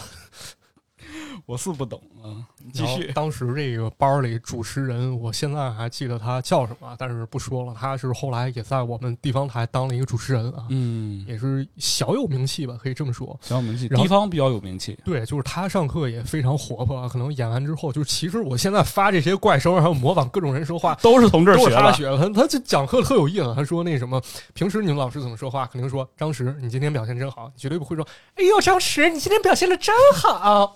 Speaker 1: 我是不懂啊。你 继
Speaker 2: 然后
Speaker 1: 续，
Speaker 2: 当时这个班儿里主持人，我现在还记得他叫什么啊，但是不说了。他是后来也在我们地方台当了一个主持人啊，
Speaker 1: 嗯，
Speaker 2: 也是小有名气吧，可以这么说。
Speaker 1: 小有名气，
Speaker 2: 然后
Speaker 1: 地方比较有名气。
Speaker 2: 对，就是他上课也非常活泼，啊可能演完之后，就是其实我现在发这些怪声，还有模仿各种人说话，
Speaker 1: 都是从这
Speaker 2: 都是他
Speaker 1: 的，
Speaker 2: 学的。他他就讲课特有意思，他说那什么，平时你们老师怎么说话，肯定说张弛，你今天表现真好，你绝对不会说，哎呦，张弛，你今天表现的真好。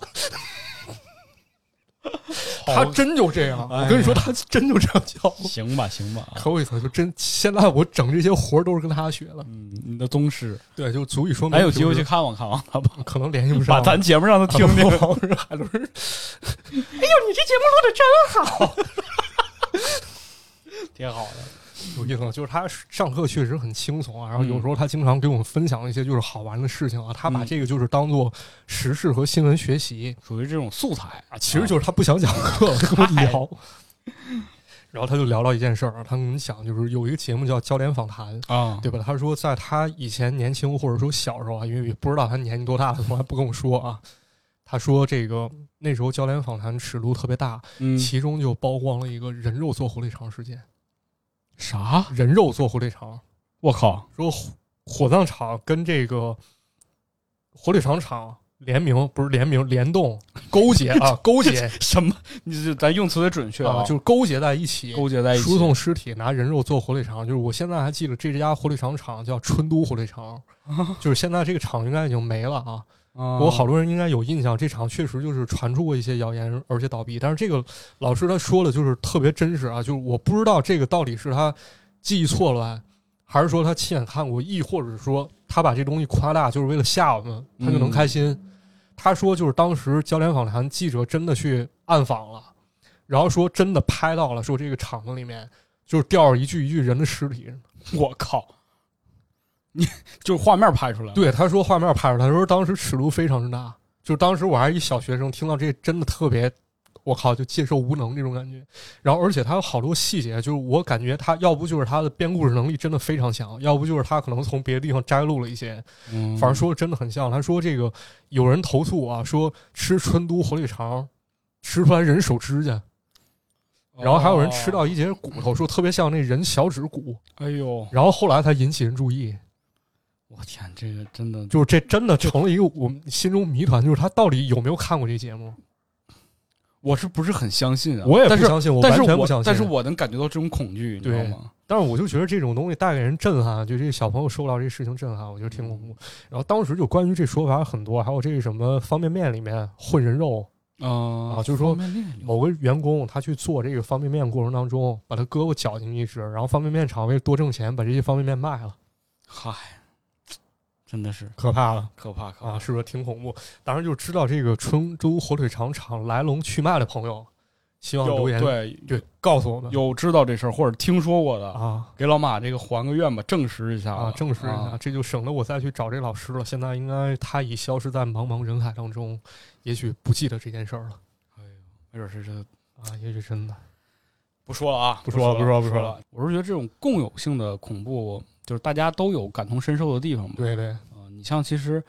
Speaker 2: 他真就这样，
Speaker 1: 哎呀
Speaker 2: 我跟你说，他真就这样教我。
Speaker 1: 行吧，行吧啊，
Speaker 2: 可我一操，就真现在我整这些活儿都是跟他学的，
Speaker 1: 嗯，你的宗师，
Speaker 2: 对，就足以说明
Speaker 1: 咱有机会
Speaker 2: 就
Speaker 1: 去
Speaker 2: 是
Speaker 1: 看望看望他吧，
Speaker 2: 可能联系不上
Speaker 1: 把
Speaker 2: 了，
Speaker 1: 咱节目让他听听。
Speaker 2: 王日海伦，哎呦，你这节目录的真
Speaker 1: 挺好的。
Speaker 2: 有意思，就是他上课确实很轻松啊，然后有时候他经常给我们分享一些就是好玩的事情啊，他把
Speaker 1: 嗯
Speaker 2: 这个就是当做时事和新闻学习
Speaker 1: 属于这种素材
Speaker 2: 啊，其实就是他不想讲课，跟我
Speaker 1: 哦嗨
Speaker 2: 聊， 然后他就聊到一件事儿啊，他跟我们讲就是有一个节目叫《焦点访谈》。
Speaker 1: 啊，
Speaker 2: 对吧？他说，在他以前年轻或者说小时候啊，因为也不知道他年纪多大了，从来不跟我说啊。他说，这个那时候《焦点访谈》尺度特别大，
Speaker 1: 嗯，
Speaker 2: 其中就包括了一个人肉做火腿肠事件。
Speaker 1: 啥？
Speaker 2: 人肉做火腿肠，
Speaker 1: 我靠！
Speaker 2: 说火火葬场跟这个火腿肠厂联名，不是联名联动勾结啊，勾 结
Speaker 1: 什么？你这咱用词得准确
Speaker 2: 啊，就是勾结在一起。
Speaker 1: 勾结在一起
Speaker 2: 输送尸体，拿人肉做火腿肠，就是我现在还记得这家火腿肠厂叫春都火 腿肠，就是现在这个厂应该已经没了啊。
Speaker 1: 啊
Speaker 2: 我好多人应该有印象，这厂确实就是传出过一些谣言，而且倒闭。但是这个老师他说了，就是特别真实啊，就是我不知道这个到底是他记忆错乱，还是说他亲眼看过，亦或者说他把这东西夸大，就是为了吓我们，他就能开心？他说，就是当时焦点访谈记者真的去暗访了，然后说真的拍到了，说这个厂子里面就是吊着一具一具人的尸体。
Speaker 1: 我靠， 你就是画面拍出来了，
Speaker 2: 对，他说画面拍出来，他说当时尺度非常之大，就是当时我还是一小学生，听到这真的特别，我靠，就接受无能这种感觉。然后，而且他有好多细节，就是我感觉他要不就是他的编故事能力真的非常强，要不就是他可能从别的地方摘录了一些，
Speaker 1: 嗯，
Speaker 2: 反正说的真的很像。他说这个有人投诉啊，说吃春都火腿肠吃出来人手指甲，
Speaker 1: 哦，
Speaker 2: 然后还有人吃到一节骨头，说特别像那人小指骨。
Speaker 1: 哎呦，
Speaker 2: 然后后来才引起人注意，
Speaker 1: 我天，这个真的
Speaker 2: 就是这真的成了一个我们心中谜团，就是他到底有没有看过这节目？
Speaker 1: 我是不是很相信啊？
Speaker 2: 我也不
Speaker 1: 但是
Speaker 2: 相信，我
Speaker 1: 但
Speaker 2: 完
Speaker 1: 是
Speaker 2: 全
Speaker 1: 我
Speaker 2: 不相信。
Speaker 1: 但是我能感觉到这种恐惧，你知道
Speaker 2: 对
Speaker 1: 吗？
Speaker 2: 但是我就觉得这种东西带给人震撼，就这小朋友受到这事情震撼，我觉得挺恐怖。然后当时就关于这说法很多，还有这什么方便面里面混人肉，
Speaker 1: 啊
Speaker 2: 啊就是说
Speaker 1: 方便面里
Speaker 2: 某个员工他去做这个方便面过程当中，把他胳膊绞进去一只，然后方便面厂为了多挣钱，把这些方便面卖了，
Speaker 1: 嗨，真的是
Speaker 2: 可怕了
Speaker 1: 可怕可怕
Speaker 2: 啊！是不是挺恐怖？当然就知道这个春都火腿肠厂来龙去脉的朋友，希望留
Speaker 1: 有
Speaker 2: 言
Speaker 1: 对
Speaker 2: 对告诉我 们
Speaker 1: 有知道这事儿或者听说过的，
Speaker 2: 啊。
Speaker 1: 给老马这个还个愿吧，证实一下
Speaker 2: 啊，
Speaker 1: 吧
Speaker 2: 证实一下，
Speaker 1: 啊
Speaker 2: 这就省得我再去找这老师了。现在应该他已消失在茫茫人海当中，也许不记得这件事儿了
Speaker 1: 没准是这
Speaker 2: 啊，也许真的
Speaker 1: 不说了啊，
Speaker 2: 不
Speaker 1: 说
Speaker 2: 说了
Speaker 1: 不
Speaker 2: 不说了不
Speaker 1: 说
Speaker 2: 说
Speaker 1: 了。我是觉得这种共有性的恐怖，就是大家都有感同身受的地方嘛。
Speaker 2: 对对
Speaker 1: 啊你像其实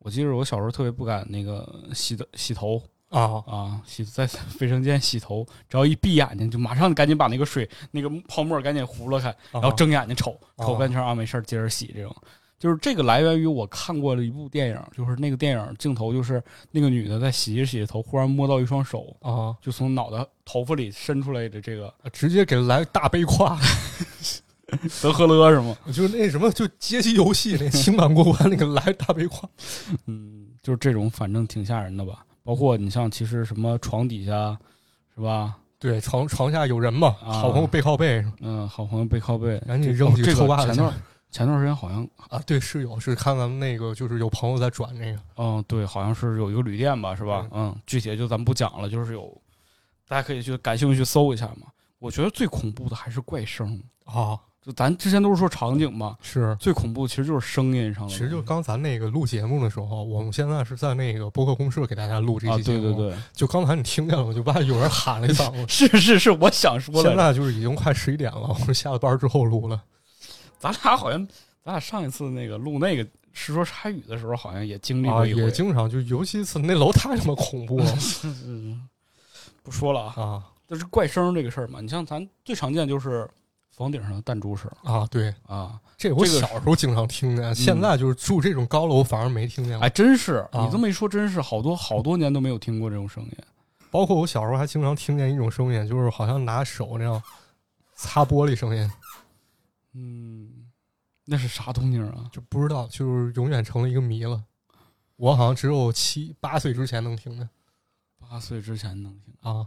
Speaker 1: 我记得我小时候特别不敢那个洗的洗头
Speaker 2: 啊，
Speaker 1: 啊，洗在卫生间洗头，只要一闭眼睛就马上赶紧把那个水那个泡沫赶紧糊了开，然
Speaker 2: 然
Speaker 1: 后睁眼睛瞅
Speaker 2: 啊
Speaker 1: 瞅半圈啊，没事儿接着洗这种。就是这个来源于我看过的一部电影，就是那个电影镜头就是那个女的在洗着洗着头，忽然摸到一双手，
Speaker 2: 啊，
Speaker 1: 就从脑袋头发里伸出来的这个
Speaker 2: 直接给来大背胯，
Speaker 1: 德赫勒是吗？
Speaker 2: 就是那什么，就街机游戏那情感过关那个来大背胯
Speaker 1: 嗯，就是这种，反正挺吓人的吧。包括你像其实什么床底下是吧？
Speaker 2: 对，床床下有人嘛，
Speaker 1: 啊
Speaker 2: 好朋友背靠背
Speaker 1: 嗯，好朋友背靠背，
Speaker 2: 赶紧扔
Speaker 1: 哦
Speaker 2: 几
Speaker 1: 这
Speaker 2: 臭
Speaker 1: 个
Speaker 2: 袜
Speaker 1: 前
Speaker 2: 子
Speaker 1: 段前段时间好像，
Speaker 2: 啊，对，是有，是看咱们那个，就是有朋友在转那个
Speaker 1: 嗯，对，好像是有一个旅店吧，是吧？嗯，具体就咱们不讲了，就是有，大家可以去感兴趣去搜一下嘛。我觉得最恐怖的还是怪声，
Speaker 2: 啊，
Speaker 1: 就咱之前都是说场景嘛，
Speaker 2: 是
Speaker 1: 最恐怖其实就是声音上的东西，
Speaker 2: 其实就刚咱那个录节目的时候，我们现在是在那个播客公社给大家录这
Speaker 1: 啊，
Speaker 2: 期节
Speaker 1: 对
Speaker 2: 目。
Speaker 1: 对对，
Speaker 2: 就刚才你听见了吗？就外有人喊了一嗓 子。
Speaker 1: 是是是，我想说来
Speaker 2: 现
Speaker 1: 着，
Speaker 2: 在就是已经快十一点了，我们下了班之后录了。
Speaker 1: 咱俩好像，咱俩上一次那个录那个《是说茶语》的时候，好像也经历
Speaker 2: 啊，
Speaker 1: 过一回，
Speaker 2: 也经常就尤其是那楼太他妈恐怖 了
Speaker 1: 嗯，不说了啊，
Speaker 2: 啊
Speaker 1: 就是怪声这个事儿嘛。你像咱最常见就是房顶上的弹珠声
Speaker 2: 啊！对，
Speaker 1: 啊，
Speaker 2: 这我
Speaker 1: 这个是嗯
Speaker 2: 小时候经常听见，现在就是住这种高楼反而没听见过。
Speaker 1: 哎，真是
Speaker 2: 啊
Speaker 1: 你这么一说，真是好多好多年都没有听过这种声音。
Speaker 2: 包括我小时候还经常听见一种声音，就是好像拿手那样擦玻璃声音，
Speaker 1: 嗯，那是啥动静啊？
Speaker 2: 就不知道，就是永远成了一个谜了。我好像只有七八岁之前能听见
Speaker 1: 八岁之前能听，
Speaker 2: 啊，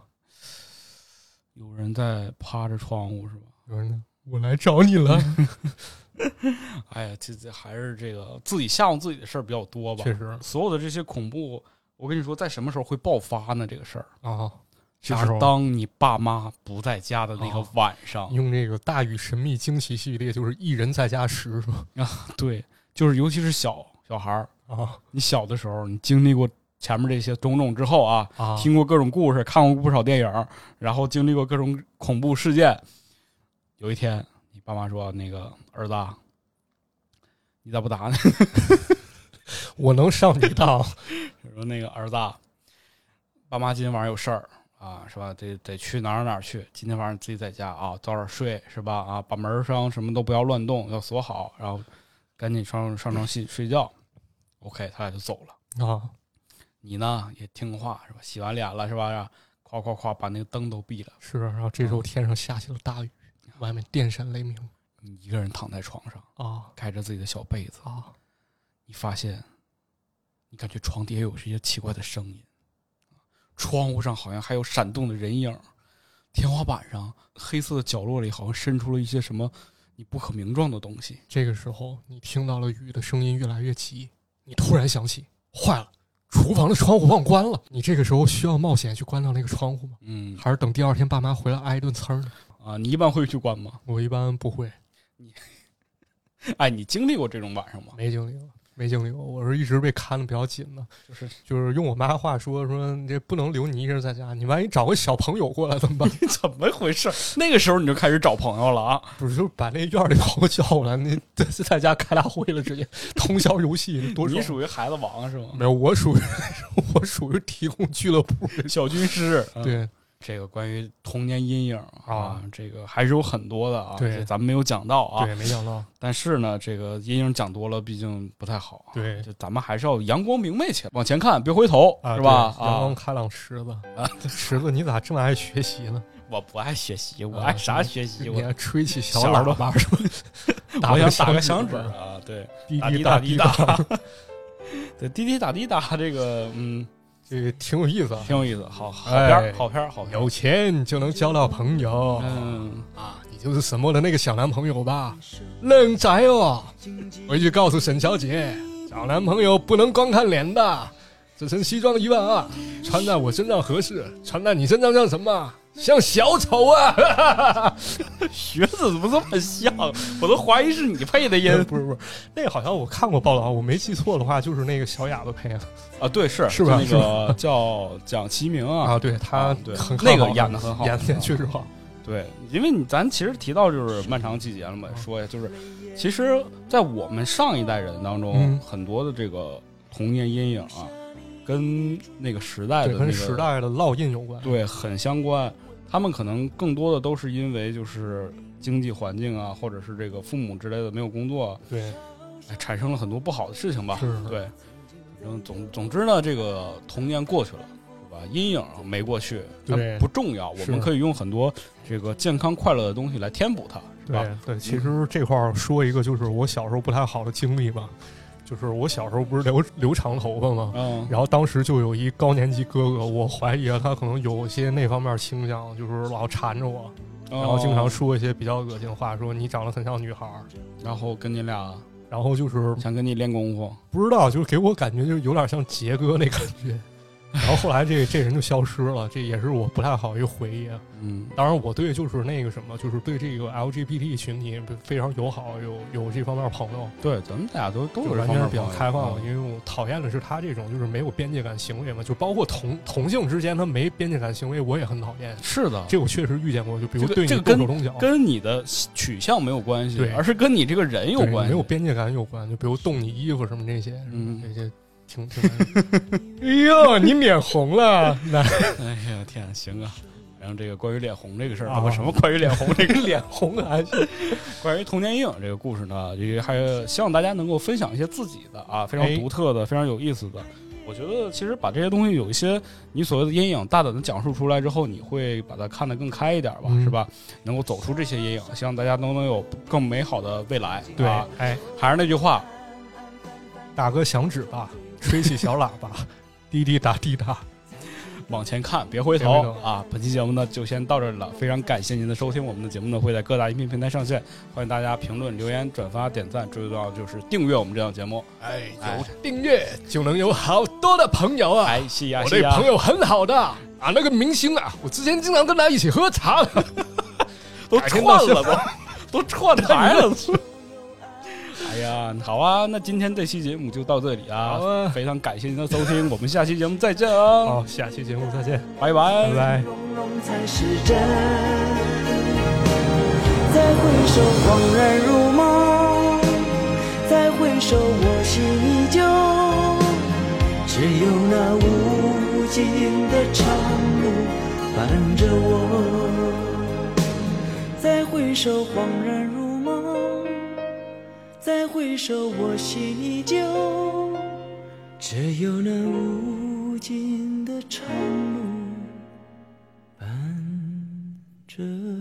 Speaker 1: 有人在趴着窗户是吧？
Speaker 2: 有人呢，我来找你了。
Speaker 1: 哎呀，这这还是这个自己吓唬自己的事儿比较多吧。
Speaker 2: 确实啊
Speaker 1: 所有的这些恐怖，我跟你说，在什么时候会爆发呢？这个事儿。
Speaker 2: 啊，
Speaker 1: 就
Speaker 2: 啥
Speaker 1: 是
Speaker 2: 时候
Speaker 1: 当你爸妈不在家的那个晚上，
Speaker 2: 用这个《大禹神秘惊奇》系列，就是一人在家时是吧？
Speaker 1: 对，就是尤其是小小孩儿，
Speaker 2: 啊
Speaker 1: 你小的时候，你经历过前面这些种种之后啊，
Speaker 2: 啊
Speaker 1: 听过各种故事，看过不少电影，然后经历过各种恐怖事件，有一天你爸妈说：“那个儿子啊，你咋不打呢
Speaker 2: 我能上你当？”
Speaker 1: 说那个儿子啊，爸妈今天晚上有事儿。啊，是吧？得得去哪儿哪儿去。今天晚上自己在家啊，早点睡，是吧？啊，把门儿上什么都不要乱动，要锁好，然后赶紧上上床睡睡觉。OK，他俩就走了。
Speaker 2: 啊
Speaker 1: 你呢也听话是吧？洗完脸了是吧？夸夸夸把那个灯都闭了，
Speaker 2: 是。然后这时候天上下起了大雨，外面电闪雷鸣
Speaker 1: 你一个人躺在床上，
Speaker 2: 啊
Speaker 1: 盖着自己的小被子，
Speaker 2: 啊
Speaker 1: 你发现，你感觉床底下有一些奇怪的声音，窗户上好像还有闪动的人影，天花板上黑色的角落里好像伸出了一些什么你不可名状的东西。
Speaker 2: 这个时候，你听到了雨的声音越来越急，你突然想起，坏了，厨房的窗户忘关了。你这个时候需要冒险去关掉那个窗户吗？
Speaker 1: 嗯
Speaker 2: 还是等第二天爸妈回来挨一顿呲儿呢？
Speaker 1: 啊，你一般会去关吗？
Speaker 2: 我一般不会，
Speaker 1: 哎，你经历过这种晚上吗？
Speaker 2: 没经历过，没经历过。我是一直被看的比较紧的，
Speaker 1: 就是
Speaker 2: 就是用我妈的话说说，你这不能留你一个人在家，你万一找个小朋友过来怎么办？
Speaker 1: 怎么回事？那个时候你就开始找朋友了啊？
Speaker 2: 不是，就是把那院儿里朋友叫过来，你在家开大会了，直接通宵游戏，多
Speaker 1: 你
Speaker 2: 爽！
Speaker 1: 属于孩子王是吗？
Speaker 2: 没有，我属于我属于提供俱乐部的，
Speaker 1: 小军师，嗯
Speaker 2: 对，
Speaker 1: 这个关于童年阴影啊
Speaker 2: 啊，
Speaker 1: 这个还是有很多的啊，
Speaker 2: 对
Speaker 1: 这咱们没有讲到啊。
Speaker 2: 对，没想 到，
Speaker 1: 但是呢，这个阴影讲多了，毕竟不太好啊。
Speaker 2: 对
Speaker 1: 就咱们还是要阳光明媚起来，往前看，别回头，
Speaker 2: 啊，
Speaker 1: 是吧？
Speaker 2: 对阳光
Speaker 1: 啊，
Speaker 2: 开朗，池子啊， 池子，你咋这么爱学习呢？
Speaker 1: 我不爱学习，我
Speaker 2: 啊
Speaker 1: 爱啥学习？
Speaker 2: 你
Speaker 1: 我
Speaker 2: 还吹起小
Speaker 1: 小
Speaker 2: 喇叭是吧？
Speaker 1: 我想打
Speaker 2: 个
Speaker 1: 个响指
Speaker 2: 指，
Speaker 1: 啊，对，
Speaker 2: 滴
Speaker 1: 打
Speaker 2: 滴
Speaker 1: 打滴
Speaker 2: 滴
Speaker 1: 答，对，滴滴打滴答，这个嗯，
Speaker 2: 这个挺有意思啊。
Speaker 1: 挺有意思，好好
Speaker 2: 哎
Speaker 1: 片儿，好片儿，好片儿
Speaker 2: 有。钱就能交到朋友
Speaker 1: 嗯，
Speaker 2: 啊！你就是沈墨的那个小男朋友吧？愣宅哦！回去告诉沈小姐，找男朋友不能光看脸的，这身西装一万二，穿在我身上合适，穿在你身上像什么？像小丑啊！
Speaker 1: 学子怎么这么像？我都怀疑是你配的音
Speaker 2: 不是不是，那个好像我看过报道，我没记错的话，就是那个小哑巴配的
Speaker 1: 啊！对，是
Speaker 2: 是吧
Speaker 1: 就那个叫蒋奇明啊，
Speaker 2: 啊，对他
Speaker 1: 啊对
Speaker 2: 很
Speaker 1: 那个
Speaker 2: 好
Speaker 1: 演得很好
Speaker 2: 演的确实好。
Speaker 1: 对，因为你咱其实提到就是漫长季节了嘛，说呀，就是其实，在我们上一代人当中，
Speaker 2: 嗯
Speaker 1: 很多的这个童年阴影啊，跟那个时代的、
Speaker 2: 对，
Speaker 1: 那个、
Speaker 2: 跟时代的烙印有关。
Speaker 1: 对很相关。他们可能更多的都是因为就是经济环境啊，或者是这个父母之类的没有工作，
Speaker 2: 对，
Speaker 1: 哎产生了很多不好的事情吧。
Speaker 2: 是是
Speaker 1: 对，反正总总之呢，这个童年过去了，是吧？阴影没过去，但
Speaker 2: 对
Speaker 1: 不重要，我
Speaker 2: 是
Speaker 1: 们可以用很多这个健康快乐的东西来填补它，是吧？
Speaker 2: 对对，其实这块儿说一个就是我小时候不太好的经历吧，就是我小时候不是留留长头发吗？
Speaker 1: 嗯，
Speaker 2: 然后当时就有一高年级哥哥，我怀疑啊，他可能有些那方面倾向，就是老缠着我，
Speaker 1: 然
Speaker 2: 然后经常，说一些比较恶心话，说你长得很像女孩儿，
Speaker 1: 然后跟你俩
Speaker 2: 然后就是
Speaker 1: 想跟你练功夫，
Speaker 2: 不知道，就是给我感觉就有点像杰哥那感觉。然后后来这这人就消失了，这也是我不太好一个回忆啊。
Speaker 1: 嗯
Speaker 2: 当然，我对就是那个什么，就是对这个 LGBT 群体非常友好，有有这方面朋友，
Speaker 1: 对，咱们俩都都有
Speaker 2: 就
Speaker 1: 这
Speaker 2: 完
Speaker 1: 方
Speaker 2: 全是
Speaker 1: 面
Speaker 2: 比较
Speaker 1: 朋友
Speaker 2: 开放的。
Speaker 1: 嗯
Speaker 2: 因为我讨厌的是他这种就是没有边界感行为嘛，就包括同同性之间他没边界感行为，我也很讨厌。
Speaker 1: 是的，
Speaker 2: 这我确实遇见过，就比如
Speaker 1: 这个
Speaker 2: 对
Speaker 1: 这
Speaker 2: 你
Speaker 1: 个跟
Speaker 2: 动手动脚，
Speaker 1: 跟你的取向没有关系
Speaker 2: 对，
Speaker 1: 而是跟你这个人有
Speaker 2: 对
Speaker 1: 关系，
Speaker 2: 没有边界感有关，就比如动你衣服什么这些，
Speaker 1: 嗯，
Speaker 2: 这些挺挺。哎呦，你脸红了，那
Speaker 1: 哎呀天啊，行啊。然后这个关于脸红这个事儿，
Speaker 2: 啊
Speaker 1: 不什么关于脸红这个
Speaker 2: 脸红还是
Speaker 1: 关于童年阴影这个故事呢，也还希望大家能够分享一些自己的啊，非常
Speaker 2: 哎
Speaker 1: 独特的、非常有意思的。我觉得其实把这些东西有一些你所谓的阴影大胆的讲述出来之后，你会把它看得更开一点吧，
Speaker 2: 嗯
Speaker 1: 是吧？能够走出这些阴影，希望大家都能有更美好的未来。
Speaker 2: 对
Speaker 1: 啊，，
Speaker 2: 哎，
Speaker 1: 还是那句话，
Speaker 2: 打个响指吧，吹起小喇叭，滴滴答滴答。
Speaker 1: 往前看，别回
Speaker 2: 别
Speaker 1: 头
Speaker 2: 回头
Speaker 1: 啊！本期节目呢就先到这里了，非常感谢您的收听。我们的节目呢会在各大音频平台上线，欢迎大家评论、留言、转发、点赞，最重要就是订阅我们这档节目。
Speaker 2: 哎，
Speaker 1: 哎
Speaker 2: 有订阅就能有好多的朋友啊！
Speaker 1: 哎，西呀
Speaker 2: 我
Speaker 1: 西
Speaker 2: 对
Speaker 1: 呀，
Speaker 2: 朋友很好的啊，那个明星啊，我之前经常跟他一起喝茶的。
Speaker 1: 都
Speaker 2: 改
Speaker 1: 串
Speaker 2: 天到
Speaker 1: 了都，都串台了。哎呀，好啊，那今天这期节目就到这里啊
Speaker 2: 好，啊
Speaker 1: 非常感谢您的收听，我们下期节目再见啊，
Speaker 2: 好，下期节目再见，
Speaker 1: 拜拜
Speaker 2: 拜拜。
Speaker 3: 融融才是真。再回首，恍然如梦；再回首，我心依旧。只有那无尽的长路伴着我。再回首，恍然如梦；再回首，我心依旧。只有那无尽的长路。伴着。